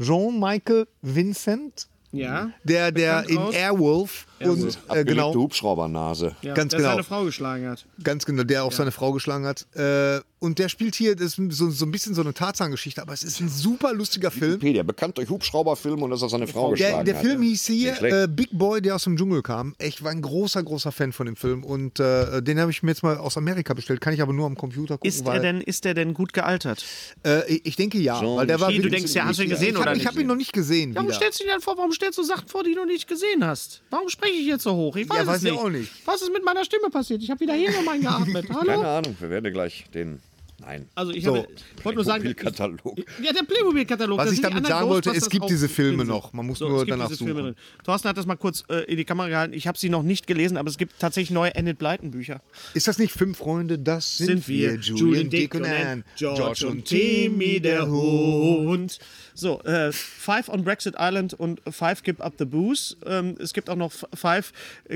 C: Jean-Michael Vincent,
B: Ja.
C: der, der
B: Bekannt
C: in
B: aus-
C: Airwolf, und äh,
E: Abgelegte
C: genau,
E: Hubschraubernase.
B: ja
C: ganz
B: der
C: genau.
B: seine Frau geschlagen hat.
C: ganz genau, der auch seine Frau geschlagen hat. Äh, und der spielt hier das ist so, so ein bisschen so eine Tarzan-Geschichte, aber es ist ein super lustiger Film.
E: Wikipedia, bekannt durch Hubschrauberfilme und dass er
B: Äh,
E: seine Frau
C: Der,
E: geschlagen
C: der
E: hat.
C: Film hieß hier
E: Nicht schlecht.
C: äh, Big Boy, der aus dem Dschungel kam. Ich war ein großer, großer Fan von dem Film und äh, den habe ich mir jetzt mal aus Amerika bestellt. Kann ich aber nur am Computer gucken.
B: Ist äh,
C: weil,
B: er, denn, ist er denn gut gealtert?
C: Äh, ich ich denke ja, weil der war
B: Wie, du
C: wirklich-
B: denkst ja, hast du ihn gesehen
C: ich hab-
B: oder
C: Ich
B: nicht?
C: habe ihn noch nicht gesehen.
B: Warum
C: wieder.
B: stellst du dir denn vor, warum stellst du Sachen vor, die du nicht gesehen hast? Warum spreche ich jetzt so hoch? Ich weiß
C: Ja,
B: es
C: weiß ich
B: nicht.
C: auch nicht.
B: Was ist mit meiner Stimme passiert? Ich habe wieder hier nochmal geatmet.
E: Keine
B: Hallo?
E: Ahnung, wir werden gleich den. Nein.
B: Also ich
C: So.
B: habe, wollte nur sagen, ich,
E: Katalog.
B: ja, der Playmobil-Katalog.
C: Was
B: da
C: ich
B: sind die
C: damit
B: anderen
C: sagen wollte,
B: Ghostbusters
C: es gibt
B: auch
C: diese Filme
B: drin.
C: noch. Man muss
B: So,
C: nur
B: es gibt
C: danach
B: diese Filme
C: suchen.
B: drin. Thorsten hat das mal kurz äh, in die Kamera gehalten. Ich habe sie noch nicht gelesen, aber es gibt tatsächlich neue Enid Blyton Bücher.
C: Ist das nicht fünf Freunde? Das sind, wir. Julian, Dick und Anne. George und Timmy, der Hund.
B: So, äh, Five on Brexit Island und Five Give Up the Booze. Ähm, es gibt auch noch F- Five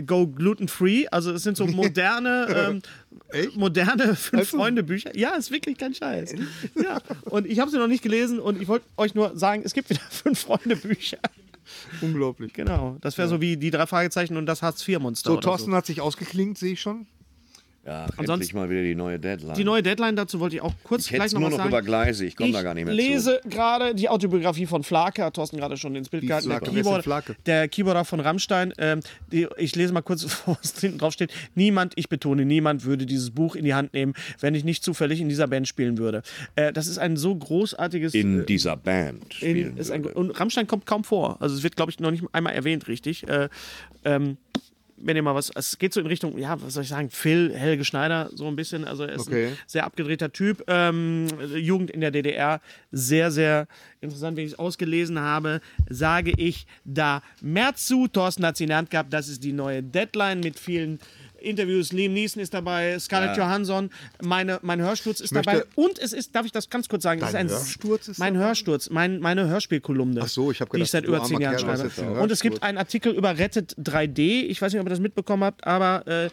B: Go Gluten Free. Also es sind so moderne, ähm,
C: Also?
B: moderne Fünf-Freunde-Bücher. Ja, ist wirklich kein Scheiß. Ja, und ich habe sie noch nicht gelesen und ich wollte euch nur sagen, es gibt wieder Fünf-Freunde-Bücher.
C: Unglaublich.
B: Genau, das wäre so wie die drei Fragezeichen und das Hartz-IV-Monster
C: So,
B: oder
C: Thorsten
B: so.
C: hat sich ausgeklingt, sehe ich schon.
E: Ja, endlich
B: Ansonsten-
E: mal wieder die neue Deadline.
B: Die neue Deadline dazu wollte ich auch kurz
E: ich
B: gleich
E: hätte
B: noch
E: nur
B: was
E: noch
B: sagen.
E: über Gleise, ich komme
B: Ich
E: da gar nicht mehr zu.
B: lese gerade die Autobiografie von Flake, hat Thorsten gerade schon ins Bild
C: Wie
B: gehalten. Der,
C: Flake? Wer ist denn Flake?
B: der Keyboarder von Rammstein. Ähm, die, ich lese mal kurz, was hinten drauf steht. Niemand, ich betone, niemand würde dieses Buch in die Hand nehmen, wenn ich nicht zufällig in dieser Band spielen würde. Äh, das ist ein so großartiges.
E: In dieser Band
B: in-
E: spielen
B: ist ein,
E: würde.
B: und Rammstein kommt kaum vor. Also es wird, glaube ich, noch nicht einmal erwähnt, richtig. Äh, ähm, wenn ihr mal was, es geht so in Richtung, ja, was soll ich sagen, Phil, Helge Schneider, so ein bisschen. Also er ist
C: Okay.
B: ein sehr abgedrehter Typ. Ähm, Jugend in der DDR, sehr, sehr interessant, wenn ich es ausgelesen habe, sage ich da mehr zu. Thorsten hat sie in der Hand gehabt, das ist die neue Deadline mit vielen Interviews. Liam Neeson ist dabei, Scarlett Johansson, meine, mein Hörsturz ist dabei.
C: möchte-
B: Und es ist, darf ich das ganz kurz sagen, es ist
C: Dein
B: ein
C: Hörsturz ist
B: mein Hörsturz, mein, meine Hörspielkolumne. Ach
C: so, ich hab
B: Die
C: gedacht,
B: ich seit
C: du
B: über
C: armer
B: zehn Jahren
C: Kerl, du hast
B: schreibe.
C: jetzt einen
B: Und es gibt
C: Hörsturz.
B: einen Artikel über Rettet 3D. Ich weiß nicht, ob ihr das mitbekommen habt, aber äh,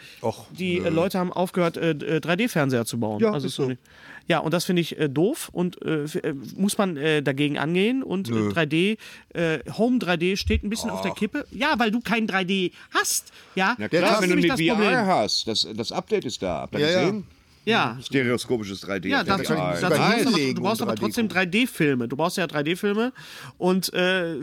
B: die äh, Leute haben aufgehört, äh, 3D-Fernseher zu bauen.
C: Ja,
B: also
C: ist
B: so.
C: so.
B: nicht- ja und das finde ich äh, doof und äh, f- äh, muss man äh, dagegen angehen. Und äh, 3D, äh, Home 3D steht ein bisschen auf der Kippe. Ja, weil du kein 3D hast. Ja,
E: Na
B: das
E: klar,
B: ist
E: wenn du
B: nämlich
E: eine
B: das
E: VR
B: Problem.
E: hast, das, das Update ist da. Habt ihr
C: Ja, ja.
E: gesehen?
B: Ja,
E: Stereoskopisches 3D.
B: Ja,
E: auf
B: dazu,
E: der
C: kann
E: VR.
C: ich-
B: dazu
C: Bei
B: brauchst du aber,
C: Hinlegen
B: du brauchst
C: und
B: aber
C: 3D
B: trotzdem 3D-Filme. Du brauchst ja 3D-Filme und äh,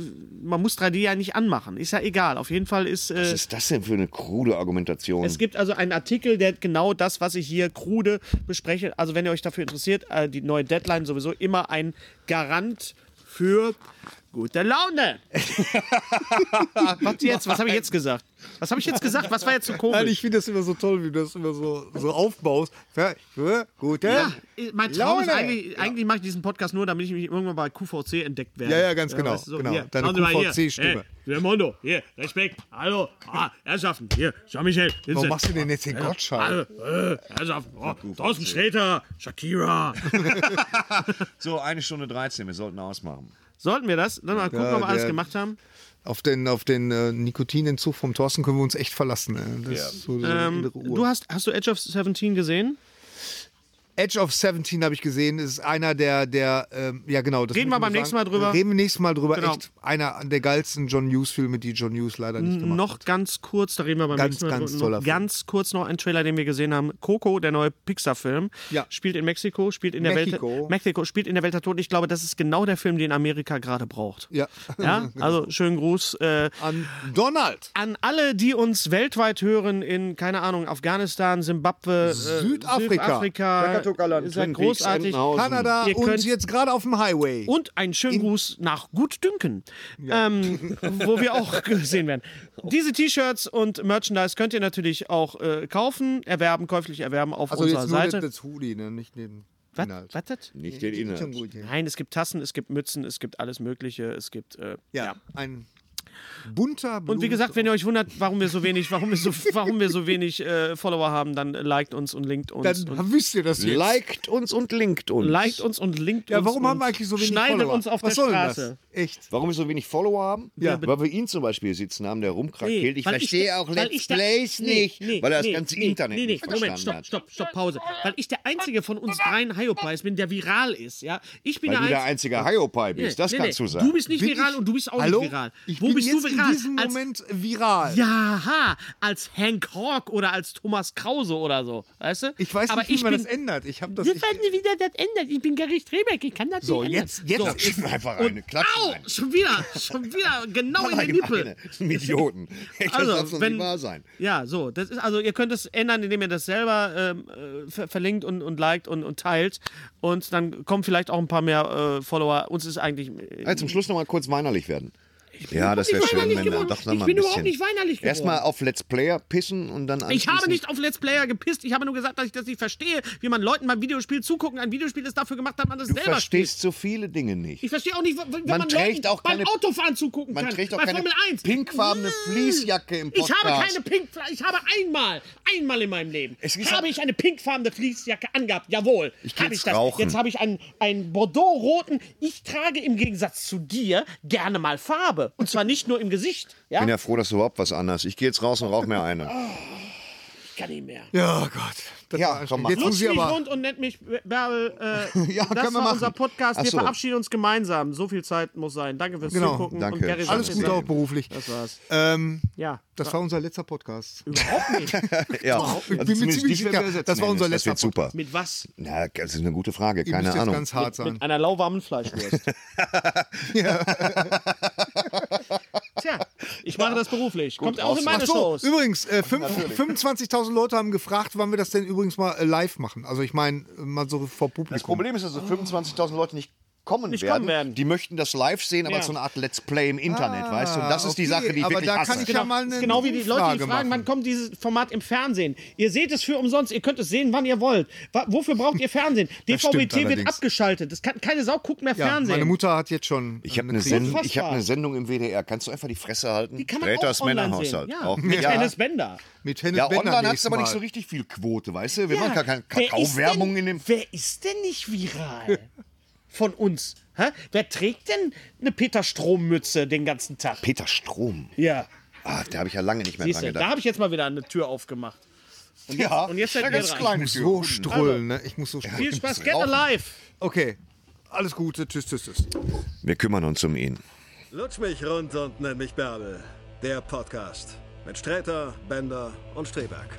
B: man muss 3D ja nicht anmachen. Ist ja egal. Auf jeden Fall ist.
E: Was
B: Äh,
E: ist das denn für eine krude Argumentation?
B: es gibt also einen Artikel, der genau das, was ich hier krude bespreche. Also, wenn ihr euch dafür interessiert, äh, die neue Deadline sowieso immer ein Garant für gute Laune. was jetzt? Was habe ich jetzt gesagt? Was habe ich jetzt gesagt? Was war jetzt so
C: Nein,
B: komisch?
C: ich finde das immer so toll, wie du das immer so, so aufbaust. Ja, gut, ja.
B: Ja, äh, mein Traum ist
C: Laune.
B: eigentlich, eigentlich mache ich diesen Podcast nur, damit ich mich irgendwann bei QVC entdeckt werde.
C: Ja, ja, ganz genau,
B: weißt du,
C: genau.
B: hier,
C: Deine
B: schauen Sie mal hier.
C: QVC-Stimme.
B: Hey, Mondo, hier, Respekt, hallo, ah, Herrschaften, hier, Jean-Michel,
C: Warum
B: Vincent.
C: machst du denn jetzt den Gottschalk?
B: Hallo, äh, Herrschaften, oh, Thorsten Sträter, Shakira.
E: so, eine Stunde 13, wir sollten ausmachen.
B: Sollten wir das? Dann mal gucken,
C: Ja,
B: ob wir alles
C: der-
B: gemacht haben.
C: Auf den, auf den äh, Nikotinentzug vom Thorsten können wir uns echt verlassen. Äh. Das ist so, so eine innere Uhr.
B: Du hast, hast du Edge of 17 gesehen?
C: Edge of 17 habe ich gesehen, ist einer der, der ähm, ja genau. Das
B: Reden
C: muss ich
B: wir beim
C: nur
B: nächsten Mal drüber.
C: Reden wir nächstes Mal drüber.
B: Genau.
C: Echt einer der geilsten John Hughes-Filme, die John Hughes leider nicht gemacht
B: Noch ganz kurz, da reden wir beim
C: Ganz,
B: nächsten Mal.
C: ganz
B: noch
C: toller Film.
B: ganz kurz noch ein Trailer, den wir gesehen haben. Coco, der neue Pixar-Film,
C: Ja.
B: spielt in Mexiko, spielt in der
C: Mexiko.
B: Welt, Mexiko, spielt in der Welt der Toten. Ich glaube, das ist genau der Film, den Amerika gerade braucht.
C: Ja. Genau.
B: ja? Also schönen Gruß. Äh,
C: An Donald!
B: an alle, die uns weltweit hören, in, keine Ahnung, Afghanistan, Simbabwe, äh,
C: Südafrika.
B: Südafrika
E: Krakatokerland,
B: ihr seid
E: Twin Peaks,
B: großartig.
E: Entenhausen.
C: Kanada
B: Ihr
C: und
B: könnt-
C: jetzt gerade auf dem Highway.
B: Und einen schönen Gruß nach Gutdünken, ähm, wo wir auch gesehen werden. Diese T-Shirts und Merchandise könnt ihr natürlich auch äh, kaufen, erwerben, käuflich erwerben auf
C: also
B: unserer
C: jetzt nur
B: Seite.
C: das, das Hoodie, ne? nicht den
B: Was?
C: Inhalt.
B: Was das?
E: Nicht den
C: Schon
E: Inhalt.
C: gut, ja.
B: Nein, es gibt Tassen, es gibt Mützen, es gibt alles Mögliche, es gibt. Äh,
C: ja. ein bunter
B: Und wie gesagt, wenn ihr euch wundert, warum wir so wenig, warum wir so, warum wir so wenig äh, Follower haben, dann liked uns und linkt uns.
C: Blumenstrauß.
B: und
C: dann wisst ihr das jetzt.
E: Liked uns und linkt uns.
B: Liked uns und linkt
C: ja,
B: uns.
C: warum
B: und
C: haben wir eigentlich so wenig
B: Schneidet
C: Follower?
B: uns auf
C: Was
B: der
C: soll denn
B: Straße.
C: Das? Echt.
E: Warum wir so wenig Follower haben?
C: Ja.
E: Weil wir ihn zum Beispiel sitzen haben, der rumkrakelt.
B: Nee,
E: ich
B: weil
E: verstehe
B: der-
E: auch
B: weil
E: Let's
B: ich der-
E: Plays
B: nee,
E: nicht,
B: nee,
E: weil er das
B: nee,
E: ganze
B: nee,
E: Internet
B: nee, nee,
E: nicht verstanden
B: Moment, stopp,
E: hat.
B: stopp, stopp, Pause. Weil ich der einzige von uns dreien Hyopies bin, der viral ist, ja? Ich bin
E: Weil du
B: der
E: der
B: Einzige.
E: einzige Hyopai bist, das kannst du sagen.
B: Du bist nicht
C: Bin
B: viral
C: ich-
B: und du bist auch
C: Hallo?
B: nicht viral.
C: Ich
B: Wo
C: bin
B: bist
C: jetzt
B: du viral?
C: in diesem
B: als,
C: Moment viral.
B: ja, als Hank Hawk oder als Thomas Krause oder so, weißt du?
C: Ich weiß
B: Aber
C: nicht, wie
B: ich
C: man
B: bin,
C: das ändert. Ich habe das.
B: Wir
C: Ich,
B: werden wieder das ändert. Ich bin Gary Strebeck, ich kann das
C: so,
B: nicht
C: jetzt,
B: ändern.
C: jetzt
B: So.
C: ist
E: Klatschen einfach eine, klatschen
B: Au,
E: eine.
B: schon wieder, schon wieder, genau in
E: Nein,
B: die Also, Nippel.
E: eine. Das ist ein Idioten. Ey, Das darf doch nicht wahr sein.
B: Ja, so. Das ist, also ihr könnt es ändern, indem ihr das selber ähm, äh, ver verlinkt und, und liked und, und teilt. Und dann kommen vielleicht auch ein paar mehr äh, Follower. Uns ist eigentlich. äh,
E: Ja, zum Schluss noch mal kurz weinerlich werden. Ja, das wäre schön,
B: weinerlich
E: wenn wir
B: geworden.
E: doch noch
B: Ich
E: mal ein
B: bin überhaupt
E: bisschen.
B: nicht weinerlich geworden.
E: Erstmal auf Let's Player pissen und dann
B: Ich
E: anschließend-
B: habe nicht auf Let's Player gepisst. Ich habe nur gesagt, dass ich das nicht verstehe, wie man Leuten beim Videospiel zugucken. Ein Videospiel ist dafür gemacht, dass man das
E: Du
B: selber spielt.
E: verstehst so viele Dinge nicht.
B: Ich verstehe auch nicht, w- wenn
E: Man
B: man,
E: trägt
B: Leuten
E: auch keine-
B: beim Autofahren zugucken
E: Man
B: kann.
E: trägt auch
B: bei
E: keine
B: Formel 1.
E: pinkfarbene
B: Mm.
E: Fließjacke im
B: Ich habe
E: Podcast.
B: keine pinkfarbene, ich habe einmal, einmal in meinem Leben,
E: Es ist
B: habe
E: auch-
B: ich eine pinkfarbene Fließjacke angehabt. Jawohl.
E: Ich geh
B: Hab
E: jetzt
B: das.
E: rauchen.
B: Jetzt habe ich einen, einen Bordeaux-roten. Ich trage im Gegensatz zu dir gerne mal Farbe. Und zwar nicht nur im Gesicht.
E: Ich
B: Ja,
E: bin ja froh, dass du überhaupt was anders. Ich gehe jetzt raus und rauche mir
B: Ah,
E: eine.
B: ich kann nicht mehr.
C: ja, Gott. Das
E: Ja,
C: war
E: komm,
C: anstrengend.
E: mach.
C: jetzt muss
B: Lutsch
C: ich
B: mich
C: aber.
B: rund und nennt mich Bärbel. Äh,
E: Ja,
B: das
E: können wir
B: war
E: machen.
B: unser Podcast.
E: Ach
B: Wir
E: so.
B: verabschieden uns gemeinsam. So viel Zeit muss sein. Danke fürs
C: Genau,
B: Zugucken.
E: danke.
B: Und Gary sagt
C: Alles
B: jetzt
C: gut
B: Danke.
C: auch beruflich.
B: Das war's.
C: Ähm,
B: Ja.
C: das war unser letzter Podcast.
B: Überhaupt nicht.
E: Ja, Also
C: bin mir ziemlich
E: zumindest die werden
C: sicher,
E: wir ersetzen.
C: das war
E: Nein,
C: unser letzter
E: Das wird super.
B: Mit was?
E: Na, das ist eine gute Frage,
C: Ihr
E: keine
C: müsst jetzt
E: Ahnung.
C: ganz hart sein.
B: Mit einer lauwarmen Fleischwurst. Tja, ich mache das beruflich. Kommt auch in meine
C: Ach so,
B: Shows.
C: übrigens, äh, fünf- 25.000 Leute haben gefragt, wann wir das denn übrigens mal äh, live machen. Also ich meine, äh, mal so vor Publikum.
E: Das Problem ist, dass so 25.000 Leute nicht kommen,
B: Nicht
E: werden.
B: kommen werden.
E: Die möchten das live sehen, aber
B: Ja.
E: so eine Art Let's Play im Internet, weißt du? Und das ist die
C: Ah, okay,
E: Sache, die ich
C: aber
E: wirklich
C: da kann
E: hasse.
C: ich ja mal eine
B: ist genau wie die Leute, die
C: Umfrage
B: fragen,
C: machen.
B: wann kommt dieses Format im Fernsehen? Ihr seht es für umsonst, ihr könnt es sehen, wann ihr wollt. Wa- Wofür braucht ihr Fernsehen?
C: stimmt
B: DVB-T wird
C: allerdings.
B: abgeschaltet. Das kann, keine Sau guckt mehr
C: ja,
B: Fernsehen.
C: Meine Mutter hat jetzt schon.
E: Ich habe
C: äh,
E: eine,
C: Krise.
E: Sendung-
B: Unfassbar.
E: ich hab eine Sendung im WDR. Kannst du einfach die Fresse halten?
B: Die kann man
E: Räters
B: auch online sehen.
E: Männerhaushalt.
B: Ja,
E: Auch-
B: mit
E: ja.
B: Dennis Bender.
C: Mit Hennes
E: ja,
C: Bender
E: online hat es
C: nächstes
E: aber nicht
C: Mal.
E: so richtig viel Quote, weißt du? Wir
B: Ja,
E: machen gar keine
B: wer ist
E: Kakaowerbung
B: denn-
E: in dem.
B: Wer ist denn nicht viral von uns? Hä? Wer trägt denn eine Peter Strom-Mütze den ganzen Tag?
E: Peter Strom.
B: ja,
E: Ah, da habe ich ja lange nicht mehr
B: siehst
E: dran
B: du, da
E: gedacht.
B: habe ich jetzt mal wieder eine Tür aufgemacht.
E: ja,
B: und jetzt seid
E: ja,
B: ihr
E: ganz
B: dran.
E: kleine Tür.
C: So strullen,
E: Also-
C: ne? Ich muss so strullen.
B: Viel Spaß, get
E: rauchen.
B: alive!
C: Okay. Alles Gute. Tschüss, tschüss, tschüss.
E: Wir kümmern uns um ihn.
D: Lutsch mich rund und nenn mich Bärbel. Der Podcast mit Sträter, Bender und Streberg.